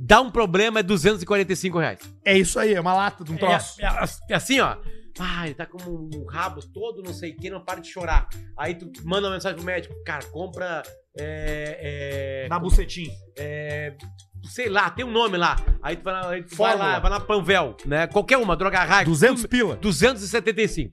Speaker 3: Dá um problema, é 245 reais.
Speaker 1: É isso aí, é uma lata de um troço.
Speaker 3: É, é, é assim, ó. Ah, ele tá com o rabo todo, não sei o que, não para de chorar. Aí tu manda uma mensagem pro médico. Cara, compra. É, é,
Speaker 1: Na bucetinha.
Speaker 3: é, sei lá, tem um nome lá. Aí tu vai lá, aí tu vai,
Speaker 1: Fórmula.
Speaker 3: lá vai na Panvel, né? Qualquer uma, droga raia.
Speaker 1: 200 pila.
Speaker 3: 275.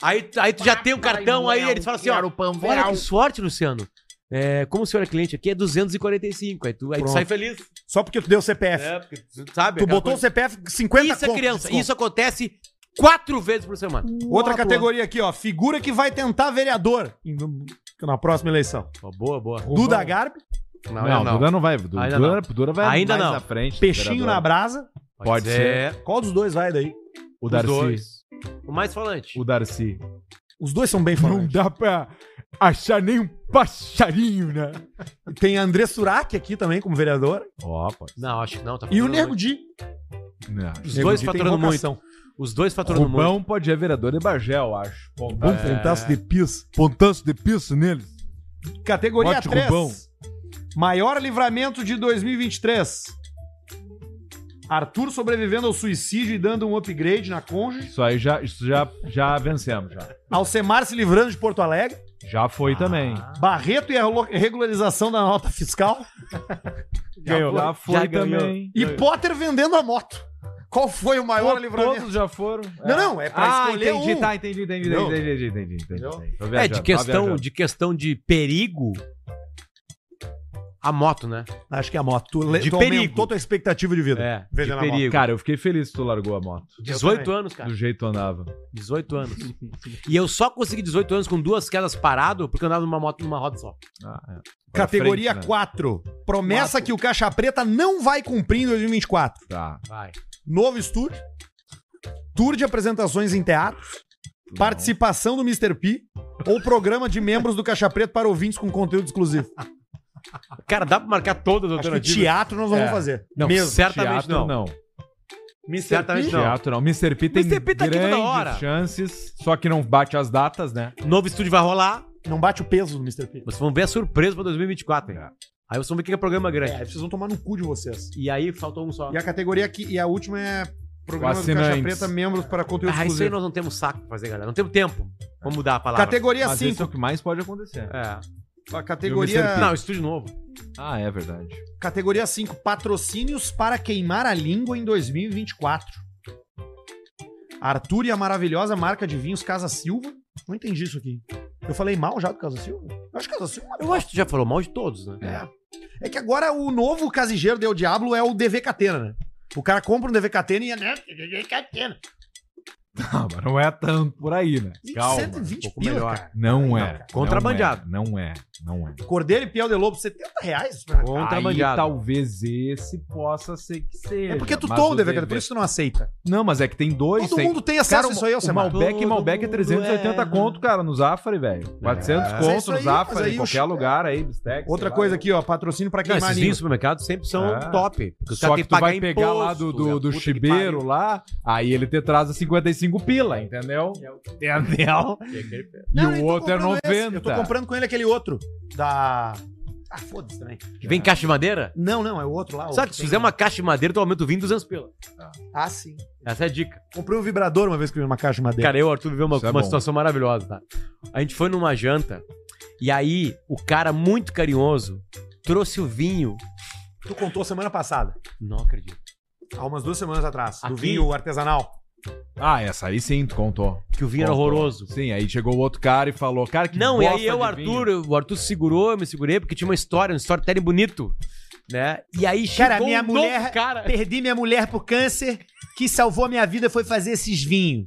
Speaker 3: Aí, aí tu já tem o cartão, aí eles falam assim, ó, olha que sorte, Luciano. É, como o senhor é cliente aqui, é 245. Aí tu, aí tu
Speaker 1: Pronto.
Speaker 3: sai feliz,
Speaker 1: Só porque tu deu o CPF.
Speaker 3: né? Porque tu sabe?
Speaker 1: Tu
Speaker 3: aquela
Speaker 1: botou o
Speaker 3: coisa.
Speaker 1: CPF 50
Speaker 3: Isso é
Speaker 1: conto de
Speaker 3: criança.
Speaker 1: desconto.
Speaker 3: Isso é um acontece quatro vezes por semana.
Speaker 1: Outra categoria aqui, ó. Figura que vai tentar vereador em- na próxima eleição.
Speaker 3: Boa, boa.
Speaker 1: Duda Garbi,
Speaker 3: Não,
Speaker 2: Não, Duda não vai. Duda,
Speaker 3: Ainda
Speaker 2: Duda, vai
Speaker 3: Ainda
Speaker 2: mais
Speaker 3: não.
Speaker 2: na frente.
Speaker 1: Peixinho
Speaker 2: Libertadores.
Speaker 1: na brasa.
Speaker 2: Pode ser.
Speaker 1: Qual dos dois vai daí?
Speaker 2: O
Speaker 3: Os
Speaker 2: Darcy.
Speaker 3: dois. é. O mais falante.
Speaker 2: O Darcy.
Speaker 1: Os dois são bem falantes.
Speaker 2: dá pra achar nem um passarinho, né?
Speaker 1: Tem André Surak aqui também como vereador.
Speaker 2: Ó, pode.
Speaker 3: Não, acho que não. Tá
Speaker 1: E o
Speaker 3: faturando
Speaker 1: Nego
Speaker 3: muito.
Speaker 1: Di.
Speaker 2: Não.
Speaker 3: Os dois faturando muito.
Speaker 1: vocação.
Speaker 3: Os dois faturando muito.
Speaker 2: Rubão pode ser vereador de Bagel, acho. É.
Speaker 1: Bom frentaço de piso.
Speaker 2: pontanço de piso neles.
Speaker 1: Categoria
Speaker 2: Bote
Speaker 1: 3.
Speaker 2: Rubão.
Speaker 1: Maior livramento de 2023. Arthur sobrevivendo ao suicídio e dando um upgrade na cônjuge.
Speaker 2: Isso aí já, isso já, já vencemos, já.
Speaker 1: Alcemar se livrando de Porto Alegre.
Speaker 2: Já foi também.
Speaker 1: Barreto e a lo- regularização da nota fiscal.
Speaker 2: Ganhou. Já foi
Speaker 3: Já ganhou.
Speaker 2: também.
Speaker 1: E Potter vendendo a moto. Qual foi o maior livramento?
Speaker 2: Todos já foram.
Speaker 1: Não, não, é pra
Speaker 2: ah,
Speaker 1: escolher
Speaker 2: entendi,
Speaker 1: um.
Speaker 2: tá, entendi, entendi, entendi,
Speaker 1: Entendeu?
Speaker 2: entendi, entendi, entendi, entendi. Tô
Speaker 3: É,
Speaker 2: tá viajando,
Speaker 3: de
Speaker 2: tô
Speaker 3: questão,
Speaker 2: viajando.
Speaker 3: de questão de perigo. A moto, né?
Speaker 1: Acho que é a moto. Tu, le-
Speaker 3: De
Speaker 1: tu
Speaker 3: perigo.
Speaker 1: aumentou tua expectativa de vida.
Speaker 3: É, de
Speaker 1: Vendendo a moto.
Speaker 3: perigo. Tá.
Speaker 2: Cara, eu fiquei feliz que tu largou a moto.
Speaker 3: 18 anos, cara.
Speaker 2: Do jeito que eu andava.
Speaker 3: 18 anos. e eu só consegui 18 anos com duas quedas parado porque eu andava numa moto numa roda só.
Speaker 2: Ah, é. Pra
Speaker 1: Categoria
Speaker 2: frente, né?
Speaker 1: 4. Promessa que o Caixa Preta não vai cumprir em 2024.
Speaker 2: Tá.
Speaker 3: Vai.
Speaker 1: Novo estúdio. Tour de apresentações em teatros. Participação do Mr. P. Ou programa de membros do Caixa Preta para ouvintes com conteúdo exclusivo.
Speaker 3: Cara, dá pra marcar todas as
Speaker 1: Acho que
Speaker 3: alternativas.
Speaker 1: teatro nós não vamos fazer.
Speaker 3: Não, certamente
Speaker 2: Teatro,
Speaker 3: não.
Speaker 2: não.
Speaker 3: Certamente não.
Speaker 2: Teatro não. Mr. P tem
Speaker 3: Mr. P tá aqui toda
Speaker 2: grandes
Speaker 3: hora.
Speaker 2: chances, só que não bate as datas, né?
Speaker 3: Novo estúdio vai rolar.
Speaker 1: Não bate o peso do Mr. P.
Speaker 3: Vocês vão ver a surpresa pra 2024, hein?
Speaker 2: É.
Speaker 3: Aí vocês vão ver o que é programa grande.
Speaker 1: É, vocês vão tomar no cu de vocês.
Speaker 3: E aí faltou um só.
Speaker 1: E a categoria que. E a última é programa do Caixa
Speaker 2: Assinantes.
Speaker 1: Preta, membros para conteúdo
Speaker 3: Ah, isso aí
Speaker 1: exclusivo.
Speaker 3: nós não temos saco pra fazer, galera. Não temos tempo. Vamos mudar a palavra.
Speaker 1: Categoria
Speaker 2: Mas isso é o
Speaker 1: 5.
Speaker 2: que mais pode acontecer.
Speaker 3: É.
Speaker 1: A
Speaker 2: E o
Speaker 1: categoria.
Speaker 2: Mr. P.
Speaker 3: Não, estúdio novo.
Speaker 2: Ah, é verdade.
Speaker 1: Categoria 5, patrocínios para queimar a língua em 2024. Arthur e a maravilhosa marca de vinhos Casa Silva. Não entendi isso aqui. Eu falei mal já do Casa Silva? Eu acho que Casa Silva.
Speaker 3: Eu acho que tu já falou mal de todos, né?
Speaker 1: É que agora o novo casigeiro Deu Diablo é o DV Catena, né? O cara compra um DV Catena e é. né, DV Catena.
Speaker 2: Ah, mas não é tanto por aí, né? Calma.
Speaker 1: 120
Speaker 3: pouco
Speaker 1: pila,
Speaker 3: melhor.
Speaker 1: cara.
Speaker 2: Não é. não
Speaker 3: Contrabandeado.
Speaker 2: é, Não é. Não é.
Speaker 1: Cordeiro e Piel de Lobo, 70 reais.
Speaker 2: Aí,
Speaker 3: Contrabandeado.
Speaker 2: talvez esse possa ser que seja.
Speaker 1: É porque tu
Speaker 2: mas
Speaker 1: toma o DV
Speaker 2: dever-
Speaker 1: Catena, por isso tu não aceita.
Speaker 2: Não, mas é que tem dois.
Speaker 1: Todo
Speaker 2: tem...
Speaker 1: mundo tem acesso
Speaker 2: Cara,
Speaker 1: a isso aí,
Speaker 2: o
Speaker 1: Alcemar.
Speaker 2: Malbec,
Speaker 3: Todo
Speaker 2: Malbec é
Speaker 3: mundo
Speaker 2: 380
Speaker 3: é,
Speaker 2: conto, cara, no Zafari, velho. 400
Speaker 1: Mas é
Speaker 2: conto
Speaker 1: isso
Speaker 2: no
Speaker 1: aí, mas
Speaker 2: Zafari,
Speaker 1: aí
Speaker 2: em
Speaker 1: o
Speaker 2: qualquer
Speaker 1: ch-
Speaker 2: lugar aí, bistec.
Speaker 1: Outra
Speaker 2: sei lá,
Speaker 1: coisa
Speaker 2: eu-
Speaker 1: aqui, ó. Patrocínio para
Speaker 3: Não,
Speaker 1: queimar a
Speaker 3: esses
Speaker 1: língua.
Speaker 3: vinhos do supermercado sempre são
Speaker 2: É.
Speaker 3: top. Porque os
Speaker 2: Só
Speaker 3: caras
Speaker 2: que
Speaker 3: têm
Speaker 2: tu vai
Speaker 3: pagar
Speaker 2: pegar lá do,
Speaker 3: imposto,
Speaker 2: do, do
Speaker 3: puta que
Speaker 2: chibeiro
Speaker 3: pariu.
Speaker 2: lá, aí ele te traz a 55 45 pila, entendeu?
Speaker 3: É
Speaker 2: Tem anel. E
Speaker 1: Não, eu
Speaker 2: o
Speaker 1: tô
Speaker 2: outro é
Speaker 1: comprando esse. Eu tô
Speaker 2: 90.
Speaker 1: comprando com ele aquele outro. Da. Ah, foda-se também.
Speaker 3: Que vem caixa de madeira?
Speaker 1: Não, não, é o outro lá. o
Speaker 3: Sabe
Speaker 1: que
Speaker 3: que se
Speaker 1: tem-
Speaker 3: fizer uma caixa de madeira, tu aumenta o vinho em 200 pila.
Speaker 1: Ah, sim.
Speaker 3: Essa é a dica.
Speaker 1: Comprei um vibrador uma vez que eu vi uma caixa de madeira.
Speaker 3: Cara, eu e o Arthur viveu uma,
Speaker 2: Isso é
Speaker 3: uma
Speaker 2: bom.
Speaker 3: situação maravilhosa, tá? A gente foi numa janta e aí o cara muito carinhoso trouxe o vinho.
Speaker 1: Tu contou semana passada.
Speaker 3: Não acredito.
Speaker 1: Há umas duas semanas atrás.
Speaker 3: Aqui?
Speaker 1: Do vinho artesanal.
Speaker 2: Ah, essa aí sim, tu contou.
Speaker 3: Que o vinho era
Speaker 2: Contou.
Speaker 3: horroroso.
Speaker 2: Sim, aí chegou o outro cara e falou, cara, que
Speaker 3: Não, e
Speaker 2: bosta
Speaker 3: aí eu,
Speaker 2: de
Speaker 3: Arthur,
Speaker 2: vinho.
Speaker 3: o Arthur segurou, eu me segurei, porque tinha uma história, um storytelling bonito, né? E aí chegou
Speaker 1: Cara, minha
Speaker 3: um novo
Speaker 1: mulher-
Speaker 3: cara.
Speaker 1: Perdi minha mulher pro câncer, que salvou a minha vida foi fazer esses vinhos.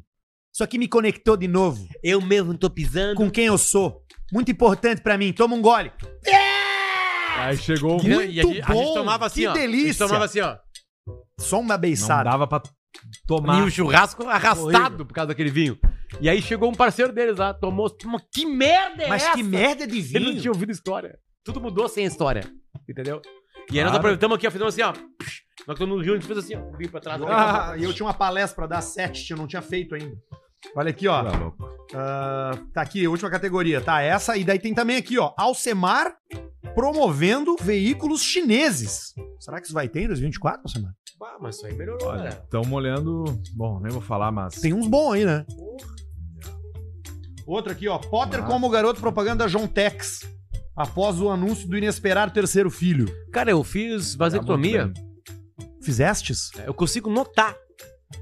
Speaker 1: Só que me conectou de novo
Speaker 3: Eu mesmo tô pisando.
Speaker 1: com quem eu sou. Muito importante pra mim. Toma um gole.
Speaker 2: Aí chegou o
Speaker 3: E,
Speaker 2: vinho.
Speaker 3: a, gente, a gente
Speaker 1: bom,
Speaker 3: tomava assim,
Speaker 1: que
Speaker 3: ó. A gente
Speaker 1: delícia.
Speaker 3: tomava assim, ó.
Speaker 1: Só uma
Speaker 2: Não
Speaker 1: beiçada.
Speaker 2: dava pra
Speaker 3: E
Speaker 2: tomar.
Speaker 3: o churrasco arrastado por causa daquele vinho. E aí chegou um parceiro deles lá, tomou. "Mas Que merda é
Speaker 1: Mas
Speaker 3: essa?
Speaker 1: que merda de
Speaker 3: Ele não
Speaker 1: vinho.
Speaker 3: tinha um ouvido história. Tudo mudou sem a história. Entendeu? E aí nós
Speaker 2: Claro.
Speaker 3: aproveitamos aqui, ó, fizemos assim, ó. Psh, Nós estamos no Rio, a gente fez assim, ó. o Vinho pra trás.
Speaker 1: Ah, e eu tinha uma palestra pra dar sete, eu não tinha feito ainda. Olha aqui, ó.
Speaker 2: Tá louco.
Speaker 1: Ah, tá aqui, a última categoria, tá? Essa, e daí tem também aqui, ó. Alcemar promovendo veículos chineses. Será que isso vai ter em 2024, Alcemar?
Speaker 3: Ah, mas isso aí melhorou,
Speaker 2: Olha,
Speaker 3: né?
Speaker 2: estamos olhando... Bom, nem vou falar, mas...
Speaker 1: Tem uns bons aí, né? Outro aqui, ó. Potter
Speaker 3: Ah.
Speaker 2: Nossa.
Speaker 1: como garoto propaganda John Tex. Após o anúncio do inesperado terceiro filho.
Speaker 3: Cara, eu fiz
Speaker 2: tá
Speaker 3: vasectomia.
Speaker 1: Fizestes?
Speaker 3: eu consigo notar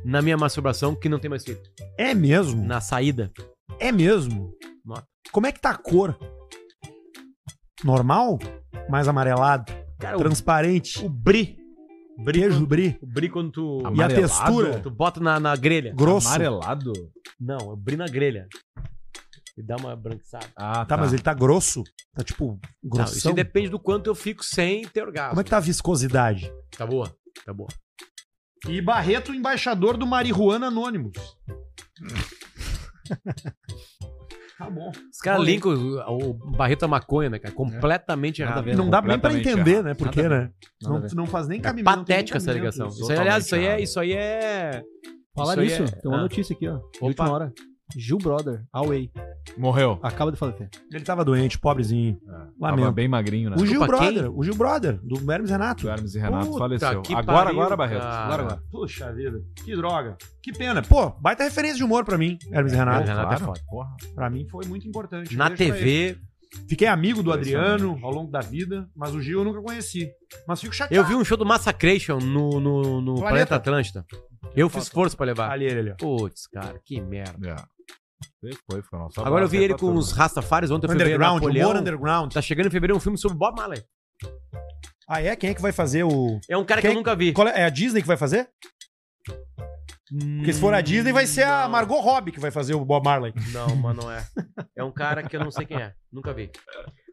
Speaker 3: na minha masturbação que não tem mais filho.
Speaker 1: É mesmo?
Speaker 3: Na saída.
Speaker 1: É mesmo?
Speaker 3: Nota.
Speaker 1: Como é que tá a cor? Normal? Mais amarelado?
Speaker 3: Cara, É o,
Speaker 1: Transparente?
Speaker 3: o bri. bri
Speaker 1: Queijo
Speaker 3: quando,
Speaker 1: brie?
Speaker 3: o bri quando tu,
Speaker 1: E a
Speaker 2: Amarelado?
Speaker 1: textura?
Speaker 3: tu bota na, na grelha.
Speaker 1: Grosso?
Speaker 2: Amarelado?
Speaker 3: Não, eu bri na grelha. E dá uma branquiçada.
Speaker 2: Ah,
Speaker 1: Tá, mas ele tá grosso? Tá tipo
Speaker 3: Não,
Speaker 1: grossão?
Speaker 3: isso depende do quanto eu fico sem ter orgasmo.
Speaker 1: Como é que tá a viscosidade?
Speaker 3: Tá boa, tá boa.
Speaker 1: E Barreto, embaixador do Marihuana Anônimos. tá bom.
Speaker 3: Os caras linkam o, o Barreto à maconha, né, cara? Completamente
Speaker 2: Nada
Speaker 3: errado.
Speaker 2: a ver.
Speaker 1: Não dá nem pra
Speaker 2: Completamente
Speaker 1: entender,
Speaker 2: errado.
Speaker 1: né? Por quê,
Speaker 2: Nada
Speaker 1: né? Não,
Speaker 2: Nada a ver.
Speaker 1: não faz nem caminho. não tem nem
Speaker 3: Patética essa
Speaker 1: cabimento.
Speaker 3: ligação. Isso aí, aliás, isso aí é.
Speaker 2: errado.
Speaker 3: Isso aí é...
Speaker 11: Falar
Speaker 3: Isso aí
Speaker 11: nisso,
Speaker 3: é-
Speaker 11: tem uma
Speaker 3: ah.
Speaker 11: notícia aqui, ó. De
Speaker 3: Opa.
Speaker 11: última hora. Gil Brother, Away.
Speaker 2: Morreu.
Speaker 11: Acaba de falecer.
Speaker 1: Ele tava doente, pobrezinho.
Speaker 2: Tava
Speaker 1: Lamento.
Speaker 2: bem magrinho, né?
Speaker 1: O Gil
Speaker 3: Desculpa,
Speaker 1: Brother, o Gil Brother, do Hermes Renato.
Speaker 2: O Hermes e Renato
Speaker 3: Puta
Speaker 2: faleceu.
Speaker 3: que
Speaker 2: Agora,
Speaker 3: pariu,
Speaker 2: agora, Barreto.
Speaker 3: cara.
Speaker 2: Agora, agora.
Speaker 1: Puxa vida, que droga. Que pena. Pô, baita referência de humor pra mim, Hermes e Renato.
Speaker 3: Hermes Renato. é foda.
Speaker 2: Porra.
Speaker 1: Pra mim foi muito importante.
Speaker 3: Na
Speaker 1: Beijo pra ele.
Speaker 3: TV,
Speaker 1: Fiquei amigo do
Speaker 2: Impressionante.
Speaker 1: Adriano ao longo da vida, mas o Gil eu nunca conheci. Mas fico chateado.
Speaker 3: Eu vi um show do Massacration no, no, no Planeta.
Speaker 1: Planeta
Speaker 3: Atlântida. Eu fiz força pra levar.
Speaker 1: Ali ele, ali, ó.
Speaker 3: Putz, cara, que merda.
Speaker 2: É. Foi, foi nosso
Speaker 3: Agora eu vi
Speaker 2: abraço
Speaker 3: ele
Speaker 2: pra
Speaker 3: com
Speaker 2: turma.
Speaker 3: uns Rastafaris ontem, eu fui ver
Speaker 1: Underground,
Speaker 3: Napoleão.
Speaker 1: humor underground.
Speaker 3: Tá chegando em fevereiro um filme sobre Bob Marley.
Speaker 1: Ah, é? Quem é que vai fazer o.
Speaker 3: É um cara que
Speaker 1: Quem-
Speaker 3: eu nunca vi.
Speaker 1: Qual é? é a Disney que vai fazer? Porque se for a Disney, vai ser a
Speaker 3: Hum, Não.
Speaker 1: Margot Robbie que vai fazer o Bob Marley.
Speaker 3: Não, mas não é. É um cara que eu não sei quem é. Nunca vi.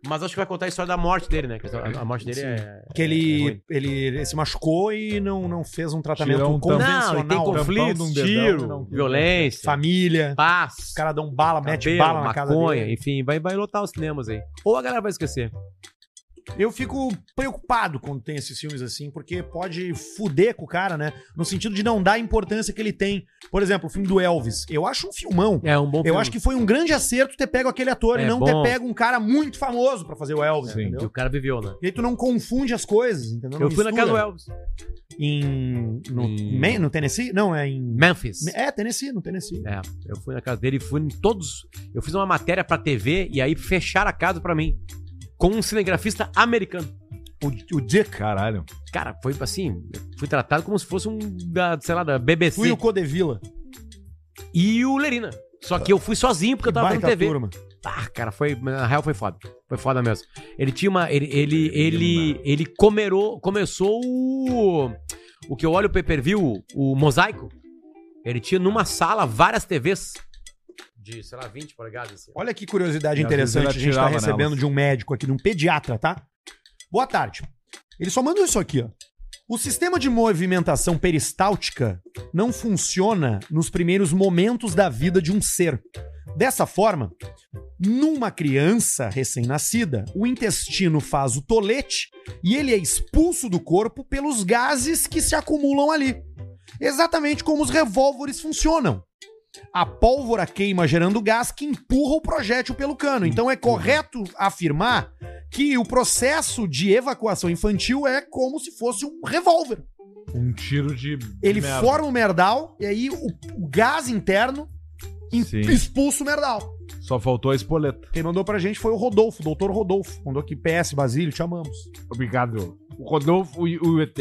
Speaker 3: Mas acho que vai contar a história da morte dele, né? Que A a morte dele é...
Speaker 1: Que
Speaker 3: É
Speaker 1: ele,
Speaker 3: ruim.
Speaker 1: ele, ele se machucou e não, não fez um tratamento
Speaker 2: Tirou um tampão.
Speaker 3: Não,
Speaker 1: convencional.
Speaker 3: e tem conflito,
Speaker 2: tampão de um dedão,
Speaker 3: tiro,
Speaker 2: não.
Speaker 3: violência,
Speaker 1: Família.
Speaker 3: paz,
Speaker 1: O cara dá um bala, mete
Speaker 3: cabelo,
Speaker 1: bala na casa
Speaker 3: maconha,
Speaker 1: dele.
Speaker 3: enfim, vai, vai lotar os cinemas aí. Ou a galera vai esquecer.
Speaker 1: Eu fico preocupado quando tem esses filmes assim, porque pode fuder com o cara, né? No sentido de não dar a importância que ele tem. Por exemplo, o filme do Elvis. Eu acho um filmão.
Speaker 3: É um bom
Speaker 1: Eu acho que foi um grande acerto ter pego aquele ator
Speaker 3: É
Speaker 1: e não
Speaker 3: bom.
Speaker 1: ter pego um cara muito famoso pra fazer o Elvis,
Speaker 2: Sim.
Speaker 3: E o
Speaker 1: entendeu?
Speaker 3: cara viveu, né?
Speaker 1: E aí tu não confunde as coisas, entendeu? Não
Speaker 3: Eu fui na
Speaker 1: mistura.
Speaker 3: casa do Elvis.
Speaker 1: Em, no,
Speaker 3: Em-
Speaker 1: Me- no Tennessee? Não, é em...
Speaker 3: Memphis.
Speaker 1: É, Tennessee, no Tennessee.
Speaker 3: É, eu fui na casa dele e fui em todos. Eu fiz uma matéria pra TV e aí fecharam a casa pra mim. Com um cinegrafista americano.
Speaker 1: O, o Dick.
Speaker 2: Caralho.
Speaker 3: Cara, foi assim. eu Fui tratado como se fosse um da, sei lá, da BBC.
Speaker 1: Tu e o Codevilla.
Speaker 3: E o Lerina. Só que eu fui sozinho porque eu tava vendo
Speaker 1: Baita
Speaker 3: TV.
Speaker 1: turma.
Speaker 3: Ah, cara, foi. Na real foi foda. Foi foda mesmo. Ele tinha uma. Ele. Ele. é Ele, ele comerou, começou o. O que eu olho o pay per view, o mosaico. Ele tinha numa sala várias TVs. De, sei lá, 20 polegadas. assim.
Speaker 1: Olha que curiosidade
Speaker 2: E às
Speaker 1: interessante
Speaker 2: vezes
Speaker 1: que a
Speaker 2: ela
Speaker 1: gente tá
Speaker 2: atirava
Speaker 1: recebendo
Speaker 2: nelas.
Speaker 1: de um médico aqui, de um pediatra, tá? Boa tarde. Ele só mandou isso aqui, ó. O sistema de movimentação peristáltica não funciona nos primeiros momentos da vida de um ser. Dessa forma, numa criança recém-nascida, o intestino faz o tolete e ele é expulso do corpo pelos gases que se acumulam ali. Exatamente como os revólveres funcionam. A pólvora queima gerando gás que empurra o projétil pelo cano. Então é correto afirmar que o processo de evacuação infantil é como se fosse um revólver.
Speaker 2: Um tiro de.
Speaker 1: Ele
Speaker 2: merda.
Speaker 1: forma o merdal e aí o, o gás interno em-
Speaker 2: Sim.
Speaker 1: expulsa o merdal.
Speaker 2: Só faltou a espoleta.
Speaker 1: Quem mandou pra gente foi o Rodolfo, o doutor Rodolfo. Mandou aqui PS, Basílio, te amamos.
Speaker 2: Obrigado. O Rodolfo e o ET.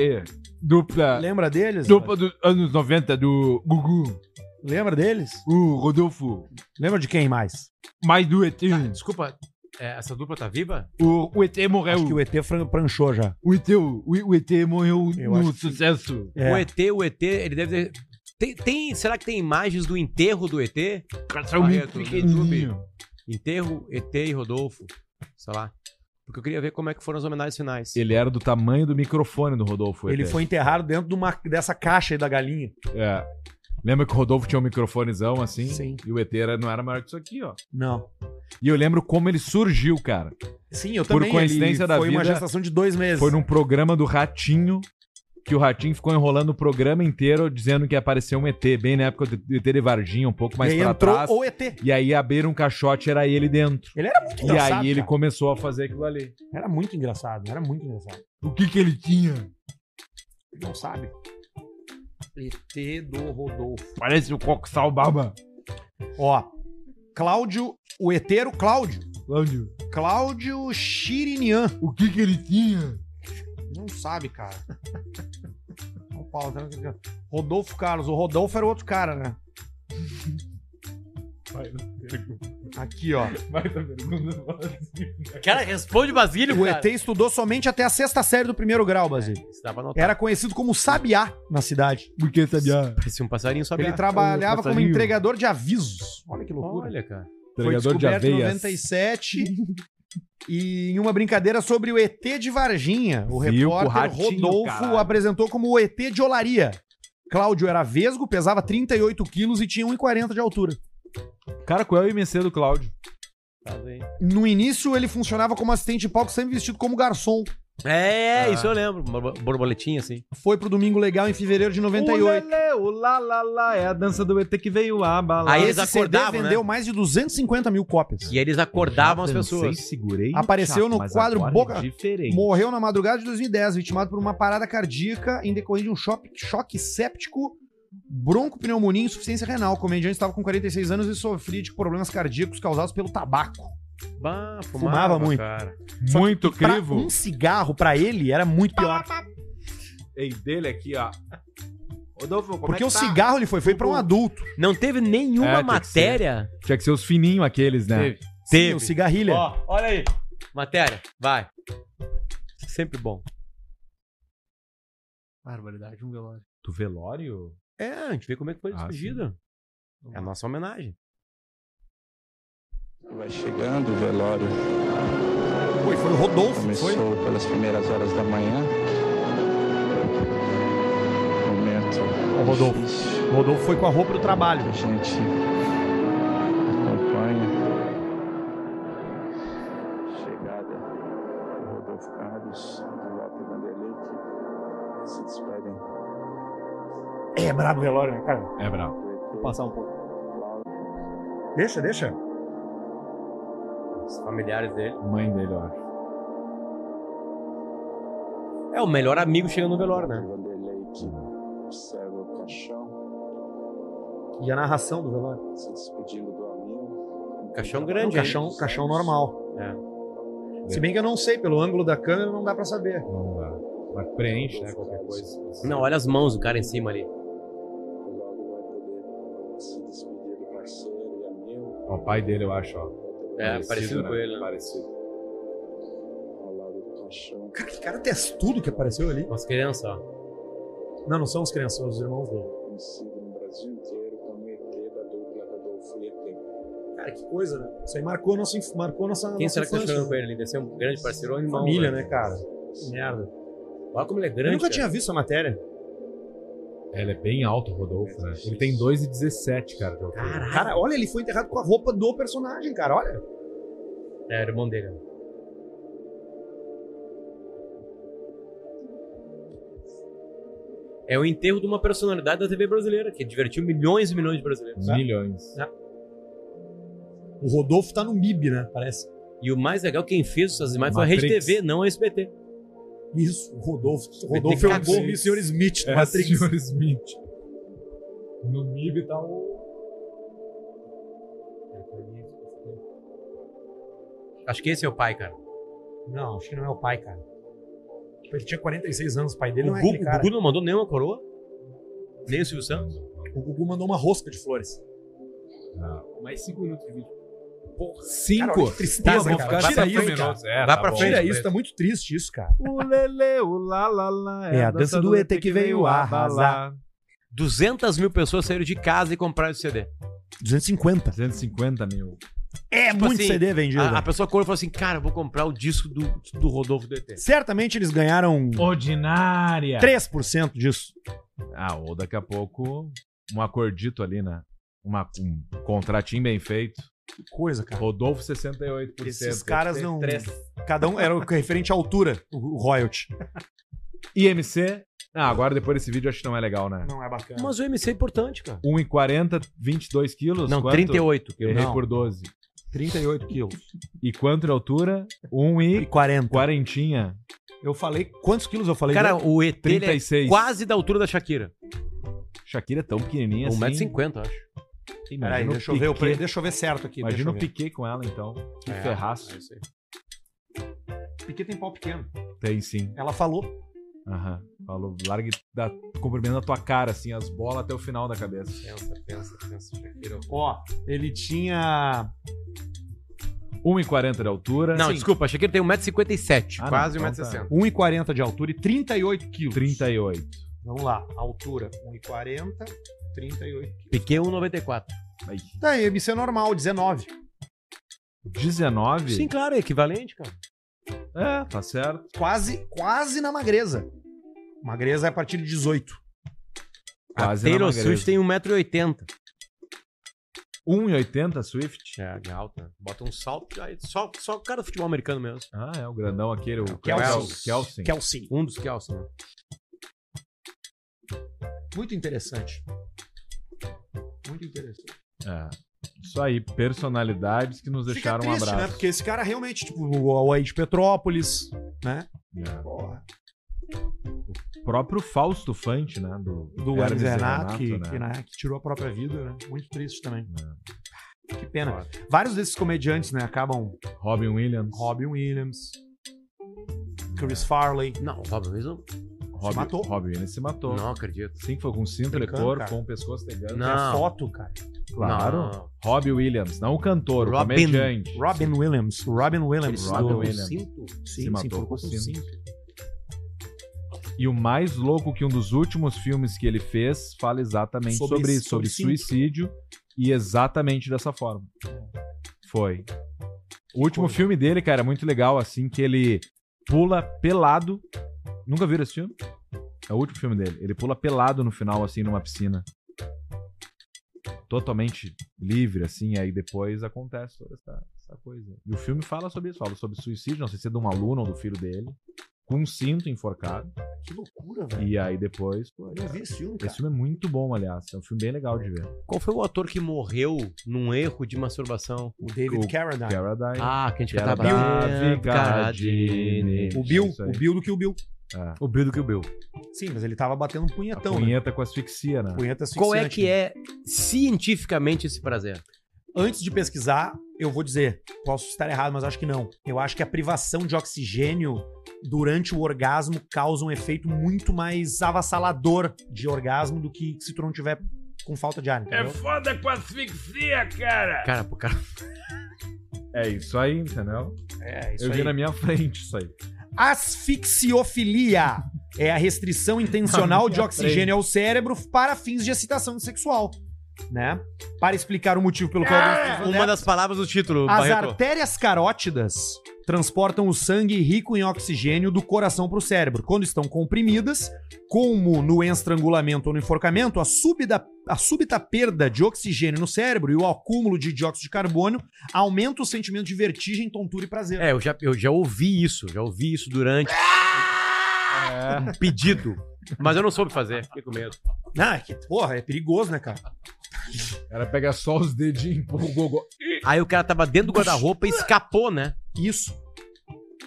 Speaker 2: Dupla.
Speaker 1: Lembra deles?
Speaker 2: Dupla dos anos 90 do Gugu.
Speaker 1: Lembra deles?
Speaker 2: O Rodolfo.
Speaker 1: Lembra de quem mais?
Speaker 2: Mais do ET.
Speaker 3: Desculpa, é, essa dupla tá viva?
Speaker 2: O, É o ET morreu.
Speaker 1: Acho que o ET fran- pranchou já.
Speaker 2: O ET, o, o ET morreu
Speaker 1: Eu
Speaker 2: no
Speaker 1: acho que-
Speaker 2: sucesso.
Speaker 1: É.
Speaker 3: O ET, o ET, ele deve ter... Tem, tem- será que tem imagens do enterro do ET?
Speaker 2: Cara,
Speaker 3: Barreto, pequenininho. Enterro, ET e Rodolfo, sei lá. Porque eu queria ver como é que foram as homenagens finais.
Speaker 2: Ele era do tamanho do microfone do Rodolfo. o
Speaker 1: Ele
Speaker 2: ET.
Speaker 1: foi enterrado dentro de uma- dessa caixa aí da galinha.
Speaker 2: É. Lembra que o Rodolfo tinha um microfonezão assim?
Speaker 1: Sim.
Speaker 2: E o ET era- não era maior que isso aqui, ó.
Speaker 1: Não.
Speaker 2: E eu lembro como ele surgiu, cara.
Speaker 1: Sim, eu
Speaker 2: Por
Speaker 1: também.
Speaker 2: coincidência
Speaker 1: ele
Speaker 2: da
Speaker 1: foi uma
Speaker 2: vida,
Speaker 1: gestação de dois meses.
Speaker 2: Foi num programa do Ratinho que o Ratinho ficou enrolando o programa inteiro dizendo que ia aparecer um ET, bem na época do ET de Varginha, um pouco mais
Speaker 1: e aí
Speaker 2: pra
Speaker 1: entrou
Speaker 2: trás.
Speaker 1: o ET.
Speaker 2: E aí abriram um caixote, era ele dentro.
Speaker 1: Ele era muito
Speaker 2: E aí
Speaker 1: engraçado.
Speaker 2: ele
Speaker 1: cara.
Speaker 2: começou a fazer aquilo ali.
Speaker 1: Era muito engraçado, era muito engraçado.
Speaker 2: O que que ele tinha?
Speaker 1: Não sabe? ET do Rodolfo.
Speaker 2: Parece o Coxal Baba.
Speaker 1: Ó, Cláudio, o etero Cláudio.
Speaker 2: Cláudio,
Speaker 1: Cláudio Chirinian.
Speaker 2: o que que ele tinha?
Speaker 1: Não sabe, cara. São Paulo, tá naquele canto. Rodolfo Carlos. O Rodolfo era o outro cara, né? Aqui, ó.
Speaker 2: tá
Speaker 3: Cara, responde Basílio,
Speaker 1: O ET estudou somente até a sexta série do primeiro grau, Basílio.
Speaker 3: Isso dá pra notar.
Speaker 1: Era conhecido como Sabiá na cidade.
Speaker 2: Porque sabia?
Speaker 3: Parecia um passarinho sabe?
Speaker 1: Ele trabalhava como
Speaker 2: passarinho.
Speaker 1: entregador de avisos. Olha que loucura.
Speaker 3: Olha, cara.
Speaker 2: Entregador de
Speaker 1: descoberto em
Speaker 2: aveias.
Speaker 1: 97 e em uma brincadeira sobre o ET de Varginha, o
Speaker 2: Viu,
Speaker 1: repórter
Speaker 2: com o ratinho,
Speaker 1: Rodolfo
Speaker 2: caralho.
Speaker 1: apresentou como o ET de Olaria. Cláudio era vesgo, pesava 38 quilos e tinha 1,40 de altura.
Speaker 2: Cara, qual é o IMC do Cláudio?
Speaker 1: No início, ele funcionava como assistente de palco, sempre vestido como garçom.
Speaker 3: É, isso eu lembro. Borbo- Borboletinha, assim.
Speaker 1: Foi pro Domingo Legal em fevereiro de 98.
Speaker 2: Ulele, ulalala, é a dança do ET que veio a bala.
Speaker 3: Aí
Speaker 1: Esse
Speaker 3: eles acordavam,
Speaker 1: CD
Speaker 3: né?
Speaker 1: vendeu mais de 250 mil cópias.
Speaker 3: E aí eles acordavam as
Speaker 2: Já dancei,
Speaker 3: pessoas.
Speaker 2: segurei
Speaker 1: Apareceu
Speaker 2: chato,
Speaker 1: no
Speaker 2: mas
Speaker 1: quadro
Speaker 2: agora é
Speaker 1: Boca-
Speaker 2: diferente.
Speaker 1: Morreu na madrugada de 2010, vitimado por uma parada cardíaca em decorrência de um choque, choque séptico, broncopneumonia e insuficiência renal. O comediante estava com 46 anos e sofria de problemas cardíacos causados pelo tabaco.
Speaker 3: Bah,
Speaker 1: Fumava muito.
Speaker 3: Cara.
Speaker 2: Muito
Speaker 1: Pra
Speaker 2: crivo.
Speaker 1: um cigarro, pra ele, era muito
Speaker 2: Tá,
Speaker 1: pior.
Speaker 2: Ei, dele aqui, ó. Rodolfo, como
Speaker 1: Porque
Speaker 2: é
Speaker 1: o
Speaker 2: que tá?
Speaker 1: cigarro ele foi, foi pra um adulto.
Speaker 3: Não teve
Speaker 2: É,
Speaker 3: nenhuma
Speaker 2: tem que
Speaker 3: matéria.
Speaker 2: Tinha que ser os fininhos aqueles, né?
Speaker 3: Teve.
Speaker 1: Sim, o
Speaker 3: Teve.
Speaker 1: cigarrilha.
Speaker 3: Ó, olha aí. Matéria, vai. Sempre bom.
Speaker 11: Barbaridade, um velório.
Speaker 2: Do velório?
Speaker 3: É, a gente vê como é que foi
Speaker 2: Ah,
Speaker 3: despedida. É a nossa homenagem.
Speaker 12: Vai chegando o velório.
Speaker 1: Foi, foi o Rodolfo, não foi?
Speaker 12: Começou pelas primeiras horas da manhã. Momento
Speaker 1: Ó, Rodolfo.
Speaker 12: difícil
Speaker 1: O Rodolfo foi com a roupa do trabalho.
Speaker 12: que a gente acompanha. Chegada do Rodolfo Carlos, do Walter Vanderlei, que se despedem
Speaker 1: É brabo o velório, né, cara?
Speaker 2: É, bravo.
Speaker 12: do
Speaker 11: Vou
Speaker 12: ET.
Speaker 11: passar um pouco.
Speaker 1: Deixa, deixa.
Speaker 3: Os familiares dele.
Speaker 2: Mãe dele, eu acho.
Speaker 3: É o melhor amigo chegando no velório, né?
Speaker 12: Vanderlei que observa o caixão,
Speaker 1: E a narração do velório.
Speaker 12: se despedindo do amigo.
Speaker 3: Caixão
Speaker 1: É um
Speaker 3: grande, hein?
Speaker 1: caixão, caixão normal.
Speaker 2: É.
Speaker 1: Se bem que eu não sei, pelo ângulo da câmera não dá pra saber.
Speaker 2: Não dá. Mas preenche, né? Qualquer coisa.
Speaker 3: Não, olha as mãos do cara em cima ali.
Speaker 12: Logo vai poder se despedir do parceiro e amigo.
Speaker 2: Ó, o pai dele, eu acho, ó.
Speaker 3: É, parecido com ele, né?
Speaker 2: Parecido.
Speaker 12: ao lado do caixão.
Speaker 1: Cara, que cara testudo que apareceu ali.
Speaker 3: Com as crianças, ó.
Speaker 1: Não, não são os crianças, são os irmãos dele.
Speaker 12: Conhecido no Brasil inteiro como ET da dupla Rodolfo e ET.
Speaker 1: Cara, que coisa, né? Isso aí marcou a nossa, inf- marcou a nossa
Speaker 3: Quem
Speaker 1: nossa
Speaker 3: será que tá
Speaker 1: infância,
Speaker 3: chorando com
Speaker 1: né?
Speaker 3: ele ali? Deve ser um grande parceiro ou irmão.
Speaker 1: Família, né, cara? Merda.
Speaker 3: Olha como ele é grande.
Speaker 1: eu nunca
Speaker 3: cara.
Speaker 1: tinha visto a matéria.
Speaker 2: Ele é bem alto, o Rodolfo, né? Ele tem 2,17, cara. de altura.
Speaker 3: Caralho.
Speaker 1: Cara, olha, ele foi enterrado com a roupa do personagem, cara, olha.
Speaker 3: É, era irmão dele. É o enterro de uma personalidade da TV brasileira, que divertiu milhões e milhões de brasileiros. tá?
Speaker 2: Milhões.
Speaker 1: O Rodolfo tá no MIB, né? Parece.
Speaker 3: E o mais legal, é quem fez essas imagens foi a Rede
Speaker 2: Matrix.
Speaker 3: TV, não a SBT.
Speaker 1: Isso, o Rodolfo. O Rodolfo é
Speaker 2: cagou.
Speaker 1: o Sr. Smith do
Speaker 2: É,
Speaker 1: Matrix.
Speaker 2: senhor Smith. No MIB tá o.
Speaker 3: Acho que esse é o pai, cara.
Speaker 1: Não, acho que não é o pai, cara. Ele tinha 46 anos, o pai dele
Speaker 3: o,
Speaker 1: não é
Speaker 3: Gugu,
Speaker 1: aquele
Speaker 3: o
Speaker 1: cara.
Speaker 3: Gugu não mandou nenhuma coroa? Nem o Silvio Santos?
Speaker 1: O Gugu mandou uma rosca de flores.
Speaker 2: Mais 5 minutos de vídeo.
Speaker 1: Cara, olha
Speaker 2: 5?
Speaker 3: Tá,
Speaker 1: que tristeza, cara. Tira isso, cara.
Speaker 2: É,
Speaker 3: Vai
Speaker 2: tá
Speaker 3: pra
Speaker 2: bom.
Speaker 1: Tira isso, tá muito triste isso, cara.
Speaker 2: O lele, o lá, lá, lá.
Speaker 1: É a dança do ET que veio ah,
Speaker 2: ah,
Speaker 1: arrasar.
Speaker 3: 200 mil pessoas saíram de casa e compraram esse CD.
Speaker 1: 250.
Speaker 2: 250 mil.
Speaker 1: É muito
Speaker 3: assim,
Speaker 1: CD vendido.
Speaker 3: A, a pessoa correu e falou assim: Cara, eu vou comprar o disco do, do Rodolfo do ET.
Speaker 1: Certamente eles ganharam
Speaker 3: É.
Speaker 2: Ordinária.
Speaker 1: 3% disso.
Speaker 2: Ah, ou daqui a pouco um acordito ali, né? Uma, um contratinho bem feito.
Speaker 1: Que coisa, cara.
Speaker 2: Rodolfo 68%.
Speaker 1: Esses caras não-
Speaker 2: Três.
Speaker 1: Cada um era o referente à altura, o o royalty.
Speaker 2: IMC. Ah, agora depois desse vídeo acho que não é legal, né?
Speaker 1: Não é bacana.
Speaker 3: Mas o MC é importante, cara.
Speaker 2: 1,40, 22 quilos?
Speaker 3: Não,
Speaker 2: quanto?
Speaker 3: 38.
Speaker 2: Eu Errei
Speaker 1: Não.
Speaker 2: por 12.
Speaker 1: 38 quilos.
Speaker 2: E quanto de altura? 1
Speaker 1: E
Speaker 2: e
Speaker 1: 40.
Speaker 2: quarentinha.
Speaker 1: Eu falei. Quantos quilos eu falei?
Speaker 3: Cara, o ET ele é
Speaker 2: 36.
Speaker 3: quase da altura da Shakira.
Speaker 2: Shakira é tão pequenininha assim.
Speaker 3: 1,50m, acho.
Speaker 2: Imagina
Speaker 1: Peraí,
Speaker 2: o
Speaker 1: deixa eu ver o
Speaker 2: Piquet.
Speaker 1: pre... Deixa eu ver certo aqui.
Speaker 2: Imagina o
Speaker 1: deixa eu ver.
Speaker 2: Piquet com ela, então. Que
Speaker 3: É,
Speaker 2: ferraço.
Speaker 3: é isso aí.
Speaker 1: Piquet tem pau pequeno.
Speaker 2: Tem sim.
Speaker 1: Ela falou.
Speaker 2: Aham. Falou, larga e dá cumprimento na tua cara, assim, as bolas até o final da cabeça.
Speaker 3: Pensa, pensa, pensa, Shakira.
Speaker 1: Ó, ele tinha.
Speaker 2: 1,40 de altura.
Speaker 3: Não,
Speaker 2: Sim.
Speaker 3: desculpa, a Shakira tem 1,57m.
Speaker 2: Assim. Ah, não,
Speaker 3: quase
Speaker 2: então
Speaker 3: 1,60m.
Speaker 1: 1,40 de altura um e 38 quilos.
Speaker 2: 38.
Speaker 1: Vamos lá. Altura, 1,40, 38 quilos.
Speaker 3: Piquet 1,94.
Speaker 2: Ai,
Speaker 1: Tá, MC normal, 19.
Speaker 2: 19?
Speaker 3: Sim, claro, é equivalente, cara.
Speaker 2: É, tá certo.
Speaker 1: Quase, quase na magreza. Magreza é a partir de 18.
Speaker 2: Quase
Speaker 3: a
Speaker 2: na
Speaker 3: Taylor
Speaker 2: magreza.
Speaker 3: Swift tem 1,80m.
Speaker 2: 1,80 Swift?
Speaker 3: É, é alta. Bota um salto, aí só, só o cara do futebol americano mesmo.
Speaker 2: Ah, é o grandão aquele, o
Speaker 1: Kelce.
Speaker 2: Kelsen.
Speaker 1: Que é o sim.
Speaker 3: Um dos Kelsen, né?
Speaker 1: Muito interessante. Muito interessante.
Speaker 2: É. Isso aí, personalidades que nos deixaram um
Speaker 1: né?
Speaker 2: abraço.
Speaker 1: Porque esse cara realmente, tipo, o Hawaii de Petrópolis, né?
Speaker 2: É. O próprio Fausto Fante, né? Do,
Speaker 1: Do Hermes Renato, que,
Speaker 2: né?
Speaker 1: que, né, que tirou a própria vida, né? Muito triste também.
Speaker 2: É.
Speaker 1: Que pena. Vários desses comediantes, né? Acabam
Speaker 2: Robin Williams.
Speaker 1: Robin Williams, Chris Farley.
Speaker 3: Não, talvez não.
Speaker 2: Robin,
Speaker 1: matou.
Speaker 2: Robin Williams se matou.
Speaker 3: Não acredito.
Speaker 2: Sim, foi com cinto de
Speaker 1: Brincando,
Speaker 2: cor,
Speaker 1: cara.
Speaker 2: com o pescoço pegando.
Speaker 1: Tem a
Speaker 3: Não.
Speaker 1: foto, cara.
Speaker 2: Claro.
Speaker 3: Não.
Speaker 2: Robin Williams, não o cantor, o
Speaker 3: Robin.
Speaker 2: comediante.
Speaker 1: Robin Williams. Robin Williams.
Speaker 2: Robin
Speaker 1: do-
Speaker 2: Williams.
Speaker 3: Cinto?
Speaker 1: Sim,
Speaker 2: Se
Speaker 1: sim,
Speaker 2: matou
Speaker 1: matou
Speaker 2: com
Speaker 1: com
Speaker 2: cinto.
Speaker 1: cinto.
Speaker 2: E o mais louco que um dos últimos filmes que ele fez fala exatamente sobre,
Speaker 1: Sobre
Speaker 2: isso, sobre,
Speaker 1: sobre cinto.
Speaker 2: suicídio e exatamente dessa forma. Foi. O último filme dele, cara, é muito legal, assim, que ele pula pelado. Nunca viram esse filme? É o último filme dele. Ele pula pelado no final, assim, numa piscina. Totalmente livre, assim, aí depois acontece toda essa, essa coisa. E o filme fala sobre isso, fala sobre suicídio, não sei se é de um aluno ou do filho dele, com um cinto enforcado.
Speaker 1: Que loucura, velho.
Speaker 2: E aí depois, pô,
Speaker 1: Eu vi esse filme, cara.
Speaker 2: esse filme é muito bom, aliás. É um filme bem legal de ver.
Speaker 3: Qual foi o ator que morreu num erro de masturbação?
Speaker 1: O David
Speaker 2: O-
Speaker 1: Carradine.
Speaker 2: Paradise.
Speaker 3: Ah, que a gente
Speaker 2: que era
Speaker 3: cantava.
Speaker 2: Davi Gardini.
Speaker 3: Gardini.
Speaker 1: O Bill,
Speaker 2: Isso aí.
Speaker 1: o Bill do Kill Bill.
Speaker 2: É.
Speaker 3: O Bill do que o Bill.
Speaker 1: Sim, mas ele tava batendo um
Speaker 2: A
Speaker 1: punhetão, né?
Speaker 2: punheta com asfixia, né?
Speaker 1: Punheta
Speaker 3: Qual é
Speaker 1: asfixiante,
Speaker 3: que é cientificamente esse prazer?
Speaker 1: Antes de pesquisar, eu vou dizer, posso estar errado, mas acho que não. Eu acho que a privação de oxigênio durante o orgasmo causa um efeito muito mais avassalador de orgasmo do que se tu não tiver com falta de ar, entendeu?
Speaker 9: É foda com asfixia, cara.
Speaker 3: Cara, pro cara.
Speaker 2: É isso aí, entendeu?
Speaker 1: É,
Speaker 2: Eu vi na minha frente isso aí.
Speaker 1: Asfixiofilia é a restrição intencional
Speaker 2: Ah,
Speaker 1: de oxigênio ao cérebro para fins de excitação sexual, né? Para explicar o motivo pelo qual...
Speaker 3: Uma das palavras do título,
Speaker 1: As
Speaker 3: Barreto.
Speaker 1: artérias carótidas transportam o sangue rico em oxigênio do coração para o cérebro. Quando estão comprimidas, como no estrangulamento ou no enforcamento, a súbita, a súbita perda de oxigênio no cérebro e o acúmulo de dióxido de carbono aumenta o sentimento de vertigem, tontura e prazer.
Speaker 3: É, eu já, eu já ouvi isso. Já ouvi isso durante.
Speaker 11: É.
Speaker 3: pedido. Mas eu não soube fazer, fiquei com medo.
Speaker 1: Não, é que, porra, é perigoso, né, cara?
Speaker 2: Era pegar só os dedinhos pro Gogó.
Speaker 3: Aí o cara tava dentro do guarda-roupa e escapou, né?
Speaker 1: Isso.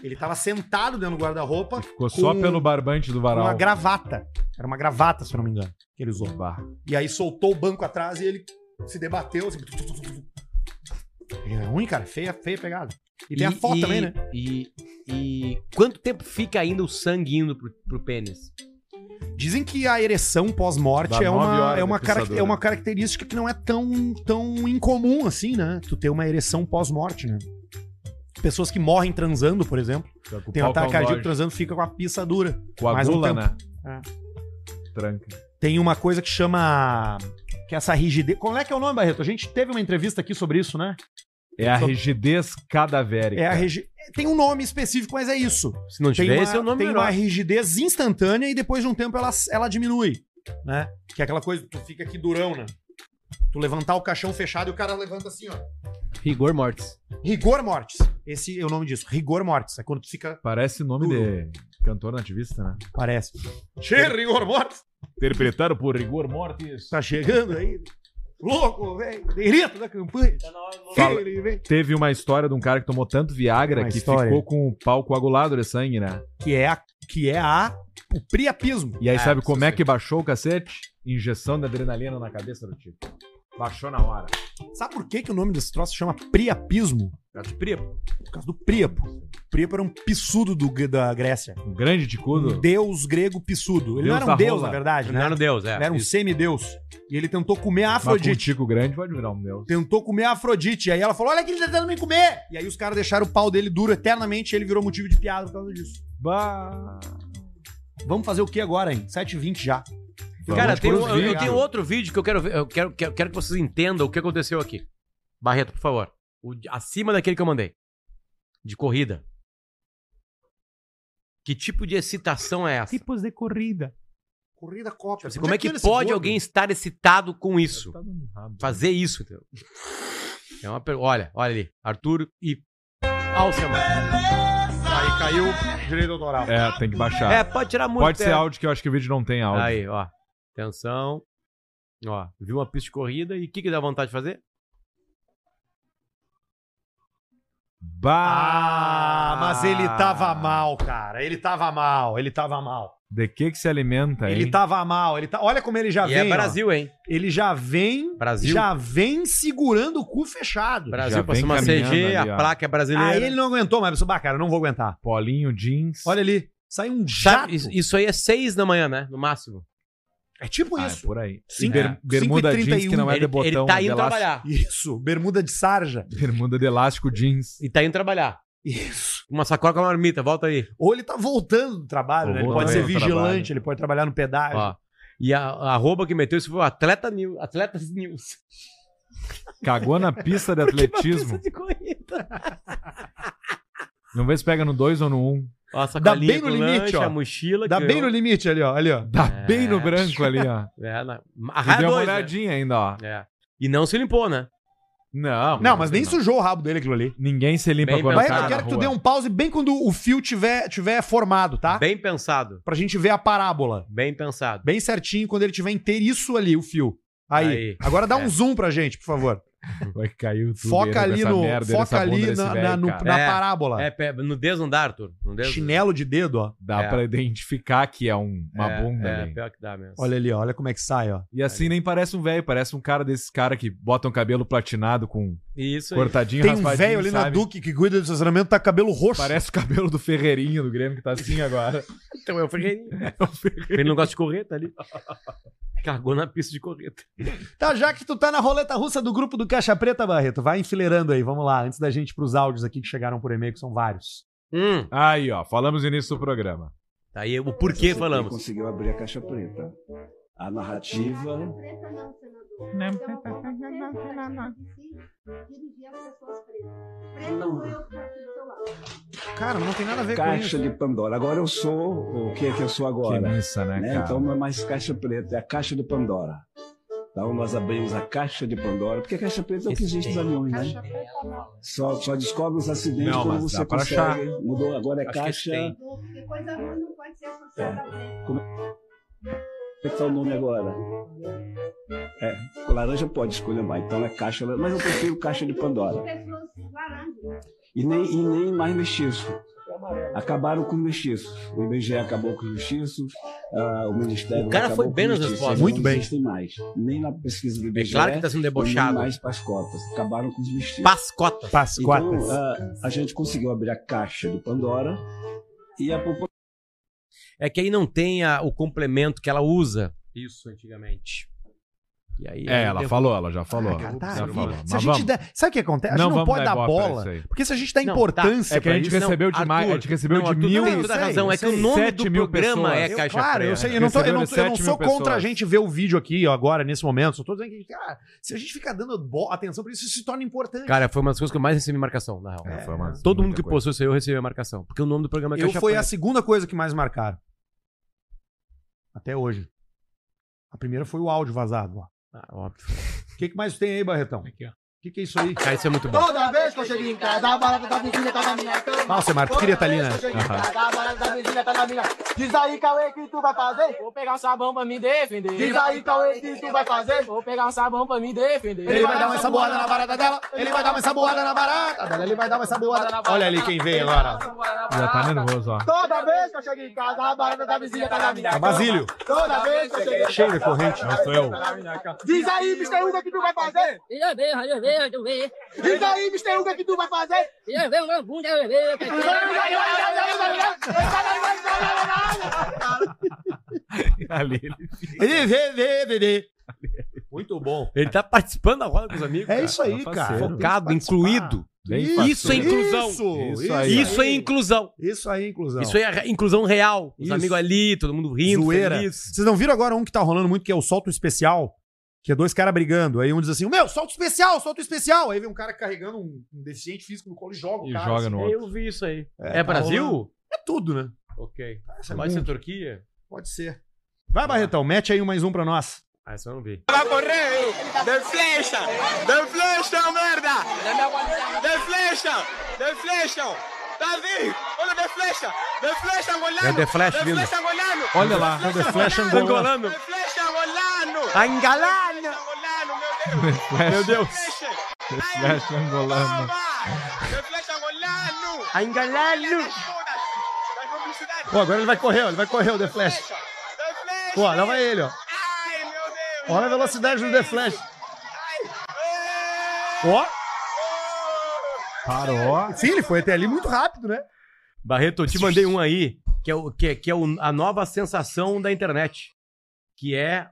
Speaker 1: Ele tava sentado dentro do guarda-roupa
Speaker 2: Ficou só
Speaker 1: Com-
Speaker 2: pelo barbante do
Speaker 1: com
Speaker 2: varal.
Speaker 1: uma gravata. Era uma gravata, se eu não me engano, que ele usou.
Speaker 2: Bah.
Speaker 1: E aí soltou o banco atrás e ele se debateu. Assim, tu, tu, tu, tu, tu. É ruim, cara. Feia, feia pegada. E tem a foto também, né?
Speaker 3: E, e quanto tempo fica ainda o sangue indo pro, pro pênis?
Speaker 1: Dizem que a ereção pós-morte
Speaker 2: Dá
Speaker 1: é
Speaker 2: nove
Speaker 1: uma,
Speaker 2: horas
Speaker 1: é, uma
Speaker 2: de
Speaker 1: cara-
Speaker 2: pensador,
Speaker 1: é uma
Speaker 2: né?
Speaker 1: característica que não é tão, tão incomum assim, né? Tu ter uma ereção pós-morte, né? Pessoas que morrem transando, por exemplo.
Speaker 2: Tá com o
Speaker 1: Tem um
Speaker 2: pau
Speaker 1: ataque
Speaker 2: calóide.
Speaker 1: cardíaco transando, fica com a pista dura. mais um
Speaker 2: Coagula,
Speaker 1: tempo. É.
Speaker 2: né? Tranca.
Speaker 1: Tem uma coisa que chama. Que é essa rigidez. Como é que é o nome, Barreto? A gente teve uma entrevista aqui sobre isso, né?
Speaker 2: É a
Speaker 1: Só-
Speaker 2: rigidez cadavérica.
Speaker 1: É a regi... Tem um nome específico, mas é isso.
Speaker 3: Se não
Speaker 1: Tem,
Speaker 3: tiver,
Speaker 1: uma,
Speaker 3: esse é o nome
Speaker 1: tem
Speaker 3: melhor.
Speaker 1: uma rigidez instantânea e depois de um tempo ela, ela diminui, né? Que é aquela coisa, tu fica aqui durão, né? Tu levantar o caixão fechado e o cara levanta assim, ó.
Speaker 11: Rigor mortis.
Speaker 1: Rigor mortis. Esse é o nome disso. Rigor mortis. É quando tu fica...
Speaker 2: Parece nome
Speaker 1: Duro.
Speaker 2: de cantor nativista, né?
Speaker 1: Parece. Che, rigor mortis.
Speaker 2: Interpretado por Rigor Mortis.
Speaker 1: Tá chegando aí. Louco, velho. Delito da campanha.
Speaker 2: Fala-
Speaker 1: Ele vem.
Speaker 2: Teve uma história de um cara que tomou tanto Viagra
Speaker 1: Uma
Speaker 2: que
Speaker 1: história.
Speaker 2: ficou com o pau coagulado de sangue, né?
Speaker 1: Que é a... Que é a... O priapismo.
Speaker 2: E aí,
Speaker 3: É,
Speaker 2: sabe como
Speaker 3: isso
Speaker 2: é
Speaker 3: eu sei.
Speaker 2: que baixou o cacete? Injeção de adrenalina na cabeça do tipo. Baixou na hora.
Speaker 1: Sabe por que, que o nome desse troço chama priapismo? Por causa do Príapo. Príapo era um pissudo do, da Grécia.
Speaker 2: Um grande
Speaker 1: Um
Speaker 2: ticudo.
Speaker 1: deus grego pissudo.
Speaker 2: Deus
Speaker 1: Ele não era
Speaker 2: da
Speaker 1: um deus,
Speaker 2: rola.
Speaker 1: na verdade, né?
Speaker 3: Não era Deus, é.
Speaker 1: Ele era um
Speaker 3: Isso.
Speaker 1: semideus. E ele tentou comer a
Speaker 2: Mas com um
Speaker 1: Afrodite.
Speaker 2: tico grande pode virar um meu.
Speaker 1: Tentou comer a Afrodite. E aí ela falou: Olha que ele tá tentando me comer. E aí os caras deixaram o pau dele duro eternamente e ele virou motivo de piada por causa disso.
Speaker 2: Bah.
Speaker 1: Vamos fazer o que agora, hein? 7h20 já.
Speaker 3: Cara,
Speaker 2: Vamos
Speaker 3: tem
Speaker 2: pros
Speaker 3: um- eu
Speaker 2: vídeos.
Speaker 3: tenho outro vídeo que eu quero ver. Eu quero, quero, quero que vocês entendam o que aconteceu aqui. Barreto, por favor. O de- acima daquele que eu mandei. De corrida. Que tipo de excitação é essa?
Speaker 11: Tipos de corrida.
Speaker 1: Corrida Copa.
Speaker 3: Assim, como é que pode alguém estar excitado com isso?
Speaker 2: Tá dando errado.
Speaker 3: Fazer isso, entendeu? É uma per... Olha, olha ali. Arthur e. Alcemar.
Speaker 1: Aí caiu direito autoral.
Speaker 2: É, tem que baixar.
Speaker 3: É, pode tirar muito.
Speaker 2: pode ser
Speaker 3: é.
Speaker 2: áudio, que eu acho que o vídeo não tem áudio.
Speaker 3: Aí, ó. Atenção. Ó, viu uma pista de corrida e o que, que dá vontade de fazer?
Speaker 2: Bah!
Speaker 1: Ah, mas ele tava mal, cara. Ele tava mal, ele tava mal.
Speaker 2: De que que se alimenta, hein?
Speaker 1: Ele tava mal, ele tá. Olha como ele já
Speaker 3: e
Speaker 1: vem.
Speaker 3: é
Speaker 1: ó.
Speaker 3: Brasil, hein?
Speaker 1: Ele já vem,
Speaker 3: Brasil.
Speaker 1: já vem segurando o cu fechado.
Speaker 2: Já
Speaker 3: Brasil
Speaker 2: vem
Speaker 3: passou uma CG,
Speaker 2: caminhando ali,
Speaker 3: a
Speaker 2: ó.
Speaker 3: placa é brasileira.
Speaker 1: Aí Ah, ele não aguentou mais, pensou, bah, cara, eu não vou aguentar.
Speaker 2: Polinho, jeans.
Speaker 1: Olha ali, saiu um
Speaker 3: Sabe,
Speaker 1: jato.
Speaker 3: isso- Isso aí é seis da manhã, né? No máximo.
Speaker 1: É tipo
Speaker 2: Ah, é
Speaker 1: isso.
Speaker 2: por aí. E
Speaker 1: Cinco-
Speaker 2: ber-
Speaker 1: é.
Speaker 2: bermuda
Speaker 1: 5h31.
Speaker 2: jeans que não é
Speaker 3: ele,
Speaker 2: de botão.
Speaker 3: ele tá
Speaker 2: de
Speaker 3: indo
Speaker 2: elástico.
Speaker 3: trabalhar.
Speaker 1: Isso, bermuda de sarja.
Speaker 2: Bermuda de elástico jeans.
Speaker 3: E tá indo trabalhar.
Speaker 1: Isso.
Speaker 3: Uma sacola com uma marmita, volta aí.
Speaker 1: Ou ele tá voltando do trabalho,
Speaker 2: Ou
Speaker 1: né? Ele
Speaker 2: voltando
Speaker 1: pode ser
Speaker 2: do
Speaker 1: vigilante,
Speaker 2: trabalho.
Speaker 1: ele pode trabalhar no pedágio.
Speaker 3: Ó. E a, a arroba que meteu isso foi o Atleta News. Atletas News.
Speaker 2: Cagou na pista de atletismo.
Speaker 3: De corrida.
Speaker 2: Não vê se pega no 2 ou no 1. Um.
Speaker 3: Ó, a sacolinha
Speaker 1: bem no
Speaker 3: com
Speaker 1: limite,
Speaker 3: lanche,
Speaker 1: ó.
Speaker 3: a mochila.
Speaker 1: Dá
Speaker 3: que
Speaker 1: bem
Speaker 3: eu-
Speaker 1: no limite ali, ó. Ali, ó.
Speaker 2: Dá
Speaker 3: É.
Speaker 2: Tá bem no branco ali, ó.
Speaker 3: É, na...
Speaker 2: E
Speaker 3: Arraia
Speaker 2: deu uma
Speaker 3: dois, né?
Speaker 2: olhadinha ainda, ó.
Speaker 3: É. E não se limpou, né?
Speaker 2: Não.
Speaker 1: Não, mas nem
Speaker 2: não.
Speaker 1: sujou o rabo dele aquilo ali.
Speaker 2: Ninguém se limpa
Speaker 3: Bem
Speaker 2: quando
Speaker 1: Mas
Speaker 2: sai
Speaker 3: Não,
Speaker 1: eu
Speaker 3: cara,
Speaker 2: na
Speaker 1: quero que tu
Speaker 2: rua.
Speaker 1: dê um pause bem quando o fio tiver, tiver formado, tá?
Speaker 3: Bem pensado.
Speaker 1: Pra gente ver a parábola.
Speaker 3: Bem pensado.
Speaker 1: Bem certinho quando ele tiver inteiriço ali, o fio. Aí.
Speaker 3: Aí.
Speaker 1: Agora dá
Speaker 3: É.
Speaker 1: um zoom pra gente, por favor.
Speaker 3: um
Speaker 2: Vai cair o
Speaker 1: Foca ali no. foca ali na, na- no- na
Speaker 3: É.
Speaker 1: parábola.
Speaker 3: É, pe- nudez não dá, Arthur. Nudez não dá.
Speaker 1: Chinelo de dedo, ó.
Speaker 2: Dá
Speaker 3: É.
Speaker 2: pra identificar que é um- uma
Speaker 3: É,
Speaker 2: bunda
Speaker 3: é,
Speaker 2: ali.
Speaker 3: pior que dá mesmo.
Speaker 1: Olha ali, ó. Olha como é que sai, ó.
Speaker 2: E assim nem parece um velho, parece um cara desses cara que botam cabelo platinado com
Speaker 3: Isso aí.
Speaker 2: cortadinho,
Speaker 1: Tem um
Speaker 2: raspadinho,
Speaker 1: velho ali na
Speaker 2: sabe?
Speaker 1: Duque que cuida do estacionamento, tá com cabelo roxo.
Speaker 2: Parece o cabelo do Ferreirinho do Grêmio que tá assim agora.
Speaker 3: Então é o Ferreirinho. Ele não gosta de correr, tá ali. Cagou na pista de correta.
Speaker 1: Tá, já que tu tá na roleta russa do grupo do Caixa Preta, Barreto, vai enfileirando aí, vamos lá, antes da gente ir pros áudios aqui que chegaram por e-mail, que são vários.
Speaker 3: Hum.
Speaker 2: Aí, ó, falamos no início do programa.
Speaker 3: Tá aí o porquê falamos.
Speaker 13: conseguiu abrir a caixa preta. A narrativa.
Speaker 1: Cara, não tem nada a ver
Speaker 13: Caixa de Pandora. Agora eu sou o que é que eu sou
Speaker 2: Que
Speaker 13: agora.
Speaker 2: missa, né,
Speaker 13: Né?
Speaker 2: cara?
Speaker 13: Então não é mais caixa preta, é a caixa de Pandora. Então nós abrimos a caixa de Pandora, porque a caixa preta é o que existe nos aviões, né? Só, só descobre os acidentes
Speaker 2: Não,
Speaker 13: quando
Speaker 2: mas
Speaker 13: você
Speaker 2: dá pra
Speaker 13: consegue. Mudou, agora é
Speaker 3: Acho que
Speaker 13: caixa.
Speaker 3: tem.
Speaker 13: é que tá o nome agora? É, com laranja pode escolher mais, então é caixa, mas eu prefiro caixa de Pandora. E nem, e nem mais mestiço. Acabaram com os mestiços. O IBGE acabou com os mestiços, ah, o Ministério.
Speaker 3: O cara
Speaker 13: acabou
Speaker 3: foi bem
Speaker 13: com os
Speaker 3: nas
Speaker 13: mestiços,
Speaker 3: respostas.
Speaker 1: Muito
Speaker 13: não
Speaker 1: bem.
Speaker 13: existem mais. Nem na pesquisa do
Speaker 3: É
Speaker 13: IBGE.
Speaker 3: claro que tá
Speaker 13: Nem
Speaker 3: sendo debochado.
Speaker 13: mais para as cotas. Acabaram com os mestiços.
Speaker 3: Pascota.
Speaker 13: Então, ah, a gente conseguiu abrir a caixa de Pandora e a população
Speaker 3: É que aí não tem a- o complemento que ela usa. Isso, antigamente. E aí,
Speaker 2: É,
Speaker 3: aí
Speaker 2: ela
Speaker 3: deu-
Speaker 2: falou, ela já falou.
Speaker 1: Ah, tá,
Speaker 2: já
Speaker 1: vi.
Speaker 2: falou.
Speaker 1: Se a
Speaker 2: Mas
Speaker 1: gente
Speaker 2: vamos.
Speaker 1: der- Sabe o que acontece? A gente não,
Speaker 2: vamos
Speaker 1: pode dar
Speaker 2: ibope pra
Speaker 1: bola.
Speaker 2: isso aí.
Speaker 1: Porque se a gente dá
Speaker 3: Não,
Speaker 1: importância
Speaker 2: É que a
Speaker 1: pra
Speaker 2: gente
Speaker 1: isso-
Speaker 3: não,
Speaker 2: recebeu demais,
Speaker 3: Arthur,
Speaker 2: a gente recebeu
Speaker 3: não,
Speaker 2: de
Speaker 3: Arthur,
Speaker 2: mil.
Speaker 3: tu tem toda a razão. É que o nome
Speaker 2: Sete
Speaker 3: do
Speaker 2: mil
Speaker 3: programa
Speaker 2: pessoas.
Speaker 3: é
Speaker 1: Eu,
Speaker 3: Caixa
Speaker 1: claro, eu
Speaker 3: Preta.
Speaker 1: sei. Eu não, sou, eu não,
Speaker 2: Recebeu
Speaker 1: eu não
Speaker 2: sete
Speaker 1: sou
Speaker 2: mil
Speaker 1: contra a
Speaker 2: pessoas.
Speaker 1: gente ver o vídeo aqui, ó, agora, nesse momento. Só tô dizendo que, cara, se a gente ficar dando bo- atenção pra isso, isso se torna importante.
Speaker 3: Cara, foi uma das coisas que eu mais recebi marcação, na real.
Speaker 2: É, foi uma-
Speaker 3: Todo mundo
Speaker 2: muita
Speaker 3: que
Speaker 2: coisa.
Speaker 3: postou isso aí, eu recebi a marcação. Porque o nome do programa é
Speaker 1: eu
Speaker 3: Caixa
Speaker 1: foi a
Speaker 3: Preta.
Speaker 1: segunda coisa que mais marcaram. Até hoje. A primeira foi o áudio vazado. ó.
Speaker 3: Ah, óbvio.
Speaker 1: O que, que mais tem aí, Barretão? O que, que é isso aí?
Speaker 3: Cara, isso é muito bom.
Speaker 4: Toda vez que eu chego em casa, a barata da vizinha tá na minha cama.
Speaker 1: Nossa, Marcos,
Speaker 4: Toda
Speaker 1: queria tá ali,
Speaker 4: vez
Speaker 1: né?
Speaker 4: que eu chego em casa, a barata da vizinha tá na minha Diz aí, Cauê, que tu vai fazer?
Speaker 14: Vou pegar um sabão pra me defender.
Speaker 4: Diz aí, Cauê, que tu vai fazer?
Speaker 14: Vou pegar um sabão pra me defender.
Speaker 1: Ele vai dar uma saboada na barata dela, ele vai dar uma saboada na barata dela, ele vai dar uma saboada na Olha ali quem veio agora.
Speaker 2: Já tá nervoso, ó.
Speaker 4: Toda vez que eu chego em casa, a barata da vizinha tá na minha
Speaker 1: É o
Speaker 4: cama.
Speaker 1: Basílio.
Speaker 4: Toda vez que eu chego em casa,
Speaker 1: Cheio de corrente, não sou eu.
Speaker 4: diz aí, Mr. Uga, que tu vai fazer? Diz aí, Mr. Uga, que tu vai fazer?
Speaker 2: Ali ele-
Speaker 1: Ele vê, vê, vê, vê. Muito bom.
Speaker 3: Ele tá participando da roda com os amigos.
Speaker 1: É
Speaker 3: cara.
Speaker 1: isso aí,
Speaker 2: parceiro.
Speaker 1: cara.
Speaker 3: Focado,
Speaker 1: Tem que participar.
Speaker 3: incluído.
Speaker 2: Bem
Speaker 3: Isso é inclusão.
Speaker 1: Isso,
Speaker 2: Isso
Speaker 1: isso
Speaker 2: aí.
Speaker 1: aí.
Speaker 3: Isso é inclusão.
Speaker 1: Isso aí, inclusão.
Speaker 3: Isso é re- inclusão real. Os
Speaker 1: Isso.
Speaker 3: amigos ali, todo mundo rindo,
Speaker 1: Zoeira.
Speaker 3: feliz.
Speaker 1: Vocês não viram agora um que tá rolando muito, que é o solto especial? Que é dois caras brigando. Aí um diz assim: o meu, solto especial, solto especial. Aí vem um cara carregando um um deficiente físico no colo e joga o
Speaker 2: E
Speaker 1: cara.
Speaker 2: joga
Speaker 1: assim.
Speaker 2: no outro.
Speaker 3: vi isso aí.
Speaker 1: É,
Speaker 3: É, Ah,
Speaker 1: tá
Speaker 3: Brasil?
Speaker 1: rolando. É tudo, né?
Speaker 3: Ok.
Speaker 1: Essa é
Speaker 3: Pode ser
Speaker 1: muito.
Speaker 3: Turquia?
Speaker 1: Pode ser. Vai, Barretão, mete aí um mais um pra nós.
Speaker 3: Ah, isso eu não vi. Tá É o The Flash vindo.
Speaker 2: Olha lá.
Speaker 1: The Flash Angola.
Speaker 3: Angolano. Angolano.
Speaker 2: Meu Deus. Flash angolano.
Speaker 3: Angolano.
Speaker 1: Ó, agora ele vai correr, ó, ele vai correr o The Flash. Ó, lá vai ele, ó. Olha a velocidade do The Flash. Ó,
Speaker 2: Parou.
Speaker 1: sim, ele foi até ali muito rápido, né?
Speaker 3: Barreto, eu te mandei um aí, que é, o, que, é- que é o- a nova sensação da internet. Que é.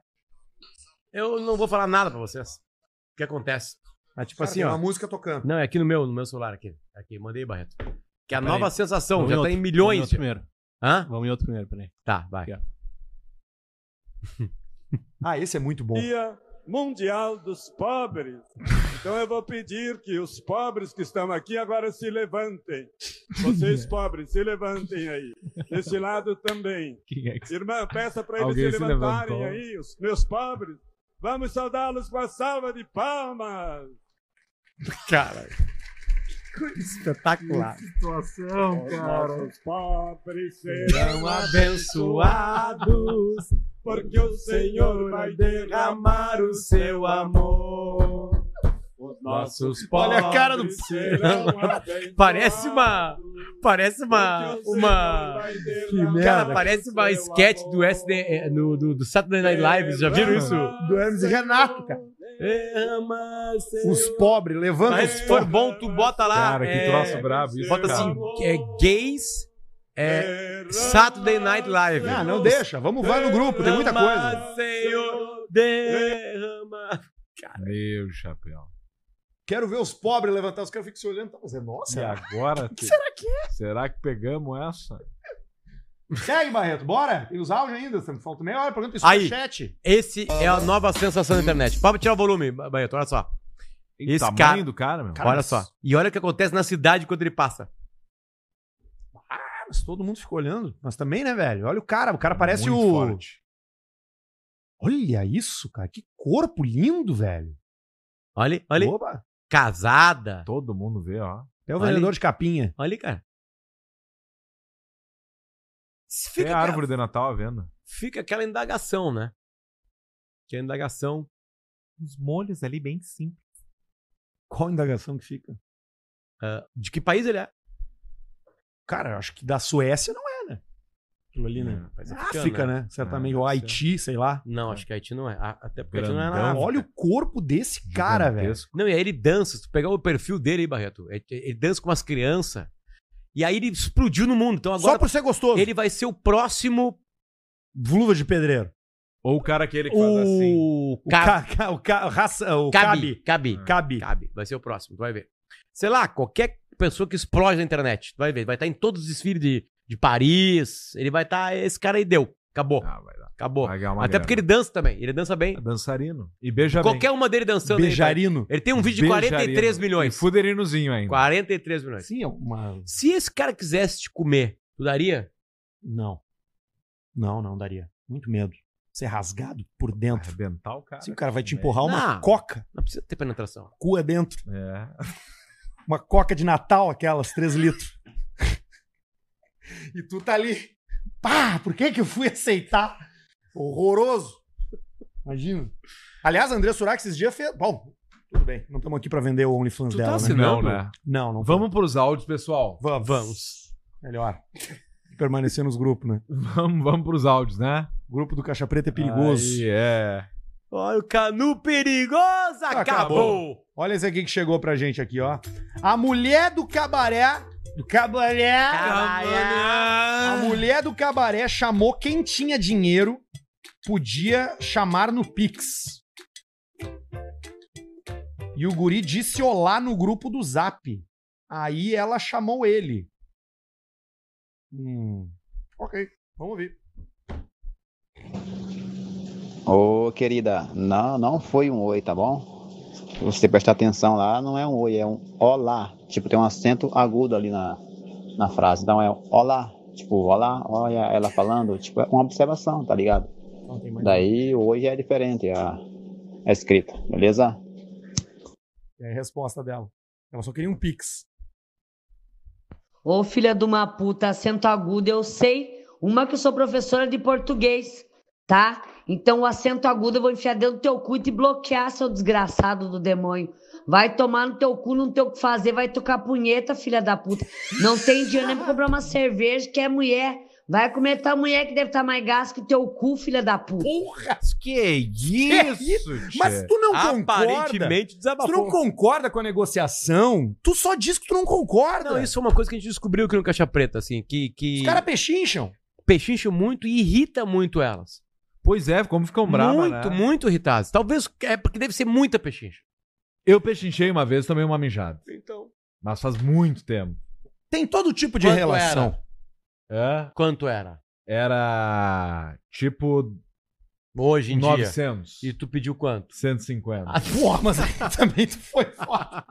Speaker 3: Eu não vou falar nada pra vocês. O que acontece? Mas, tipo assim, ó.
Speaker 1: música tocando.
Speaker 3: Não, é aqui no meu, no meu celular aqui. Aqui, mandei, Barreto. Que é a
Speaker 11: Peraí.
Speaker 3: nova sensação,
Speaker 11: Vamos
Speaker 3: já
Speaker 11: em
Speaker 3: tá em
Speaker 11: outro, Vamos
Speaker 3: milhões.
Speaker 11: em outro primeiro.
Speaker 3: Hã?
Speaker 11: Vamos em outro primeiro, peraí.
Speaker 3: Tá, vai.
Speaker 11: Aqui, ó.
Speaker 1: Ah, esse é muito bom.
Speaker 15: Dia Mundial dos Pobres. Então eu vou pedir que os pobres que estão aqui agora se levantem. Vocês pobres, se levantem aí. Desse lado também.
Speaker 11: Quem é que
Speaker 15: Irmã, peça para eles
Speaker 2: Alguém
Speaker 15: se
Speaker 2: se
Speaker 15: levantarem
Speaker 2: levantou.
Speaker 15: aí, os meus pobres. Vamos saudá-los com a salva de palmas.
Speaker 1: Cara. Espetacular.
Speaker 15: Situação, cara. Os nossos pobres serão
Speaker 3: abençoados,
Speaker 15: porque o Senhor vai derramar o seu amor. Os nossos
Speaker 3: Olha a cara do-
Speaker 15: pobres serão
Speaker 3: Parece uma.
Speaker 15: abençoados,
Speaker 3: Parece uma.
Speaker 15: porque o Senhor
Speaker 3: Uma.
Speaker 15: vai
Speaker 1: merda.
Speaker 15: derramar
Speaker 3: Cara, parece uma
Speaker 15: seu
Speaker 3: sketch
Speaker 15: amor.
Speaker 3: do, SD, do, do, do Saturday Night Live. Vocês já viram isso?
Speaker 1: Do Hermes e Renato, cara.
Speaker 3: Derrama seu
Speaker 1: Os pobres, levanta
Speaker 3: Mas
Speaker 1: os
Speaker 3: se for
Speaker 1: pobres.
Speaker 3: bom, tu bota lá.
Speaker 2: Cara, que
Speaker 3: é,
Speaker 2: troço brabo isso,
Speaker 3: Bota
Speaker 2: cara.
Speaker 3: assim, é, gays é, Saturday Night Live.
Speaker 1: Ah, não deixa. Vamos vai no grupo, tem muita coisa.
Speaker 3: Derrama, Senhor, derrama.
Speaker 2: Meu chapéu.
Speaker 1: Quero ver os pobres levantar. Os caras ficam se olhando. Tá fazendo,
Speaker 2: E
Speaker 1: nossa.
Speaker 2: agora? Será que é? Será que pegamos essa?
Speaker 1: Segue, Barreto, bora. E os áudios ainda, você me falta meia hora. Pergunta isso
Speaker 3: Aí.
Speaker 1: no chat.
Speaker 3: Esse é a nova sensação da internet. Pode tirar o volume, Baeto, olha só.
Speaker 2: Esse
Speaker 3: Esse
Speaker 2: tamanho
Speaker 3: cara-
Speaker 2: do cara, meu.
Speaker 3: olha só. E olha o que acontece na cidade quando ele passa.
Speaker 1: Ah, mas todo mundo ficou olhando. Mas também, né, velho? Olha o cara. O cara parece
Speaker 2: Muito
Speaker 1: o...
Speaker 2: forte.
Speaker 1: Olha isso, cara. Que corpo lindo, velho.
Speaker 3: Olha, olha.
Speaker 1: Opa.
Speaker 3: Casada.
Speaker 2: Todo mundo vê, ó.
Speaker 1: É o
Speaker 3: Olha
Speaker 1: vendedor
Speaker 3: aí.
Speaker 1: de capinha.
Speaker 3: Olha, cara.
Speaker 2: Tem a árvore de Natal à venda.
Speaker 3: Fica aquela indagação, né? Que é a indagação.
Speaker 11: Os molhos ali bem simples.
Speaker 1: Qual indagação que fica?
Speaker 3: ah, de que país ele é?
Speaker 1: Cara, eu acho que da Suécia não é, né? Aquilo ali, né?
Speaker 3: Mas é
Speaker 1: África,
Speaker 3: africano,
Speaker 1: né? Certamente. Ou Haiti, sei lá.
Speaker 3: Não, acho que Haiti não é. A- Até porque Haiti não é
Speaker 1: Grandão.
Speaker 3: na África.
Speaker 1: Olha o corpo desse cara, velho.
Speaker 2: Gigantesco.
Speaker 3: Não, e aí ele dança. Se tu pegar o perfil dele aí, Barreto, ele, ele dança com umas crianças. E aí ele explodiu no mundo. Então agora
Speaker 1: Só por ser gostoso.
Speaker 3: ele vai ser o próximo.
Speaker 1: Luva de pedreiro.
Speaker 2: Ou o cara aquele que faz assim.
Speaker 3: O.
Speaker 1: O,
Speaker 3: Ca-
Speaker 1: ca... ca- o, ca... raça- o
Speaker 3: Cabi.
Speaker 1: Cabi.
Speaker 3: Cabi.
Speaker 2: Ah.
Speaker 1: Cabi.
Speaker 3: Cabe, vai ser o próximo, tu vai ver. Sei lá, qualquer pessoa que explode na internet, tu vai ver, vai estar em todos os desfiles de, de Paris, ele vai estar, esse cara aí deu, acabou,
Speaker 2: Ah, vai dar.
Speaker 3: acabou.
Speaker 2: Vai ganhar uma
Speaker 3: Até porque ele dança também, ele dança bem.
Speaker 2: grana. É dançarino. E beija bem.
Speaker 3: Qualquer uma dele dançando aí, vai-
Speaker 1: Beijarino.
Speaker 3: ele tem um vídeo de 43
Speaker 2: Beijarino. E
Speaker 3: milhões.
Speaker 2: fuderinozinho ainda.
Speaker 3: 43 milhões.
Speaker 1: Sim, é uma...
Speaker 3: Se esse cara quisesse te comer, tu daria?
Speaker 1: Não. Não, não daria. Muito medo. Ser rasgado por dentro.
Speaker 2: Arrebentar o cara.
Speaker 1: Sim, o cara vai te empurrar uma
Speaker 3: Não.
Speaker 1: coca.
Speaker 3: Não precisa ter penetração.
Speaker 1: Cua dentro.
Speaker 2: É.
Speaker 1: Uma coca de Natal, aquelas, 3 litros. e tu tá ali. Pá, por que que eu fui aceitar? Horroroso. Imagina. Aliás, a André Surak esses dias fez... Bom, tudo bem. Não estamos aqui pra vender o OnlyFans
Speaker 3: Tu tá
Speaker 1: dela, né?
Speaker 3: assinando?
Speaker 2: Não,
Speaker 3: Não,
Speaker 2: né?
Speaker 1: Não, não.
Speaker 2: Vamos pros áudios, pessoal.
Speaker 1: Vamos. Vamos. Melhor. Permanecer nos grupos, né?
Speaker 2: Vamos, vamos pros áudios, né?
Speaker 1: O grupo do Caixa Preta é perigoso.
Speaker 2: Aí, é.
Speaker 3: Olha o canu perigoso, acabou!
Speaker 1: Olha esse aqui que chegou pra gente aqui, ó. A mulher do cabaré. Do cabaré.
Speaker 2: né?
Speaker 1: A mulher do cabaré chamou quem tinha dinheiro, podia chamar no Pix. E o guri disse olá no grupo do Zap. Aí ela chamou ele. Hum. Ok, vamos ouvir.
Speaker 16: Ô, querida, não, não foi um oi, tá bom? Se você prestar atenção lá, não é um oi, é um olá. Tipo, tem um acento agudo ali na, na frase. Então é olá. Tipo, olá, olha ela falando. Tipo, é uma observação, tá ligado?
Speaker 1: Não tem
Speaker 16: Daí o oi já é diferente a, a escrita, beleza?
Speaker 1: É a resposta dela. Ela só queria um Pix.
Speaker 17: Ô filha de uma puta, acento agudo, eu sei. Uma que eu sou professora de português, tá? Então o acento agudo eu vou enfiar dentro do teu cu e te bloquear, seu desgraçado do demônio. Vai tomar no teu cu, não tem o que fazer, vai tocar punheta, filha da puta. Não tem dinheiro nem pra comprar uma cerveja, que é mulher. Vai comer tua mulher que deve estar mais gás que o teu cu, filha da puta.
Speaker 3: é
Speaker 2: Que isso, tchê.
Speaker 1: é Mas tu não concorda?
Speaker 3: Aparentemente
Speaker 1: Se tu
Speaker 3: desabafou.
Speaker 1: não concorda com a negociação, tu só diz que tu não concorda.
Speaker 3: Não, isso é uma coisa que a gente descobriu aqui no Caixa Preta, assim, que... que...
Speaker 1: Os caras pechincham.
Speaker 3: pechincham muito e irrita muito elas.
Speaker 2: Pois é, como ficam bravas, né?
Speaker 3: muito, muito irritadas. Talvez é porque deve ser muita pechincha.
Speaker 2: Eu pechinchei uma vez, tomei uma mijada.
Speaker 1: Então.
Speaker 2: Mas faz muito tempo.
Speaker 1: Tem todo tipo de
Speaker 3: Quanto
Speaker 1: relação.
Speaker 2: É?
Speaker 3: Quanto era?
Speaker 2: Era tipo
Speaker 3: Hoje em dia.
Speaker 2: 900.
Speaker 3: E tu pediu quanto?
Speaker 2: 150.
Speaker 1: Porra, Ah, mas aí também tu foi foda.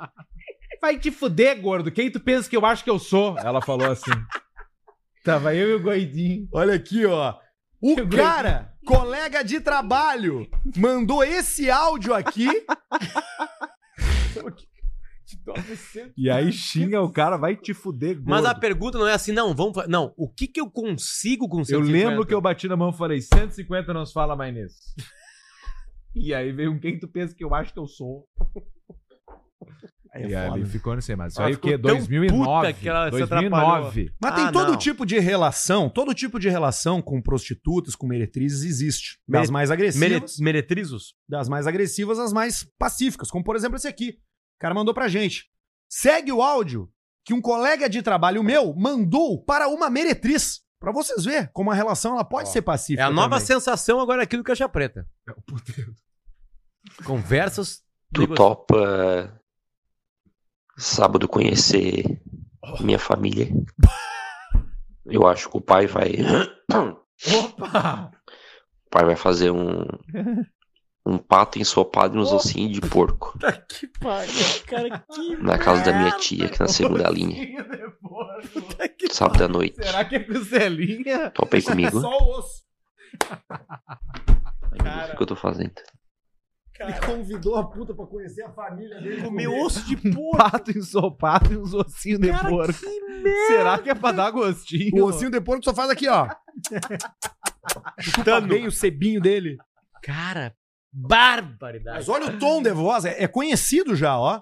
Speaker 2: Vai te fuder, gordo. Quem tu pensa que eu acho que eu sou? Ela falou assim. Tava eu e o Goidinho.
Speaker 1: Olha aqui, ó. O
Speaker 2: Eu
Speaker 1: cara, colega de trabalho, mandou esse áudio aqui.
Speaker 2: E aí xinga o cara, vai te fuder, gordo.
Speaker 3: Mas a pergunta não é assim, não, vamos... fa- Não, o que que eu consigo com
Speaker 2: Eu
Speaker 3: 150?
Speaker 2: lembro que eu bati na mão e falei, 150 não se fala mais nisso. e aí veio um quem tu pensa que eu acho que eu sou. e aí ele ficou nesse mas isso
Speaker 3: é Ela
Speaker 2: aí o
Speaker 3: ficou
Speaker 2: quê?
Speaker 3: tão
Speaker 2: 2009.
Speaker 3: puta que ela se
Speaker 2: 2009.
Speaker 1: Mas tem
Speaker 3: Ah,
Speaker 1: todo
Speaker 3: não.
Speaker 1: tipo de relação, todo tipo de relação com prostitutas, com meretrizes existe. Das
Speaker 3: Mere-
Speaker 1: mais agressivas.
Speaker 3: Mere- Meretrizos?
Speaker 1: das mais agressivas às mais pacíficas, como por exemplo esse aqui. O cara mandou pra gente. Segue o áudio que um colega de trabalho meu mandou para uma meretriz. Pra vocês verem como a relação ela pode
Speaker 3: Ó,
Speaker 1: ser pacífica.
Speaker 3: É a nova
Speaker 1: também. É
Speaker 3: sensação agora aqui do Caixa Preta. Conversas...
Speaker 18: Tu
Speaker 3: nego-
Speaker 18: topa eh, sábado conhecer
Speaker 3: Oh.
Speaker 18: minha família? Eu acho que o pai vai.
Speaker 2: Opa!
Speaker 18: O pai vai fazer um, um pato ensopado e uns ossinhos de porco
Speaker 3: Oh. Que pariu, cara, que...
Speaker 18: na casa da minha tia, aqui na segunda linha, sábado à noite.
Speaker 2: Será que é costelinha?
Speaker 18: Topa
Speaker 3: é
Speaker 18: aí comigo?
Speaker 1: Só o osso.
Speaker 18: O que que eu tô fazendo?
Speaker 1: Ele convidou a puta pra conhecer a família dele.
Speaker 3: Comeu
Speaker 1: comer.
Speaker 3: osso de porco.
Speaker 2: Pato Um ensopado e uns ossinhos de
Speaker 3: Cara,
Speaker 2: porco. Será que é pra dar gostinho?
Speaker 1: O ossinho de porco só faz aqui, ó. Chupa bem o Tá cebinho dele.
Speaker 3: Cara, barbaridade.
Speaker 1: Mas olha o tom de voz, é, é conhecido já, ó.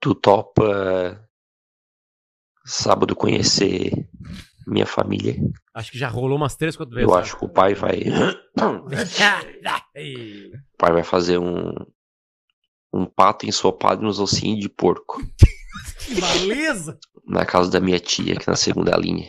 Speaker 18: Tu topa eh, sábado conhecer minha família.
Speaker 3: Acho que já rolou umas três, quatro vezes.
Speaker 18: Eu acho que o pai vai. O pai vai fazer um um pato ensopado e uns ossinhos de porco
Speaker 1: Que beleza!
Speaker 18: na casa da minha tia, que é na segunda linha.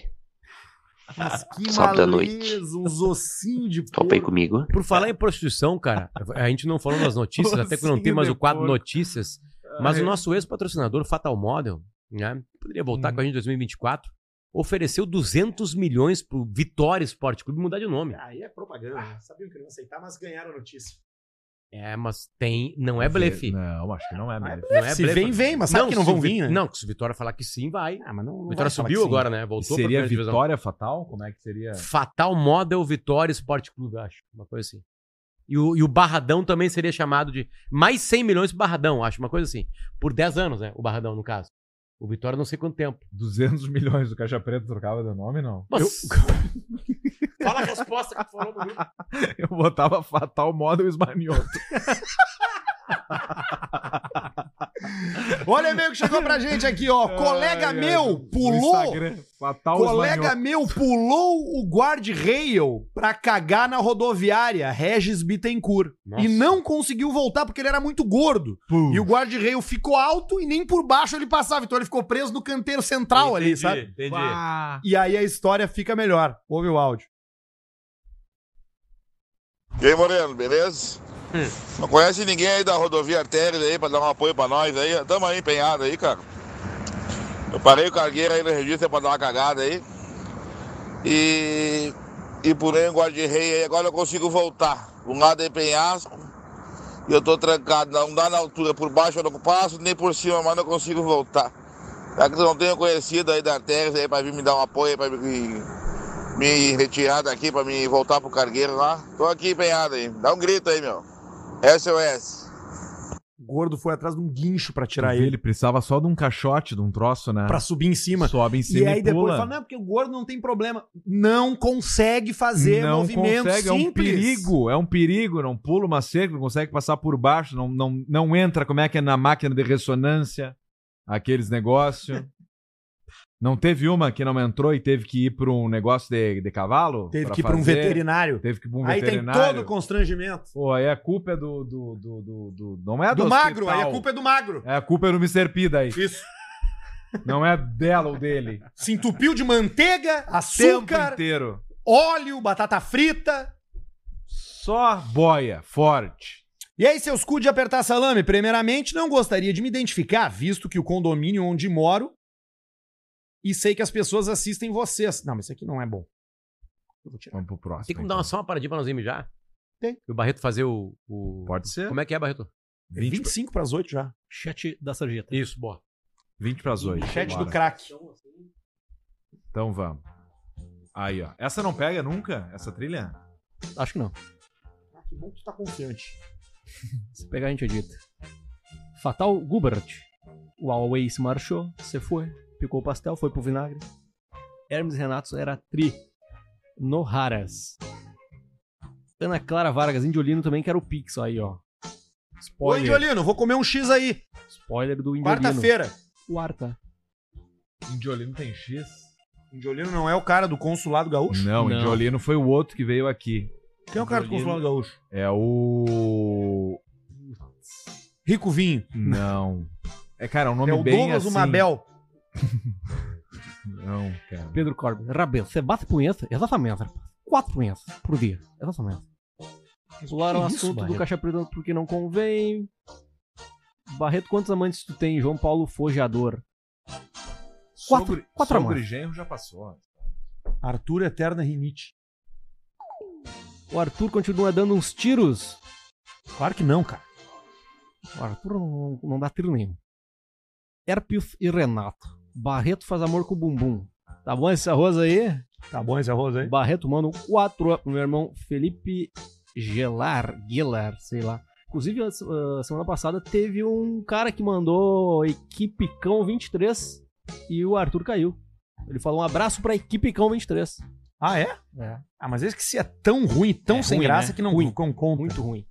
Speaker 1: Mas que
Speaker 18: Sábado à
Speaker 1: maleza, uns ossinhos de
Speaker 18: Topei
Speaker 1: porco.
Speaker 18: comigo.
Speaker 3: Por falar em prostituição, cara, a gente não falou das notícias, até que não tem mais o quadro
Speaker 2: Ossinho
Speaker 3: Notícias, mas o nosso ex-patrocinador Fatal Model, né, poderia voltar
Speaker 1: Hum.
Speaker 3: com a gente em 2024, ofereceu 200 milhões pro Vitória Esporte Clube mudar de nome.
Speaker 1: Aí é propaganda. né? Sabiam que não ia aceitar, mas ganharam a notícia.
Speaker 3: É, mas tem, não é blefe.
Speaker 2: Não, acho que não é mesmo.
Speaker 3: Não é
Speaker 1: Se
Speaker 3: blefe.
Speaker 1: vem, vem, né. mas sabe que não
Speaker 3: se
Speaker 1: vão
Speaker 3: Vi-
Speaker 1: vir, né?
Speaker 3: Não, se o Vitória falar que sim, vai.
Speaker 1: Ah, mas não, não vai falar
Speaker 3: Vitória subiu
Speaker 1: que sim.
Speaker 3: agora, né? Voltou pra
Speaker 2: seria
Speaker 3: primeira divisão.
Speaker 2: vitória fatal? Como é que seria?
Speaker 3: Fatal Model Vitória Esporte Clube, eu acho. Uma coisa assim. E o, e o Barradão também seria chamado de mais 100 milhões pro Barradão, acho. Uma coisa assim. Por 10 anos, né? O Barradão, no caso. O Vitória não sei quanto tempo.
Speaker 2: 200 milhões do Caixa Preta trocava de nome, não.
Speaker 3: Mas... Fala a resposta que tu falou no grupo.
Speaker 2: Eu botava Fatal Model Esmanioto.
Speaker 1: Olha o e-mail que chegou pra gente aqui, ó. Colega meu pulou.
Speaker 2: Fatal
Speaker 1: Colega
Speaker 2: Esmanioto.
Speaker 1: meu pulou o guard-rail pra cagar na rodoviária Regis Bittencourt.
Speaker 3: Nossa.
Speaker 1: E não conseguiu voltar porque ele era muito gordo.
Speaker 2: Puf.
Speaker 1: E o guard-rail ficou alto e nem por baixo ele passava. Então ele ficou preso no canteiro central ali, sabe?
Speaker 3: Entendi.
Speaker 2: Bah.
Speaker 1: E aí a história fica melhor. Ouve o áudio.
Speaker 19: E aí, Moreno, beleza?
Speaker 3: Hum.
Speaker 19: Não conhece ninguém aí da rodovia artéria aí pra dar um apoio pra nós aí? Tamo aí empenhado aí, cara. Eu parei o cargueiro aí no registro pra dar uma cagada aí. E. E por aí, um guarda-rei aí, agora eu consigo voltar. Um lado é penhasco e eu tô trancado. Não dá na altura, por baixo eu não passo, nem por cima, mas não consigo voltar. Já que eu não tenho conhecido aí da artéria aí pra vir me dar um apoio aí, pra me me retirar daqui pra me voltar pro cargueiro lá. Tô aqui empenhado aí. Dá um grito aí, meu. SOS.
Speaker 1: O gordo foi atrás de um guincho pra
Speaker 2: Tu
Speaker 1: tirar
Speaker 2: vê,
Speaker 1: ele.
Speaker 2: ele precisava só de um caixote, de um troço, né?
Speaker 1: Pra subir em cima.
Speaker 2: Sobe em cima
Speaker 1: E aí depois
Speaker 2: pula.
Speaker 1: fala, não, porque o gordo não tem problema. Não consegue fazer
Speaker 2: não
Speaker 1: movimento
Speaker 2: consegue,
Speaker 1: simples.
Speaker 2: é um perigo, é um perigo, não pula uma cerca, não consegue passar por baixo, não, não, não entra, como é que é na máquina de ressonância, aqueles negócios. não teve uma que não entrou e teve que ir para um negócio de, de cavalo?
Speaker 1: Teve que ir pra um
Speaker 2: fazer?
Speaker 1: veterinário.
Speaker 2: Teve que ir pra um
Speaker 1: Aí tem
Speaker 2: veterinário.
Speaker 1: todo o constrangimento.
Speaker 2: Pô, aí a culpa é do. do, do, do, do- não é do.
Speaker 1: Do magro, aí
Speaker 2: hospital.
Speaker 1: a culpa é do magro.
Speaker 2: é a culpa é do Mr. P daí.
Speaker 1: Isso.
Speaker 2: Não é dela ou dele.
Speaker 1: Se entupiu de manteiga,
Speaker 2: Tempo
Speaker 1: açúcar,
Speaker 2: inteiro.
Speaker 1: óleo, batata frita.
Speaker 2: Só boia, forte.
Speaker 1: E aí, seus cu de apertar salame? Primeiramente, não gostaria de me identificar, visto que o condomínio onde moro. E sei que as pessoas assistem vocês. Não, mas isso aqui não é bom. Eu vou tirar.
Speaker 2: Vamos pro próximo.
Speaker 3: Tem como dar
Speaker 2: então.
Speaker 3: uma, só uma paradinha pra nós irmos já?
Speaker 1: Tem.
Speaker 3: E o Barreto fazer o, o-
Speaker 2: Pode ser.
Speaker 3: Como é que é, Barreto?
Speaker 2: 20,
Speaker 1: 25 pras 8 já.
Speaker 11: Chat da sarjeta.
Speaker 3: Isso, boa.
Speaker 2: 20 pras 8.
Speaker 1: Chat do crack.
Speaker 2: Então vamos. Aí, ó. Essa não pega nunca? Essa trilha?
Speaker 11: Acho que não.
Speaker 1: Ah, que bom que tu tá confiante.
Speaker 11: Se pegar, a gente edita. Fatal Gubert. O Huawei se marchou, se foi, picou o pastel, foi pro vinagre. Hermes Renato era tri. No Haras. Ana Clara Vargas, Indiolino também, que era o Pix aí, ó.
Speaker 1: Ô,
Speaker 11: Spoiler.
Speaker 1: Indiolino, vou comer um X aí.
Speaker 11: Spoiler do Indiolino.
Speaker 1: Quarta-feira.
Speaker 11: Quarta.
Speaker 2: Indiolino tem X?
Speaker 1: Indiolino não é o cara do consulado gaúcho?
Speaker 2: Não,
Speaker 11: Não.
Speaker 2: Indiolino foi o outro que veio aqui.
Speaker 1: Quem é o cara do consulado gaúcho?
Speaker 2: É o.
Speaker 1: Rico Vinho.
Speaker 2: Não. É, cara, é um nome
Speaker 1: É o
Speaker 2: bem.
Speaker 1: Douglas
Speaker 2: assim...
Speaker 1: o Mabel.
Speaker 2: Não, cara.
Speaker 11: Pedro Corbin. Rabelo, você bate punheta? Exatamente, rapaz. Quatro punhetas por dia. Exatamente. Pularam o
Speaker 1: que é isso,
Speaker 11: assunto do
Speaker 1: Barreto?
Speaker 11: Caixa Preta porque não convém. Barreto, quantos amantes tu tem? João Paulo Fogeador. Quatro-
Speaker 2: Sobre,
Speaker 11: quatro
Speaker 2: sobre
Speaker 11: mãos.
Speaker 2: genro já passou.
Speaker 1: Arthur Eterna Rinite.
Speaker 11: O Arthur continua dando uns tiros.
Speaker 1: Claro que não, cara.
Speaker 11: O Arthur não, não dá tiro nenhum. Herpes e Renato. Barreto faz amor com o bumbum. Tá bom esse arroz aí?
Speaker 1: Tá bom esse arroz aí?
Speaker 11: Barreto manda um 4 up pro meu irmão Felipe Gelar, Gelar, sei lá. Inclusive, a se- a semana passada teve um cara que mandou Equipe Cão 23 e o Arthur caiu. Ele falou um abraço pra Equipe Cão 23.
Speaker 1: Ah, é? Ah, mas esse que se é tão ruim, tão
Speaker 11: É
Speaker 1: sem
Speaker 11: ruim,
Speaker 1: graça
Speaker 11: né?
Speaker 1: que não
Speaker 11: Ruim.
Speaker 1: con- conta.
Speaker 11: Muito ruim.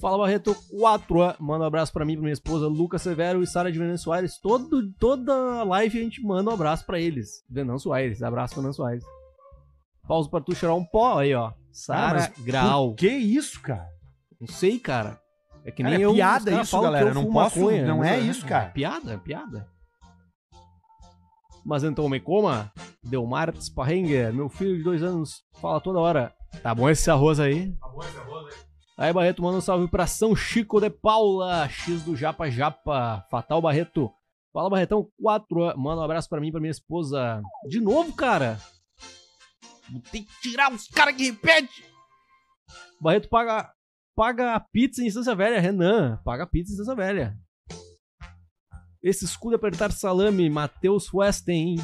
Speaker 11: Fala Barreto 4, manda um abraço pra mim, pra minha esposa Lucas Severo e Sara de Venan Soares. Todo, toda live a gente manda um abraço pra eles. Venan Soares, abraço Venan Soares. Pausa pra tu cheirar um pó aí, ó. Sara
Speaker 1: Cara, mas
Speaker 11: Grau.
Speaker 1: Por que isso, cara?
Speaker 11: Não sei, cara. É que nem
Speaker 1: Cara, é
Speaker 11: eu.
Speaker 1: piada
Speaker 11: os caras
Speaker 1: isso,
Speaker 11: falam que
Speaker 1: galera,
Speaker 11: eu
Speaker 1: não
Speaker 11: fumo
Speaker 1: posso-
Speaker 11: maconha,
Speaker 1: não
Speaker 11: mas
Speaker 1: é isso, cara.
Speaker 11: É piada, é piada. Mas então me coma, Delmar Sparrenger, meu filho de dois anos, fala toda hora. Tá bom esse arroz aí? Tá bom esse arroz aí. Aí, Barreto, manda um salve pra São Chico de Paula, X do Japa Japa, Fatal Barreto. Fala, Barretão 4, manda um abraço pra mim e pra minha esposa. De novo, cara? Tem que tirar os caras que repetem. Barreto paga, paga a pizza em Instância Velha, Renan. Paga a pizza em Instância Velha. Esse escudo é apertar salame, Matheus Westen.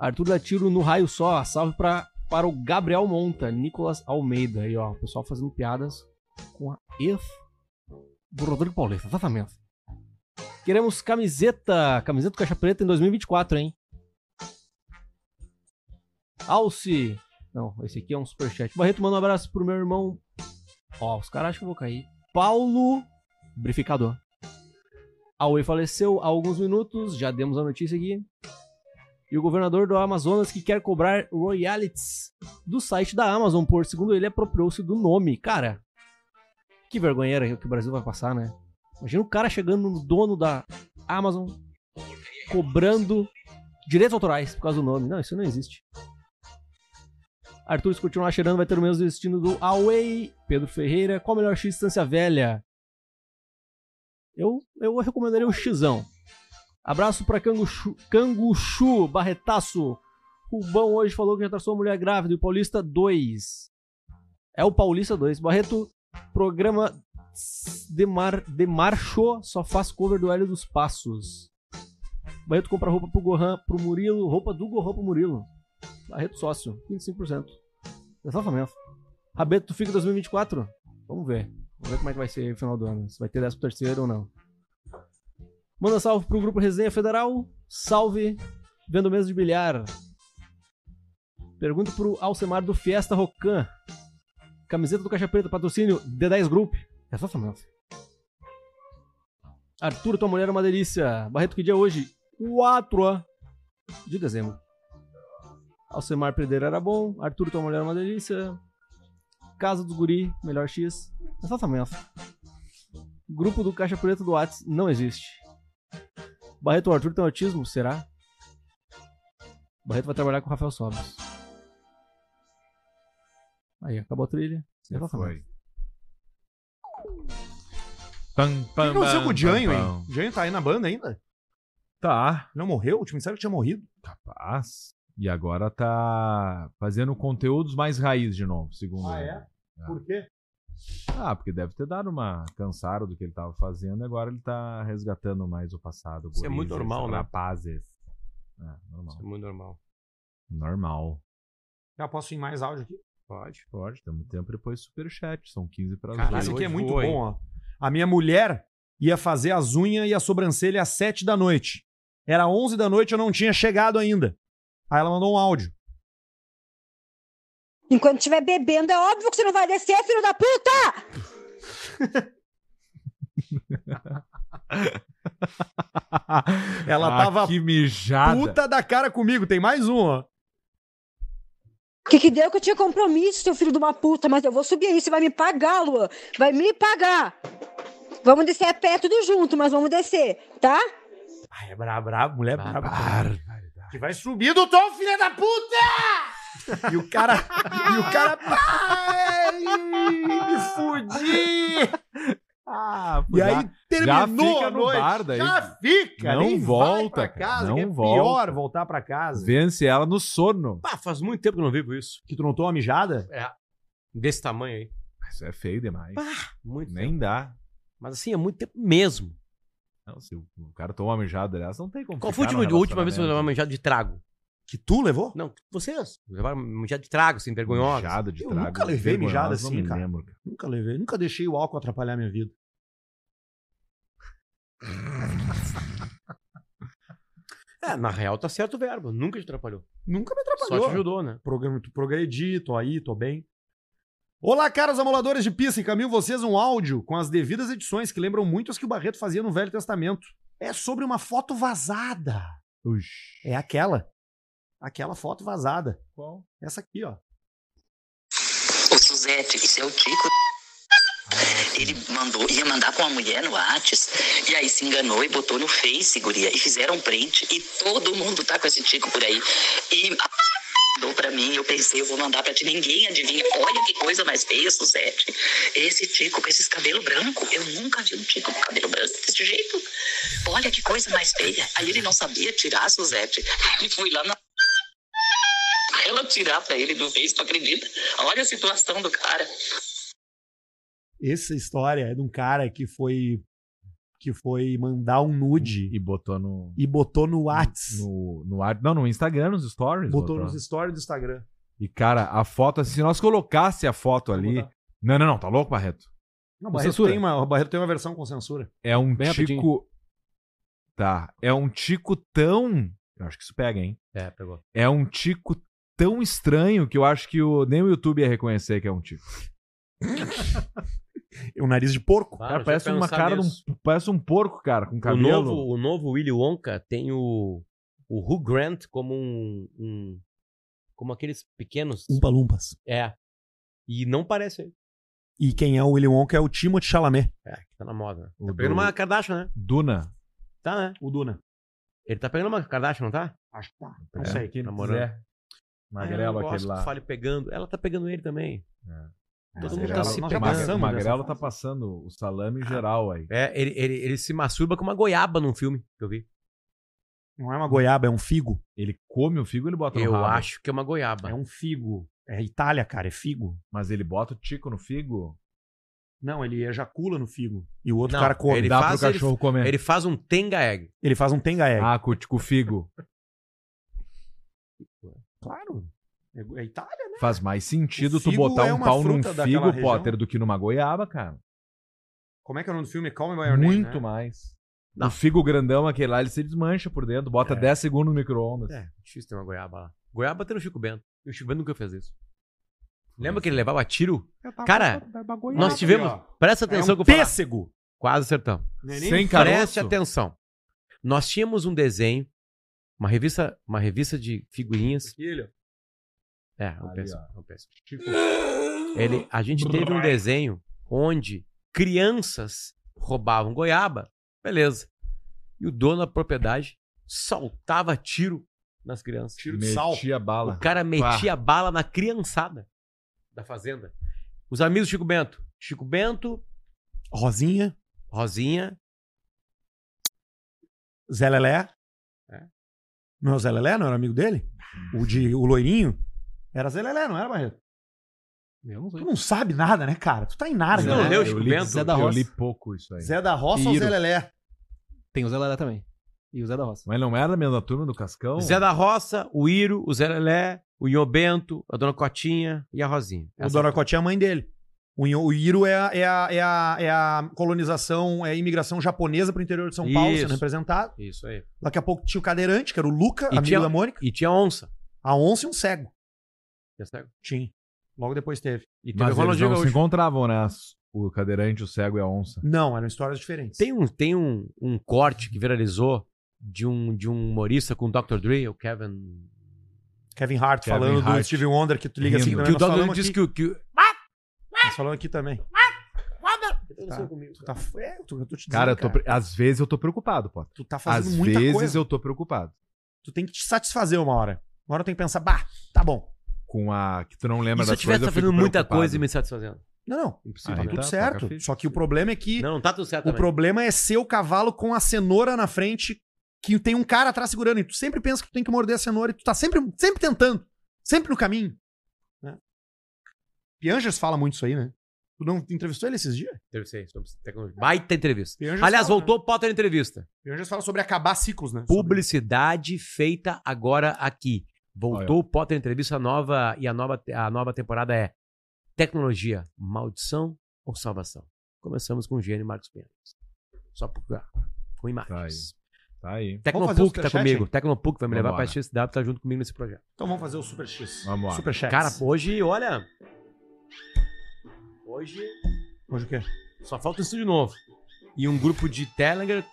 Speaker 11: Arthur dá tiro no raio só. Salve pra, para o Gabriel Monta, Nicolas Almeida. Aí, ó, o pessoal fazendo piadas com a F do Rodrigo Paulista, exatamente. Queremos camiseta, camiseta do Caixa Preta em 2024, hein? Alce. Não, esse aqui é um superchat. Barreto, manda um abraço pro meu irmão. Ó, os caras acham que eu vou cair. Paulo Brificador. Aue faleceu há alguns minutos, já demos a notícia aqui. E o governador do Amazonas que quer cobrar royalties do site da Amazon, por segundo ele, apropriou-se do nome. Cara, que vergonheira que o Brasil vai passar, né? Imagina o cara chegando no dono da Amazon cobrando direitos autorais por causa do nome. Não, isso não existe. Arthur, se continuar cheirando, vai ter o mesmo destino do Away. Pedro Ferreira, qual o melhor X Distância Velha? Eu, eu recomendaria o Xão. Abraço pra Canguchu, Canguchu Barretaço. Rubão hoje falou que já traçou uma mulher grávida. E o Paulista 2. É o Paulista 2. Barreto, programa de, mar, de Marcho só faz cover do Hélio dos Passos. Barreto compra roupa pro Gohan, pro Murilo. Roupa do Gohan pro Murilo. Barreto sócio, 25%. Exatamente. Rabeto, tu fica em 2024? Vamos ver. Vamos ver como é que vai ser o final do ano. Se vai ter 13 terceiro ou não. Manda salve pro Grupo Resenha Federal. Salve. Vendo mesa de bilhar. Pergunta pro Alcemar do Fiesta Rocan. Camiseta do Caixa Preta, patrocínio D10 Group. Exatamente. Arthur, tua mulher é uma delícia. Barreto, que dia é hoje? 4 de dezembro. Alcemar Pereira era bom. Arthur, tua mulher é uma delícia. Casa dos Guri, melhor X. Exatamente. Grupo do Caixa Preta do Whats não existe. Barreto, o Arthur tem autismo? Será? Barreto vai trabalhar com o Rafael Sobres. Aí, acabou a trilha. Exatamente.
Speaker 2: Pam,
Speaker 1: O que
Speaker 2: pam,
Speaker 1: aconteceu
Speaker 2: pam,
Speaker 1: com o Janho,
Speaker 2: pam,
Speaker 1: hein? O Janho tá aí na banda ainda?
Speaker 2: Tá.
Speaker 1: Não morreu? O time sabe que tinha morrido.
Speaker 2: Capaz. E agora tá fazendo conteúdos mais raiz de novo, segundo
Speaker 1: Ah,
Speaker 2: ele.
Speaker 1: é? Por quê?
Speaker 2: Ah, porque deve ter dado uma cansada do que ele tava fazendo e agora ele tá resgatando mais o passado.
Speaker 3: Isso é
Speaker 2: guris,
Speaker 3: muito normal,
Speaker 2: esses
Speaker 3: né?
Speaker 2: Rapazes. É, normal.
Speaker 3: Isso é muito normal.
Speaker 2: Normal.
Speaker 1: Já posso ir mais áudio aqui?
Speaker 3: Pode.
Speaker 2: Pode, temos tempo depois superchat. São 15 para
Speaker 1: Caralho, esse aqui é muito bom, ó. A minha mulher ia fazer as unhas e a sobrancelha às 7 da noite. Era 11 da noite, eu não tinha chegado ainda. Aí ela mandou um áudio.
Speaker 20: Enquanto estiver bebendo, é óbvio que você não vai descer, filho da puta!
Speaker 1: Ela
Speaker 2: Ah,
Speaker 1: tava
Speaker 2: que mijada.
Speaker 1: puta da cara comigo. Tem mais um, ó.
Speaker 20: O que, que deu que eu tinha compromisso, seu filho de uma puta? Mas eu vou subir aí, você vai me pagar, Lua. Vai me pagar. Vamos descer a pé tudo junto, mas vamos descer, tá?
Speaker 1: Ai, é brabo, brabo, mulher braba. Que vai subir do tom, filha da puta! E o cara. e o cara. Ai, me fudi!
Speaker 2: Ah,
Speaker 1: E aí terminou
Speaker 2: fica
Speaker 1: a
Speaker 2: no
Speaker 1: noite.
Speaker 2: bar daí.
Speaker 1: Já fica,
Speaker 2: Não
Speaker 1: nem
Speaker 2: volta,
Speaker 1: vai pra
Speaker 2: cara,
Speaker 1: casa,
Speaker 2: não
Speaker 1: que é
Speaker 2: volta.
Speaker 1: pior voltar pra casa.
Speaker 2: Vence ela no sono.
Speaker 3: Ah, faz muito tempo que eu não vivo isso.
Speaker 1: Que tu não toma mijada?
Speaker 3: É. Desse tamanho aí.
Speaker 2: Isso é feio demais.
Speaker 3: Muito
Speaker 2: Nem dá.
Speaker 3: Mas assim, é muito tempo mesmo.
Speaker 2: Não, se o o cara toma uma mijada, aliás, não tem como.
Speaker 3: Qual
Speaker 2: ficar
Speaker 3: foi a
Speaker 2: num
Speaker 3: última, a última vez que você levou
Speaker 2: relacionamento.
Speaker 3: uma manjada de trago?
Speaker 1: Que tu levou?
Speaker 3: Não, vocês. Levaram manjada de trago, assim, sem vergonhosa.
Speaker 2: Mijada de
Speaker 1: Eu
Speaker 2: trago.
Speaker 1: nunca levei
Speaker 2: vergonhosa,
Speaker 1: mijada
Speaker 2: não
Speaker 1: assim,
Speaker 2: me
Speaker 1: cara.
Speaker 2: lembro,
Speaker 1: Nunca levei, nunca deixei o álcool atrapalhar minha vida.
Speaker 3: É, na real tá certo o verbo. Nunca te atrapalhou.
Speaker 1: Nunca me atrapalhou.
Speaker 3: Só te ajudou, né?
Speaker 1: Programa, progredi, tô aí, tô bem. Olá, caros amoladores de pista. Encaminho vocês um áudio com as devidas edições que lembram muito as que o Barreto fazia no Velho Testamento. É sobre uma foto vazada. É aquela. Aquela foto vazada. Qual? Essa aqui, ó.
Speaker 21: Ô Suzete, isso é o Tico. Ele mandou, ia mandar com uma mulher no Whats, e aí se enganou e botou no Face, guria, e fizeram um print, e todo mundo tá com esse Tico por aí. E a mandou pra mim, eu pensei, eu vou mandar pra ti, ninguém adivinha. Olha que coisa mais feia, Suzete. Esse Tico com esses cabelos brancos, eu nunca vi um Tico com cabelo branco desse jeito. Olha que coisa mais feia. Aí ele não sabia tirar, Suzete, e fui lá na ela tirar pra ele do Face, tu acredita? Olha a situação do cara.
Speaker 1: Essa história é de um cara que foi que foi mandar um nude
Speaker 2: e botou no
Speaker 1: e botou no Whats.
Speaker 2: no, no ar- não, no Instagram, nos stories.
Speaker 1: Botou
Speaker 2: botou.
Speaker 1: nos stories do Instagram.
Speaker 2: E cara, a foto, assim, se nós colocasse a foto ali, não, não, não, tá louco, Barreto?
Speaker 1: Não, o
Speaker 2: Com
Speaker 1: Barreto
Speaker 2: censura.
Speaker 1: tem uma, o Barreto tem uma versão com censura.
Speaker 2: É um
Speaker 1: Bem
Speaker 2: tico.
Speaker 1: rapidinho.
Speaker 2: Tá. É um tico tão. Eu acho que isso pega, hein?
Speaker 3: É, pegou.
Speaker 2: É um tico tão estranho que eu acho que o... nem o YouTube ia reconhecer que é um tico.
Speaker 1: É O nariz de porco.
Speaker 2: Cara, parece uma cara de um, parece um porco, cara, com
Speaker 3: O
Speaker 2: cabelo.
Speaker 3: novo, o novo Willy Wonka tem o, o Hugh Grant como um, um- Como aqueles pequenos.
Speaker 1: Umpa-lumpas.
Speaker 3: É. E não parece ele.
Speaker 1: E quem é o Willy Wonka é o Timothée Chalamet.
Speaker 3: É, que tá na moda.
Speaker 1: O
Speaker 3: Tá pegando
Speaker 1: do-
Speaker 3: uma Kardashian, né?
Speaker 2: Duna.
Speaker 3: Tá, né?
Speaker 1: O Duna.
Speaker 3: Ele tá pegando uma Kardashian, não tá?
Speaker 1: Acho que tá.
Speaker 2: Não
Speaker 3: É,
Speaker 2: sei, quem
Speaker 3: tá morando.
Speaker 2: quiser. Magrelo
Speaker 3: Ah, eu gosto
Speaker 2: aquele
Speaker 3: que
Speaker 2: lá. É,
Speaker 3: Fale pegando. Ela tá pegando ele também. Todo mundo tá
Speaker 2: Magrelo-
Speaker 3: se
Speaker 2: Nós
Speaker 3: pegando.
Speaker 2: já passamos O Magrelo tá passando o
Speaker 3: Ah.
Speaker 2: salame geral aí.
Speaker 3: É, ele, ele, ele se masturba com uma goiaba num filme que eu vi.
Speaker 1: Não é
Speaker 3: Uhum.
Speaker 1: uma goiaba, é um figo.
Speaker 2: Ele come o figo, ele bota no
Speaker 3: Eu
Speaker 2: rabo.
Speaker 3: acho que é uma goiaba.
Speaker 1: É um figo. É Itália, cara, é figo.
Speaker 2: Mas ele bota o tico no figo?
Speaker 1: Não, ele ejacula no figo. E o outro
Speaker 3: Não,
Speaker 1: cara come.
Speaker 3: Ele
Speaker 2: Dá
Speaker 3: faz,
Speaker 2: pro
Speaker 3: ele-
Speaker 2: cachorro comer.
Speaker 3: Ele faz um tenga egg.
Speaker 1: Ele faz um tenga egg.
Speaker 2: Ah, com, o- com o figo.
Speaker 1: Claro. É, é Itália, né?
Speaker 2: Faz mais sentido
Speaker 1: O
Speaker 2: tu
Speaker 1: figo
Speaker 2: botar
Speaker 1: é
Speaker 2: um
Speaker 1: uma
Speaker 2: pau num
Speaker 1: fruta daquela
Speaker 2: figo,
Speaker 1: região.
Speaker 2: Potter, do que numa goiaba, cara.
Speaker 1: Como é que é o nome do filme? Calma, Name,
Speaker 2: Muito
Speaker 1: né?
Speaker 2: mais. O figo grandão, aquele lá, ele se desmancha por dentro. Bota 10 segundos no micro-ondas.
Speaker 3: É, difícil ter uma goiaba lá. Goiaba tem no Chico Bento. E o Chico Bento nunca fez isso. Lembra que ele levava tiro? Cara, nós tivemos. Presta atenção
Speaker 1: é um
Speaker 3: que eu falar.
Speaker 1: pêssego.
Speaker 3: Quase acertamos.
Speaker 1: Não é nem
Speaker 3: Sem
Speaker 1: um
Speaker 3: caroço. Preste
Speaker 1: caroço.
Speaker 3: atenção. Nós tínhamos um desenho, uma revista, uma revista de figurinhas.
Speaker 1: Filho.
Speaker 3: É, um
Speaker 2: Ali,
Speaker 3: péssimo,
Speaker 2: ó.
Speaker 3: um péssimo. Ele, a gente teve um desenho onde crianças roubavam goiaba, beleza. E o dono da propriedade soltava tiro nas crianças.
Speaker 1: Tiro
Speaker 2: Metia bala.
Speaker 3: O cara metia bala na criançada da fazenda. Os amigos do Chico Bento. Chico Bento,
Speaker 1: Rosinha,
Speaker 3: Rosinha.
Speaker 1: Zé Lelé.
Speaker 3: É. Hum.
Speaker 1: Não é o Zé Lelé? Não era amigo dele? O de o loirinho? Era Zé Lelé, não era, Barreto?
Speaker 3: Eu
Speaker 1: Tu não sabe nada, né, cara? Tu tá em nada.
Speaker 11: Zé
Speaker 1: né?
Speaker 11: Lelé,
Speaker 3: leu
Speaker 11: eu
Speaker 3: Chico
Speaker 11: li
Speaker 3: Bento?
Speaker 11: Zé da
Speaker 2: Eu
Speaker 11: Roça.
Speaker 2: li pouco isso aí.
Speaker 1: Zé da Roça ou
Speaker 11: Iro.
Speaker 1: Zé Lelé?
Speaker 11: Tem o Zé Lelé também. E o Zé da Roça.
Speaker 2: Mas não era mesmo da turma do Cascão?
Speaker 3: Zé da Roça, o Iro, o Zé Lelé, o Inho Bento, a Dona Cotinha e a Rosinha.
Speaker 1: O Dona Cotinha é a mãe dele. O, Inho- o Iro é a, é, a, é, a, é a colonização, é a imigração japonesa pro interior de São Paulo
Speaker 3: Isso.
Speaker 1: sendo representado.
Speaker 3: é. Isso aí.
Speaker 1: Daqui a pouco tinha o cadeirante, que era o Luca,
Speaker 3: E
Speaker 1: amigo
Speaker 3: tinha-
Speaker 1: da Mônica.
Speaker 3: E tinha onça.
Speaker 1: A onça e um cego.
Speaker 3: Tinha cego.
Speaker 1: Tinha. Logo depois teve.
Speaker 3: E teve o
Speaker 2: Mas eles
Speaker 3: Ronaldinho
Speaker 2: não se
Speaker 3: Gaúcho.
Speaker 2: encontravam, né? As- O cadeirante, o cego e a onça.
Speaker 1: Não, eram histórias diferentes.
Speaker 3: Tem um, tem um, um corte que viralizou de um, de um humorista com o Dr. Dre, o Kevin.
Speaker 1: Kevin Hart
Speaker 2: Kevin
Speaker 1: falando
Speaker 2: Hart.
Speaker 1: do Steve Wonder, que tu liga assim
Speaker 2: Rindo.
Speaker 1: também.
Speaker 3: Que o
Speaker 1: Nós
Speaker 3: Dr. Dre
Speaker 1: falamos
Speaker 3: disse
Speaker 1: aqui,
Speaker 3: que, o- que o-
Speaker 1: nós falamos aqui também. Tá, tu tá, é, tu, eu tô te dizendo,
Speaker 2: Cara, eu tô pre- às vezes eu tô preocupado, Potter.
Speaker 1: tu tá fazendo
Speaker 2: Às
Speaker 1: muita
Speaker 2: vezes
Speaker 1: coisa.
Speaker 2: eu tô preocupado.
Speaker 1: Tu tem que te satisfazer uma hora. Uma hora eu tenho que pensar, bah, tá bom.
Speaker 2: Com a. Que tu não lembra
Speaker 3: E se eu
Speaker 2: das É, coisas.
Speaker 3: estivesse
Speaker 2: eu fico
Speaker 3: fazendo muita
Speaker 2: preocupado.
Speaker 3: coisa e me satisfazendo?
Speaker 1: Não, não.
Speaker 3: Impossível.
Speaker 2: Aí
Speaker 1: Tudo
Speaker 2: tá,
Speaker 1: certo.
Speaker 2: toca ficha.
Speaker 1: Só que o problema é que
Speaker 3: Não, não tá tudo certo.
Speaker 1: o
Speaker 3: também.
Speaker 1: problema é ser o cavalo com a cenoura na frente, que tem um cara atrás segurando, e tu sempre pensa que tu tem que morder a cenoura, e tu tá sempre, sempre tentando, sempre no caminho. Né? Piangers fala muito isso aí, né? Tu não tu entrevistou ele esses dias?
Speaker 3: Entrevistei sobre tecnologia. Baita entrevista.
Speaker 1: Tem anjos
Speaker 3: Aliás,
Speaker 1: falam,
Speaker 3: voltou o Potter na entrevista.
Speaker 1: Piangers fala sobre acabar ciclos, né?
Speaker 3: Publicidade feita agora aqui. Voltou o Potter na entrevista nova e a nova, a nova temporada é Tecnologia, Maldição ou Salvação? Começamos com o gênio Marcos Pena. Só por ah, com imagens.
Speaker 2: Tá aí.
Speaker 3: Tecnopuc tá comigo.
Speaker 2: Tá...
Speaker 3: Tecnopuc vai me levar pra
Speaker 2: Vambora.
Speaker 3: XW, tá junto comigo nesse projeto.
Speaker 1: Então vamos fazer o Super X.
Speaker 2: Vamos lá.
Speaker 1: Super X.
Speaker 3: Cara, hoje, olha. Hoje.
Speaker 1: Hoje o quê?
Speaker 3: Só falta um estúdio novo. E um grupo de Telegram.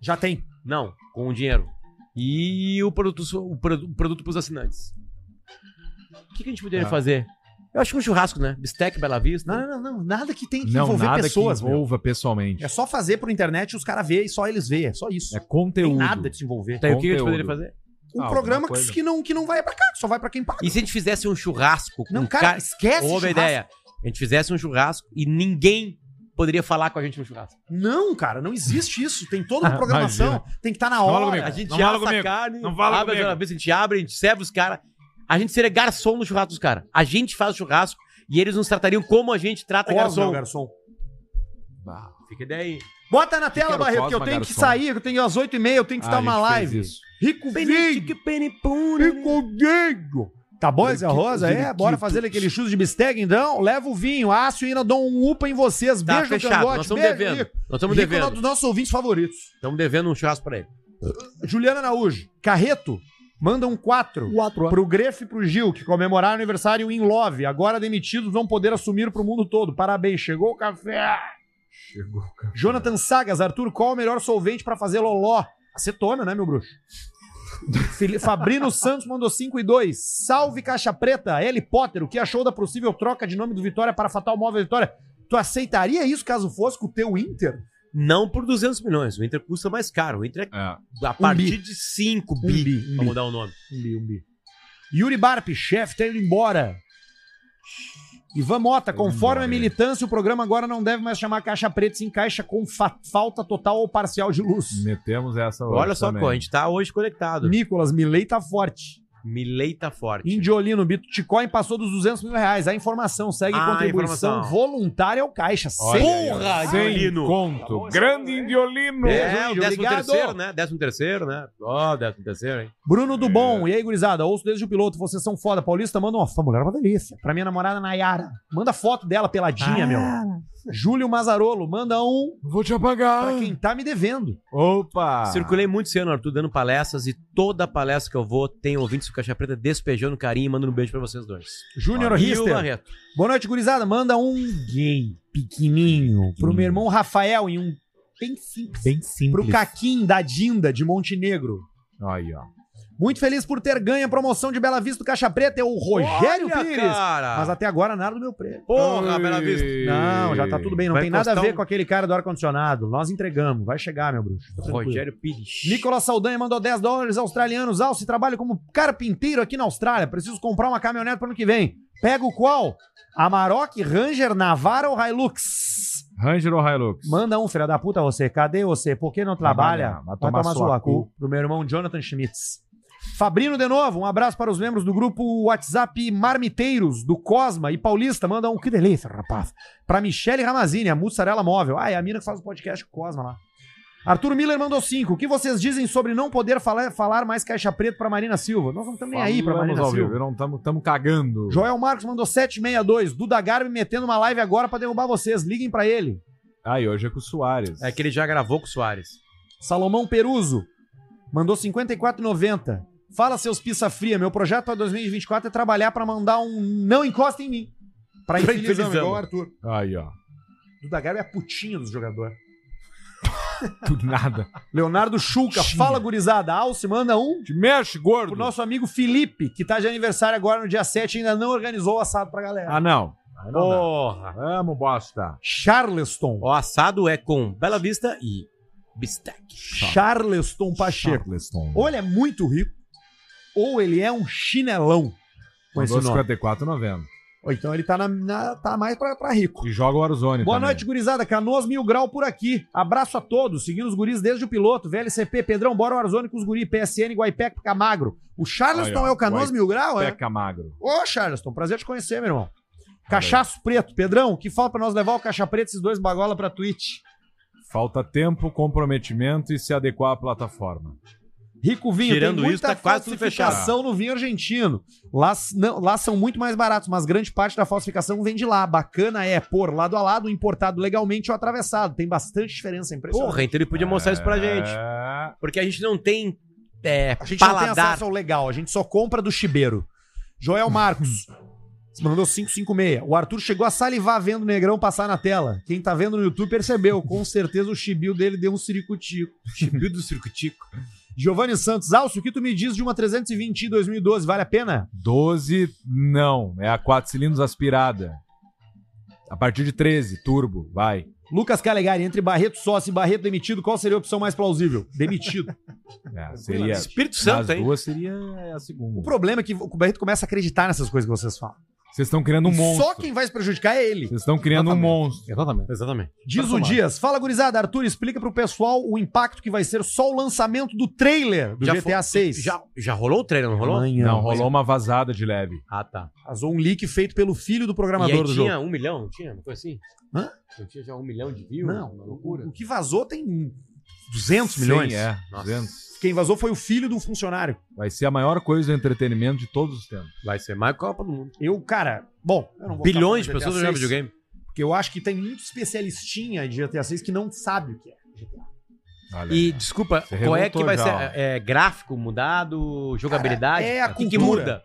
Speaker 3: Já tem. Não, com o dinheiro. E o produto, o produ- o produto pros assinantes. O que, que a gente poderia
Speaker 2: Tá.
Speaker 1: Ah.
Speaker 3: fazer? Eu acho que um churrasco, né? Bistec, Bela Vista.
Speaker 1: Não, não, não. Nada que tem que
Speaker 2: Não,
Speaker 1: envolver
Speaker 2: nada
Speaker 1: pessoas,
Speaker 2: que
Speaker 1: meu.
Speaker 2: envolva pessoalmente.
Speaker 1: É só fazer por internet e os caras verem e só eles veem. É só isso.
Speaker 2: É conteúdo.
Speaker 1: Tem nada de se envolver.
Speaker 3: Tá, e o que a gente
Speaker 2: Conteúdo.
Speaker 3: poderia fazer?
Speaker 1: Um
Speaker 2: Ah,
Speaker 1: programa
Speaker 2: alguma coisa.
Speaker 1: que não, que não vai pra cá, que só vai pra quem paga.
Speaker 3: E se a gente fizesse um churrasco? com
Speaker 1: Não, cara,
Speaker 3: ca-
Speaker 1: esquece
Speaker 3: Houve
Speaker 1: churrasco.
Speaker 3: a ideia. A gente fizesse um churrasco e ninguém poderia falar com a gente no churrasco.
Speaker 1: Não, cara, não existe isso. Tem toda uma
Speaker 2: Ah,
Speaker 1: programação. Tem que estar na
Speaker 2: Fala
Speaker 1: hora.
Speaker 2: comigo.
Speaker 3: A gente
Speaker 2: Não fala
Speaker 3: abre
Speaker 2: comigo.
Speaker 3: a carne,
Speaker 2: Não fala
Speaker 3: abre
Speaker 2: comigo.
Speaker 3: a vez, a gente abre, a gente serve os caras. A gente seria garçom no churrasco dos caras. A gente faz o churrasco e eles nos tratariam como a gente trata
Speaker 1: Óbvio,
Speaker 3: é garçom.
Speaker 1: garçom.
Speaker 3: Fica a ideia aí.
Speaker 1: Bota na tela,
Speaker 2: era o
Speaker 1: Barreto, que eu
Speaker 2: Cosma
Speaker 1: tenho que
Speaker 2: Garçom?
Speaker 1: sair, que eu tenho às 8h30, eu tenho que
Speaker 2: Ah,
Speaker 1: estar
Speaker 2: a
Speaker 1: numa
Speaker 2: gente fez
Speaker 1: live.
Speaker 2: isso.
Speaker 1: Rico Vig! Rico Vig! Tá bom, Zé Rosa? É, bora fazer aquele churro de bistec, então. Leva o vinho, aço e ainda dou um upa em vocês.
Speaker 3: Tá
Speaker 1: Beijo,
Speaker 3: fechado,
Speaker 1: Cangote.
Speaker 3: nós estamos
Speaker 1: Beijo,
Speaker 3: devendo.
Speaker 1: Rico.
Speaker 3: Nós estamos
Speaker 1: Rico é um
Speaker 3: devendo.
Speaker 1: dos nossos ouvintes favoritos.
Speaker 3: Estamos devendo um churrasco pra ele.
Speaker 1: Juliana Araújo, Carreto, manda um 4
Speaker 11: Quatro
Speaker 1: pro Grefo e pro Gil, que comemoraram aniversário em Love. Agora demitidos vão poder assumir pro mundo todo. Parabéns, chegou o café.
Speaker 2: Chegou, cara.
Speaker 1: Jonathan Sagas, Arthur, qual o melhor solvente pra fazer loló? Acetona, né, meu bruxo? Fili- Fabrino Santos mandou 5 e 2. Salve Caixa Preta, L Potter, o que achou da possível troca de nome do Vitória para Fatal Móvel Vitória? Tu aceitaria isso caso fosse com o teu Inter?
Speaker 3: Não por 200 milhões. O Inter custa mais caro. O Inter
Speaker 2: É.
Speaker 3: é a partir
Speaker 1: bi.
Speaker 3: de 5
Speaker 1: Um
Speaker 3: bi.
Speaker 1: bi, um
Speaker 3: pra
Speaker 1: bi.
Speaker 3: mudar o nome.
Speaker 1: Um bi, um bi. Yuri Barp, chefe, tá indo embora. Ivan
Speaker 2: Tá
Speaker 1: Mota,
Speaker 2: indo
Speaker 1: conforme
Speaker 2: embora,
Speaker 1: a militância, o programa agora não deve mais chamar Caixa Preta, se encaixa com fa- falta total ou parcial de luz.
Speaker 2: Metemos essa hoje
Speaker 3: Olha só,
Speaker 2: também.
Speaker 3: co, a gente tá hoje conectado.
Speaker 1: Nicolas, Milei tá forte.
Speaker 3: Milei tá forte.
Speaker 1: Indiolino, Bito Ticoin passou dos 200 mil reais. A informação segue
Speaker 3: Ah,
Speaker 1: contribuição
Speaker 3: informação.
Speaker 1: voluntária ao Caixa.
Speaker 2: Olha
Speaker 1: Sem- Tá
Speaker 2: aí,
Speaker 3: Porra,
Speaker 2: olha. Sem
Speaker 3: Indiolino.
Speaker 2: conto.
Speaker 1: é
Speaker 2: Grande Indiolino.
Speaker 3: É, o
Speaker 1: Índio,
Speaker 3: décimo
Speaker 1: obrigado.
Speaker 3: terceiro, né? Décimo terceiro, né? Ó, décimo terceiro, hein?
Speaker 1: Bruno do Bom, e aí, gurizada? Ouço desde o piloto, vocês são foda. Paulista, manda uma. Essa mulher é uma delícia. Pra minha namorada Nayara. Ah. Manda foto dela peladinha, meu. Júlio Mazarolo, manda um
Speaker 2: Vou te apagar.
Speaker 3: Ah.
Speaker 1: pra quem tá me devendo. Ah.
Speaker 2: Opa.
Speaker 3: Circulei muito esse ano, Arthur, dando palestras e toda palestra que eu vou tem ouvintes do Caixa Preta despejando carinho e mandando um beijo pra vocês dois.
Speaker 1: Júnior
Speaker 3: E o
Speaker 1: Rister.
Speaker 3: Barreto.
Speaker 1: Boa noite, gurizada. Manda um gay pequenininho pro
Speaker 3: Hum.
Speaker 1: meu irmão Rafael e um bem simples.
Speaker 2: Bem simples.
Speaker 1: Pro Caquim da Dinda, de Montenegro.
Speaker 2: Aí, ó.
Speaker 1: Muito feliz por ter ganho a promoção de Bela Vista do Caixa Preta. É o Rogério
Speaker 3: Olha,
Speaker 1: Pires.
Speaker 3: cara.
Speaker 1: Mas até agora nada do meu prêmio.
Speaker 3: Porra, Bela Vista.
Speaker 1: Não, já tá tudo bem. Não
Speaker 3: Vai
Speaker 1: tem nada a
Speaker 3: encostar
Speaker 1: ver
Speaker 3: um-
Speaker 1: com aquele cara do ar-condicionado. Nós entregamos. Vai chegar, meu bruxo. Fica tranquilo.
Speaker 3: Rogério Pires.
Speaker 1: Nicolas Saldanha mandou 10 dólares australianos. Alce, trabalho como carpinteiro aqui na Austrália. Preciso comprar uma caminhonete pro ano que vem. Pega o qual? Amarok, Ranger, Navara ou Hilux?
Speaker 2: Ranger ou Hilux?
Speaker 1: Manda um, filha da puta, você. Cadê você? Por que não trabalha?
Speaker 2: Trabalha, vai tomar sua cu.
Speaker 1: Pro meu irmão Jonathan Schmitz. Fabrino de novo, um abraço para os membros do grupo WhatsApp Marmiteiros, do Cosma e Paulista. Manda um, que delícia, rapaz. Para Michele Ramazini, a mussarela móvel. Ah, é a mina que faz o podcast com o Cosma lá. Arthur Miller mandou cinco. O que vocês dizem sobre não poder falar, falar mais caixa preta para Marina Silva? Nós não estamos nem aí para Marina
Speaker 2: Falamos ao
Speaker 1: Silva.
Speaker 2: vivo. Não estamos cagando.
Speaker 1: Joel Marcos mandou 762. Duda Garbi metendo uma live agora para derrubar vocês. Liguem para ele.
Speaker 2: Aí, hoje é com o Soares.
Speaker 3: É que ele já gravou com o Soares.
Speaker 1: Salomão Peruso mandou 54,90. Fala, seus pizza fria. Meu projeto para 2024 é trabalhar para mandar um não encosta em mim. Pra infelizão,
Speaker 3: infelizão.
Speaker 1: igual o Arthur.
Speaker 2: Aí, ó.
Speaker 1: Duda Garbi é a putinha do jogador.
Speaker 2: Tudo nada.
Speaker 1: Leonardo Schulca, fala gurizada. Alce manda um
Speaker 2: Te mexe, gordo.
Speaker 1: pro nosso amigo Felipe, que tá de aniversário agora no dia 7 e ainda não organizou o assado pra galera.
Speaker 2: Ah, não. Aí não dá.
Speaker 3: Porra.
Speaker 2: Vamos, bosta.
Speaker 1: Charleston.
Speaker 3: O assado é com Bela Vista e Bistec.
Speaker 1: Charleston Pacheco.
Speaker 2: Charleston.
Speaker 1: Ou ele é muito rico, ou ele é um chinelão com esse
Speaker 2: Mandou
Speaker 1: nome.
Speaker 2: 54,90.
Speaker 1: Ou então ele tá, na, na- tá mais pra, pra rico.
Speaker 2: E joga o Warzone
Speaker 1: Boa
Speaker 2: também.
Speaker 1: noite, gurizada. Canoas Mil Grau por aqui. Abraço a todos. Seguindo os guris desde o piloto. VLCP, Pedrão, bora o Arzoni com os guris. PSN, Guaipec, Camagro. O Charleston
Speaker 2: Aí, ó,
Speaker 1: é o Canoas
Speaker 2: Guai-
Speaker 1: Mil Grau, é?
Speaker 2: Peca magro.
Speaker 1: Ô, Charleston, prazer te conhecer, meu irmão. Cachaço Preto. Pedrão, o que falta pra nós levar o Caixa Preto esses dois bagola pra Twitch?
Speaker 2: Falta tempo, comprometimento e se adequar à plataforma.
Speaker 1: Rico Vinho,
Speaker 3: Tirando
Speaker 1: tem
Speaker 3: isso,
Speaker 1: muita
Speaker 3: tá quase tudo
Speaker 1: falsificação no vinho argentino. Lá, s- não, lá são muito mais baratos, mas grande parte da falsificação vem de lá. Bacana é pôr lado a lado, o importado legalmente ou atravessado. Tem bastante diferença, é impressionante.
Speaker 3: Porra, então ele podia mostrar isso pra gente.
Speaker 2: É...
Speaker 3: Porque a gente não tem é,
Speaker 1: A gente não tem
Speaker 3: paladar.
Speaker 1: acesso ao legal, a gente só compra do chibeiro. Joel Marcos. você Mandou 556. O Arthur chegou a salivar vendo o Negrão passar na tela. Quem tá vendo no YouTube percebeu. Com certeza o chibio dele deu um ciricutico. Chibio do ciricutico. Giovanni Santos. Alcio, o que tu me diz de uma 320 em 2012? Vale a pena?
Speaker 2: 12, não. É a 4 cilindros aspirada. A partir de 13, turbo, vai.
Speaker 1: Lucas Calegari, entre Barreto sócio e Barreto demitido, qual seria a opção mais plausível? Demitido.
Speaker 2: É, seria.
Speaker 1: Espírito
Speaker 2: nas
Speaker 1: Santo, hein?
Speaker 2: duas seria a segunda.
Speaker 1: O problema é que o Barreto começa a acreditar nessas coisas que vocês falam.
Speaker 2: Vocês estão criando um
Speaker 1: E
Speaker 2: monstro.
Speaker 1: Só quem vai se prejudicar é ele.
Speaker 2: Vocês estão criando um monstro.
Speaker 11: Exatamente.
Speaker 3: Exatamente.
Speaker 1: Diz o Dias. Fala, gurizada. Arthur, explica pro pessoal o impacto que vai ser só o lançamento do trailer do
Speaker 3: Já
Speaker 1: GTA
Speaker 3: foi-
Speaker 1: 6.
Speaker 3: Já, já rolou o trailer, não é rolou?
Speaker 1: Amanhã.
Speaker 2: Não, rolou uma vazada de leve.
Speaker 3: Ah, tá.
Speaker 1: Vazou um leak feito pelo filho do
Speaker 3: e aí
Speaker 1: programador do
Speaker 3: tinha
Speaker 1: jogo.
Speaker 3: um milhão, não tinha? Uma coisa assim?
Speaker 1: Hã?
Speaker 3: Não tinha já um milhão de views?
Speaker 1: Não.
Speaker 3: Uma loucura.
Speaker 1: O que vazou tem 200 milhões.
Speaker 2: Sim, é. 200.
Speaker 1: Quem vazou foi o filho do funcionário.
Speaker 2: Vai ser a maior coisa do entretenimento de todos os tempos.
Speaker 3: Vai ser mais Copa do Mundo.
Speaker 1: Eu, cara, bom. eu não vou
Speaker 3: Bilhões de
Speaker 1: ficar falando GTA
Speaker 3: pessoas jogam
Speaker 1: VI,
Speaker 3: videogame.
Speaker 1: Porque eu acho que tem muito especialistinha de GTA 6 que não sabe o que é. GTA.
Speaker 3: E desculpa,
Speaker 2: Você
Speaker 3: qual é que
Speaker 2: revoltou
Speaker 3: vai
Speaker 2: já,
Speaker 3: ser? É, gráfico mudado, jogabilidade?
Speaker 1: Cara, é a
Speaker 3: o que, que
Speaker 1: cultura.
Speaker 3: muda?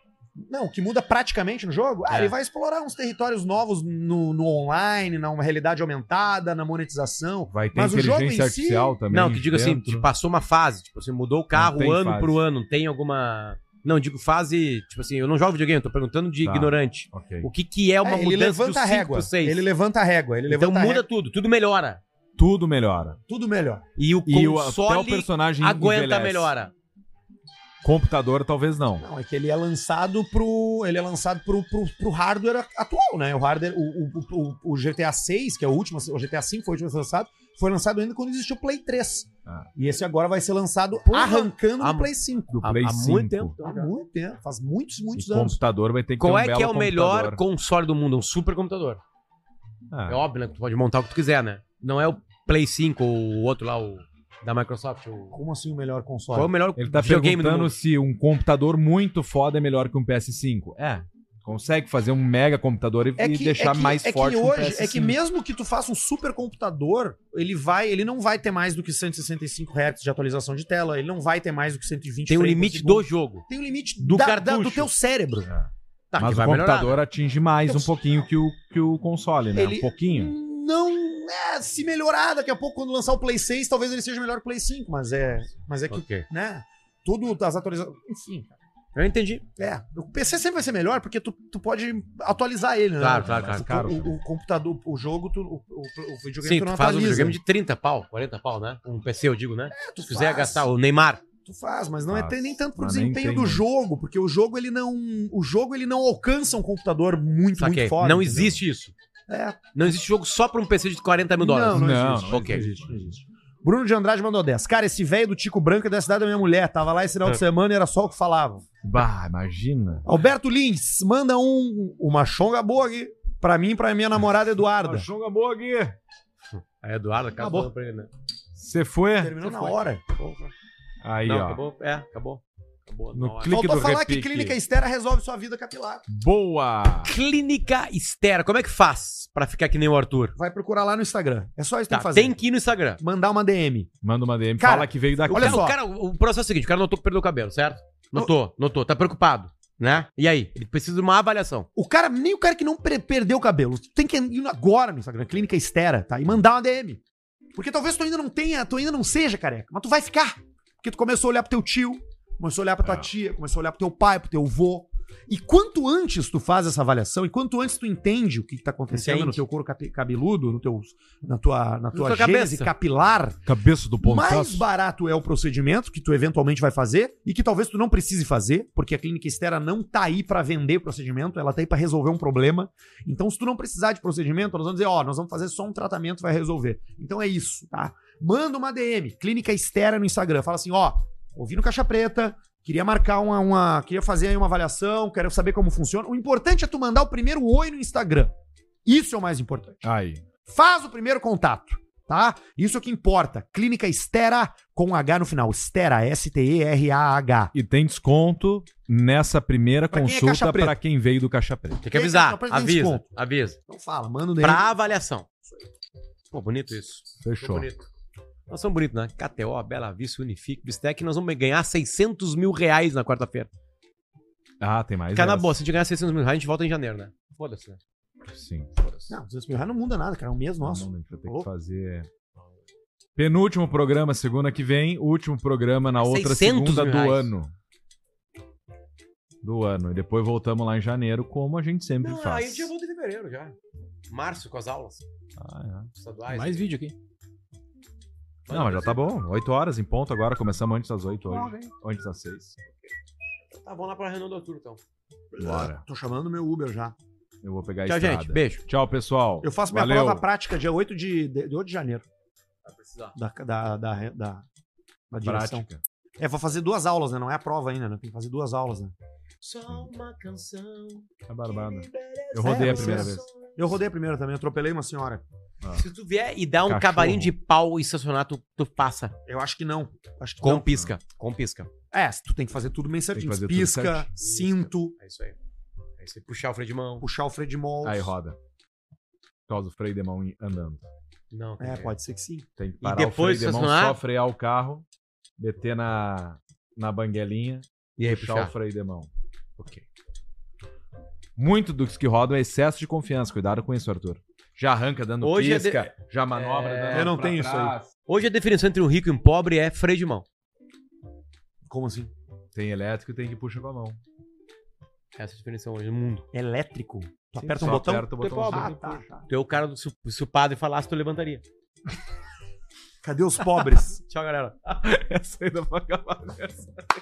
Speaker 1: Não, o que muda praticamente no jogo? Ah,
Speaker 3: É.
Speaker 1: ele vai explorar uns territórios novos no, no online, na realidade aumentada, na monetização.
Speaker 2: Vai ter
Speaker 1: Mas o jogo em
Speaker 2: inteligência
Speaker 1: si-
Speaker 2: artificial também.
Speaker 3: não, que digo assim,
Speaker 2: dentro.
Speaker 3: tipo, passou uma fase, tipo assim, mudou o
Speaker 2: Não
Speaker 3: carro
Speaker 2: tem
Speaker 3: ano
Speaker 2: fase.
Speaker 3: pro ano, tem alguma. Não, digo fase, tipo assim, eu não jogo videogame, eu tô perguntando de
Speaker 2: Tá.
Speaker 3: ignorante.
Speaker 2: Ok.
Speaker 3: O que que é uma
Speaker 1: ele
Speaker 3: mudança
Speaker 1: levanta a régua. Ele levanta a régua. Ele
Speaker 3: Então
Speaker 1: levanta a
Speaker 3: muda
Speaker 1: régua.
Speaker 3: tudo, tudo melhora.
Speaker 2: Tudo melhora.
Speaker 1: tudo melhor.
Speaker 3: E o
Speaker 2: E o- até
Speaker 3: console
Speaker 2: o personagem
Speaker 3: aguenta
Speaker 2: envelhece.
Speaker 3: melhora.
Speaker 2: Computador, talvez não.
Speaker 1: Não, é que ele é lançado pro. Ele é lançado pro, pro, pro hardware atual, né? O hardware, o, o, o, o GTA 6, que é o último, o GTA 5 foi o último a ser lançado, foi lançado ainda quando existiu o Play 3.
Speaker 2: Ah.
Speaker 1: E esse agora vai ser lançado
Speaker 3: Porra!
Speaker 1: arrancando
Speaker 3: Há-
Speaker 1: no Play 5.
Speaker 2: Do Play
Speaker 3: há
Speaker 2: 5.
Speaker 3: muito tempo.
Speaker 1: Há muito tempo, faz muitos, muitos
Speaker 2: O
Speaker 1: anos.
Speaker 2: computador vai ter que
Speaker 3: Qual
Speaker 2: ter um
Speaker 3: é que é
Speaker 2: belo
Speaker 3: o melhor
Speaker 2: computador.
Speaker 3: console do mundo? Um supercomputador.
Speaker 2: Ah,
Speaker 3: É óbvio, né? que Tu pode montar o que tu quiser, né? Não é o Play 5 ou o outro lá, o da Microsoft. O...
Speaker 1: Como assim o melhor console?
Speaker 3: Qual é o melhor
Speaker 2: Ele tá perguntando se um computador muito foda é melhor que um PS5. É. Consegue fazer um mega computador e, e deixar mais
Speaker 1: é
Speaker 2: forte
Speaker 1: que
Speaker 2: um
Speaker 1: hoje, é
Speaker 2: PS5.
Speaker 1: que mesmo que tu faça um supercomputador, ele vai, ele não vai ter mais do que 165 Hz de atualização de tela, ele não vai ter mais do que 120
Speaker 3: Tem
Speaker 1: frames
Speaker 3: o
Speaker 1: por
Speaker 3: limite
Speaker 1: segundo.
Speaker 3: do jogo.
Speaker 1: tem o limite
Speaker 3: do
Speaker 1: do,
Speaker 3: cartucho.
Speaker 1: do teu cérebro.
Speaker 3: Tá,
Speaker 2: Mas
Speaker 3: que
Speaker 2: o
Speaker 3: vai melhorar,
Speaker 2: computador atinge mais um pouquinho que o, que o console, né? Um
Speaker 1: Ele-
Speaker 2: pouquinho.
Speaker 1: Não, é, se melhorar daqui a pouco quando lançar o Play 6, talvez ele seja melhor que o Play 5, mas é, mas é que,
Speaker 3: Ok.
Speaker 1: né? Tudo as atualizações, enfim.
Speaker 3: Eu entendi.
Speaker 1: É, o PC sempre vai ser melhor porque tu, tu pode atualizar ele, né?
Speaker 3: Claro, claro, claro.
Speaker 1: O-
Speaker 2: Claro,
Speaker 1: o, o computador, o jogo, tu, o, o, o videogame
Speaker 3: Sim,
Speaker 1: tu não
Speaker 3: tu faz um
Speaker 1: atualiza. É,
Speaker 3: videogame de 30 pau, 40 pau, né? Um PC, eu digo, né?
Speaker 1: tu
Speaker 3: Se quiser
Speaker 1: faz.
Speaker 3: gastar o Neymar.
Speaker 1: Tu faz, mas não é
Speaker 2: Faz.
Speaker 1: tem nem tanto pro
Speaker 2: Mas nem
Speaker 1: desempenho
Speaker 2: tem
Speaker 1: do
Speaker 2: mais.
Speaker 1: jogo, porque o jogo ele não, o jogo ele não alcança um computador muito,
Speaker 3: Saquei.
Speaker 1: muito foda.
Speaker 3: não
Speaker 1: entendeu?
Speaker 3: existe isso.
Speaker 1: É.
Speaker 3: Não existe jogo só pra um PC de 40 mil dólares.
Speaker 1: Não, não
Speaker 2: existe.
Speaker 3: ok.
Speaker 1: Bruno de Andrade mandou 10. Cara, esse velho do Tico Branco é da cidade da minha mulher. Tava lá esse final de
Speaker 2: É.
Speaker 1: semana e era só o que falavam.
Speaker 2: Bah, imagina.
Speaker 1: Alberto Lins, manda um, uma chonga boa aqui pra mim e pra minha namorada Eduarda.
Speaker 2: Chonga boa aqui.
Speaker 3: A Eduardo acabou.
Speaker 1: Acabou.
Speaker 3: pra ele, né?
Speaker 2: Você foi?
Speaker 1: Terminou na hora.
Speaker 2: Aí,
Speaker 3: não,
Speaker 2: ó.
Speaker 3: acabou. É, acabou. Acabou.
Speaker 2: No
Speaker 3: na hora.
Speaker 2: clique
Speaker 1: Faltou
Speaker 2: do
Speaker 1: falar
Speaker 2: repique.
Speaker 1: que clínica é estera resolve sua vida capilar.
Speaker 2: Boa!
Speaker 3: Clínica Estera. Como é que faz pra ficar que nem o Arthur?
Speaker 1: Vai procurar lá no Instagram. É só isso que
Speaker 3: Tá,
Speaker 1: tem que fazer.
Speaker 3: tem que ir no Instagram.
Speaker 1: Mandar uma DM.
Speaker 2: Manda uma DM.
Speaker 1: Cara,
Speaker 2: Fala que veio
Speaker 3: O
Speaker 2: daqui.
Speaker 3: cara, o cara- o processo é o seguinte: o cara notou que perdeu o cabelo, certo? Notou, notou, tá preocupado, né? E aí? Ele precisa de uma avaliação.
Speaker 1: O cara, nem o cara que não pre- perdeu o cabelo, tu tem que ir agora no Instagram, Clínica Estera, tá? E mandar uma DM. Porque talvez tu ainda não tenha, tu ainda não seja careca, mas tu vai ficar. Porque tu começou a olhar pro teu tio, começou a olhar pra tua tia, começou a olhar pro teu pai, pro teu avô. E quanto antes tu faz essa avaliação, e quanto antes tu entende o que, que tá acontecendo
Speaker 3: Entende.
Speaker 1: no teu couro capi- cabeludo, no teu, na tua, na tua
Speaker 3: tua
Speaker 1: gênese
Speaker 3: cabeça.
Speaker 1: capilar,
Speaker 2: Cabeça do Então,
Speaker 1: mais barato é o procedimento que tu eventualmente vai fazer e que talvez tu não precise fazer, porque a clínica estera não tá aí pra vender procedimento, ela tá aí pra resolver um problema. Então, se tu não precisar de procedimento, nós vamos dizer, ó, nós vamos fazer só um tratamento, vai resolver. Então é isso, tá? Manda uma DM, clínica estera no Instagram, fala assim, ó, ouvi no Caixa Preta, queria marcar uma, uma- queria fazer aí uma avaliação, quero saber como funciona. O importante é tu mandar o primeiro oi no Instagram. Isso é o mais importante.
Speaker 2: Aí.
Speaker 1: Faz o primeiro contato, tá? Isso é o que importa. Clínica Estera com H no final. Estera, S-T-E-R-A-H.
Speaker 2: E tem desconto nessa primeira
Speaker 1: Pra quem é
Speaker 2: consulta
Speaker 1: caixa preta.
Speaker 2: pra quem veio do Caixa Preta.
Speaker 3: Tem que avisar.
Speaker 1: Tem que apresentar
Speaker 3: Avisa,
Speaker 1: desconto.
Speaker 3: avisa.
Speaker 1: Então fala, manda o DM.
Speaker 3: Pra avaliação. Pô, bonito isso. Ficou
Speaker 2: Fechou.
Speaker 3: bonito. Nós somos bonitos, né? KTO, Bela Vista, Unifique, Bistec. Nós vamos ganhar 600 mil reais na quarta-feira.
Speaker 2: Ah, tem mais.
Speaker 3: Cara, na
Speaker 2: essa.
Speaker 3: boa, se a gente ganhar 600 mil reais, a gente volta em janeiro, né? Foda-se, né?
Speaker 2: Sim.
Speaker 1: Não, 200 mil reais não muda nada, cara. É um mês nosso.
Speaker 2: Não, a gente vai ter que fazer. Penúltimo programa segunda que vem, último programa na outra
Speaker 3: 600
Speaker 2: segunda
Speaker 3: mil
Speaker 2: do
Speaker 3: reais.
Speaker 2: ano. Do ano. E depois voltamos lá em janeiro, como a gente sempre
Speaker 3: Não, aí a
Speaker 2: faz.
Speaker 3: gente volta em fevereiro já. Março, com as aulas
Speaker 2: Ah, é.
Speaker 3: estaduais.
Speaker 11: Mais vídeo aqui.
Speaker 2: Não, mas já tá bom. 8 horas em ponto agora, começamos antes das 8 hoje. Antes das 6.
Speaker 3: Tá, vamos lá pra Renan do Arturo, então.
Speaker 2: Bora.
Speaker 1: Tô chamando meu Uber já.
Speaker 2: Eu vou pegar a
Speaker 1: Tchau,
Speaker 2: É estrada.
Speaker 1: gente. Beijo.
Speaker 2: Tchau, pessoal.
Speaker 1: Eu faço minha
Speaker 2: Valeu.
Speaker 1: prova prática dia 8 de, de, de 8 de janeiro.
Speaker 3: Vai precisar.
Speaker 1: Da, da, da, da, da direção.
Speaker 2: Prática.
Speaker 1: É, vou fazer duas aulas, né? Não é a prova ainda, né? Tem que fazer duas aulas, né?
Speaker 3: Só uma canção.
Speaker 2: É barbada.
Speaker 1: Eu
Speaker 2: rodei a
Speaker 1: vocês-
Speaker 2: primeira vez.
Speaker 1: Eu rodei a primeira também, atropelei uma senhora.
Speaker 3: Se tu vier e dá um
Speaker 1: Cachorro.
Speaker 3: cavalinho de pau e estacionar, tu, tu passa.
Speaker 1: Eu acho que não. Acho que
Speaker 3: Com
Speaker 1: não.
Speaker 3: pisca. Com pisca.
Speaker 1: É, tu tem que fazer tudo bem certinho.
Speaker 2: fazer tudo
Speaker 1: Pisca,
Speaker 2: certinho.
Speaker 1: cinto,
Speaker 3: É isso aí. É isso aí. Puxar o freio de mão.
Speaker 1: puxar o freio de mol.
Speaker 2: Aí roda. Por causa do freio de mão in- andando.
Speaker 3: Não.
Speaker 1: É, pode ser que sim.
Speaker 2: Tem que
Speaker 3: E
Speaker 2: parar
Speaker 3: depois
Speaker 2: o freio de mão,
Speaker 3: estacionar?
Speaker 2: só frear o carro, meter na, na banguelinha
Speaker 3: E aí
Speaker 2: puxar,
Speaker 3: puxar.
Speaker 2: o freio de mão.
Speaker 3: Ok.
Speaker 2: Muito dos que rodam é excesso de confiança. Cuidado com isso, Arthur. Já arranca dando
Speaker 3: Hoje é
Speaker 2: pisca,
Speaker 3: de-
Speaker 2: já manobra
Speaker 3: É,
Speaker 2: dando
Speaker 1: eu não
Speaker 2: pra
Speaker 1: tenho isso
Speaker 2: trás.
Speaker 3: Hoje a definição entre um rico e um pobre é freio de mão.
Speaker 1: Como assim?
Speaker 2: Tem elétrico e tem que puxar com a mão.
Speaker 3: Essa é a definição hoje no mundo.
Speaker 1: Elétrico? Tu
Speaker 2: Sim,
Speaker 1: aperta um
Speaker 2: só
Speaker 1: botão?
Speaker 2: aperta o
Speaker 3: Tu é
Speaker 2: botão,
Speaker 3: pobre.
Speaker 2: só
Speaker 1: Ah,
Speaker 2: que
Speaker 1: tá.
Speaker 2: puxa.
Speaker 3: Tu é o cara do. Se, se o padre falasse, tu levantaria.
Speaker 1: Cadê os pobres?
Speaker 3: Tchau, galera.
Speaker 2: Essa ainda vai acabar nessa.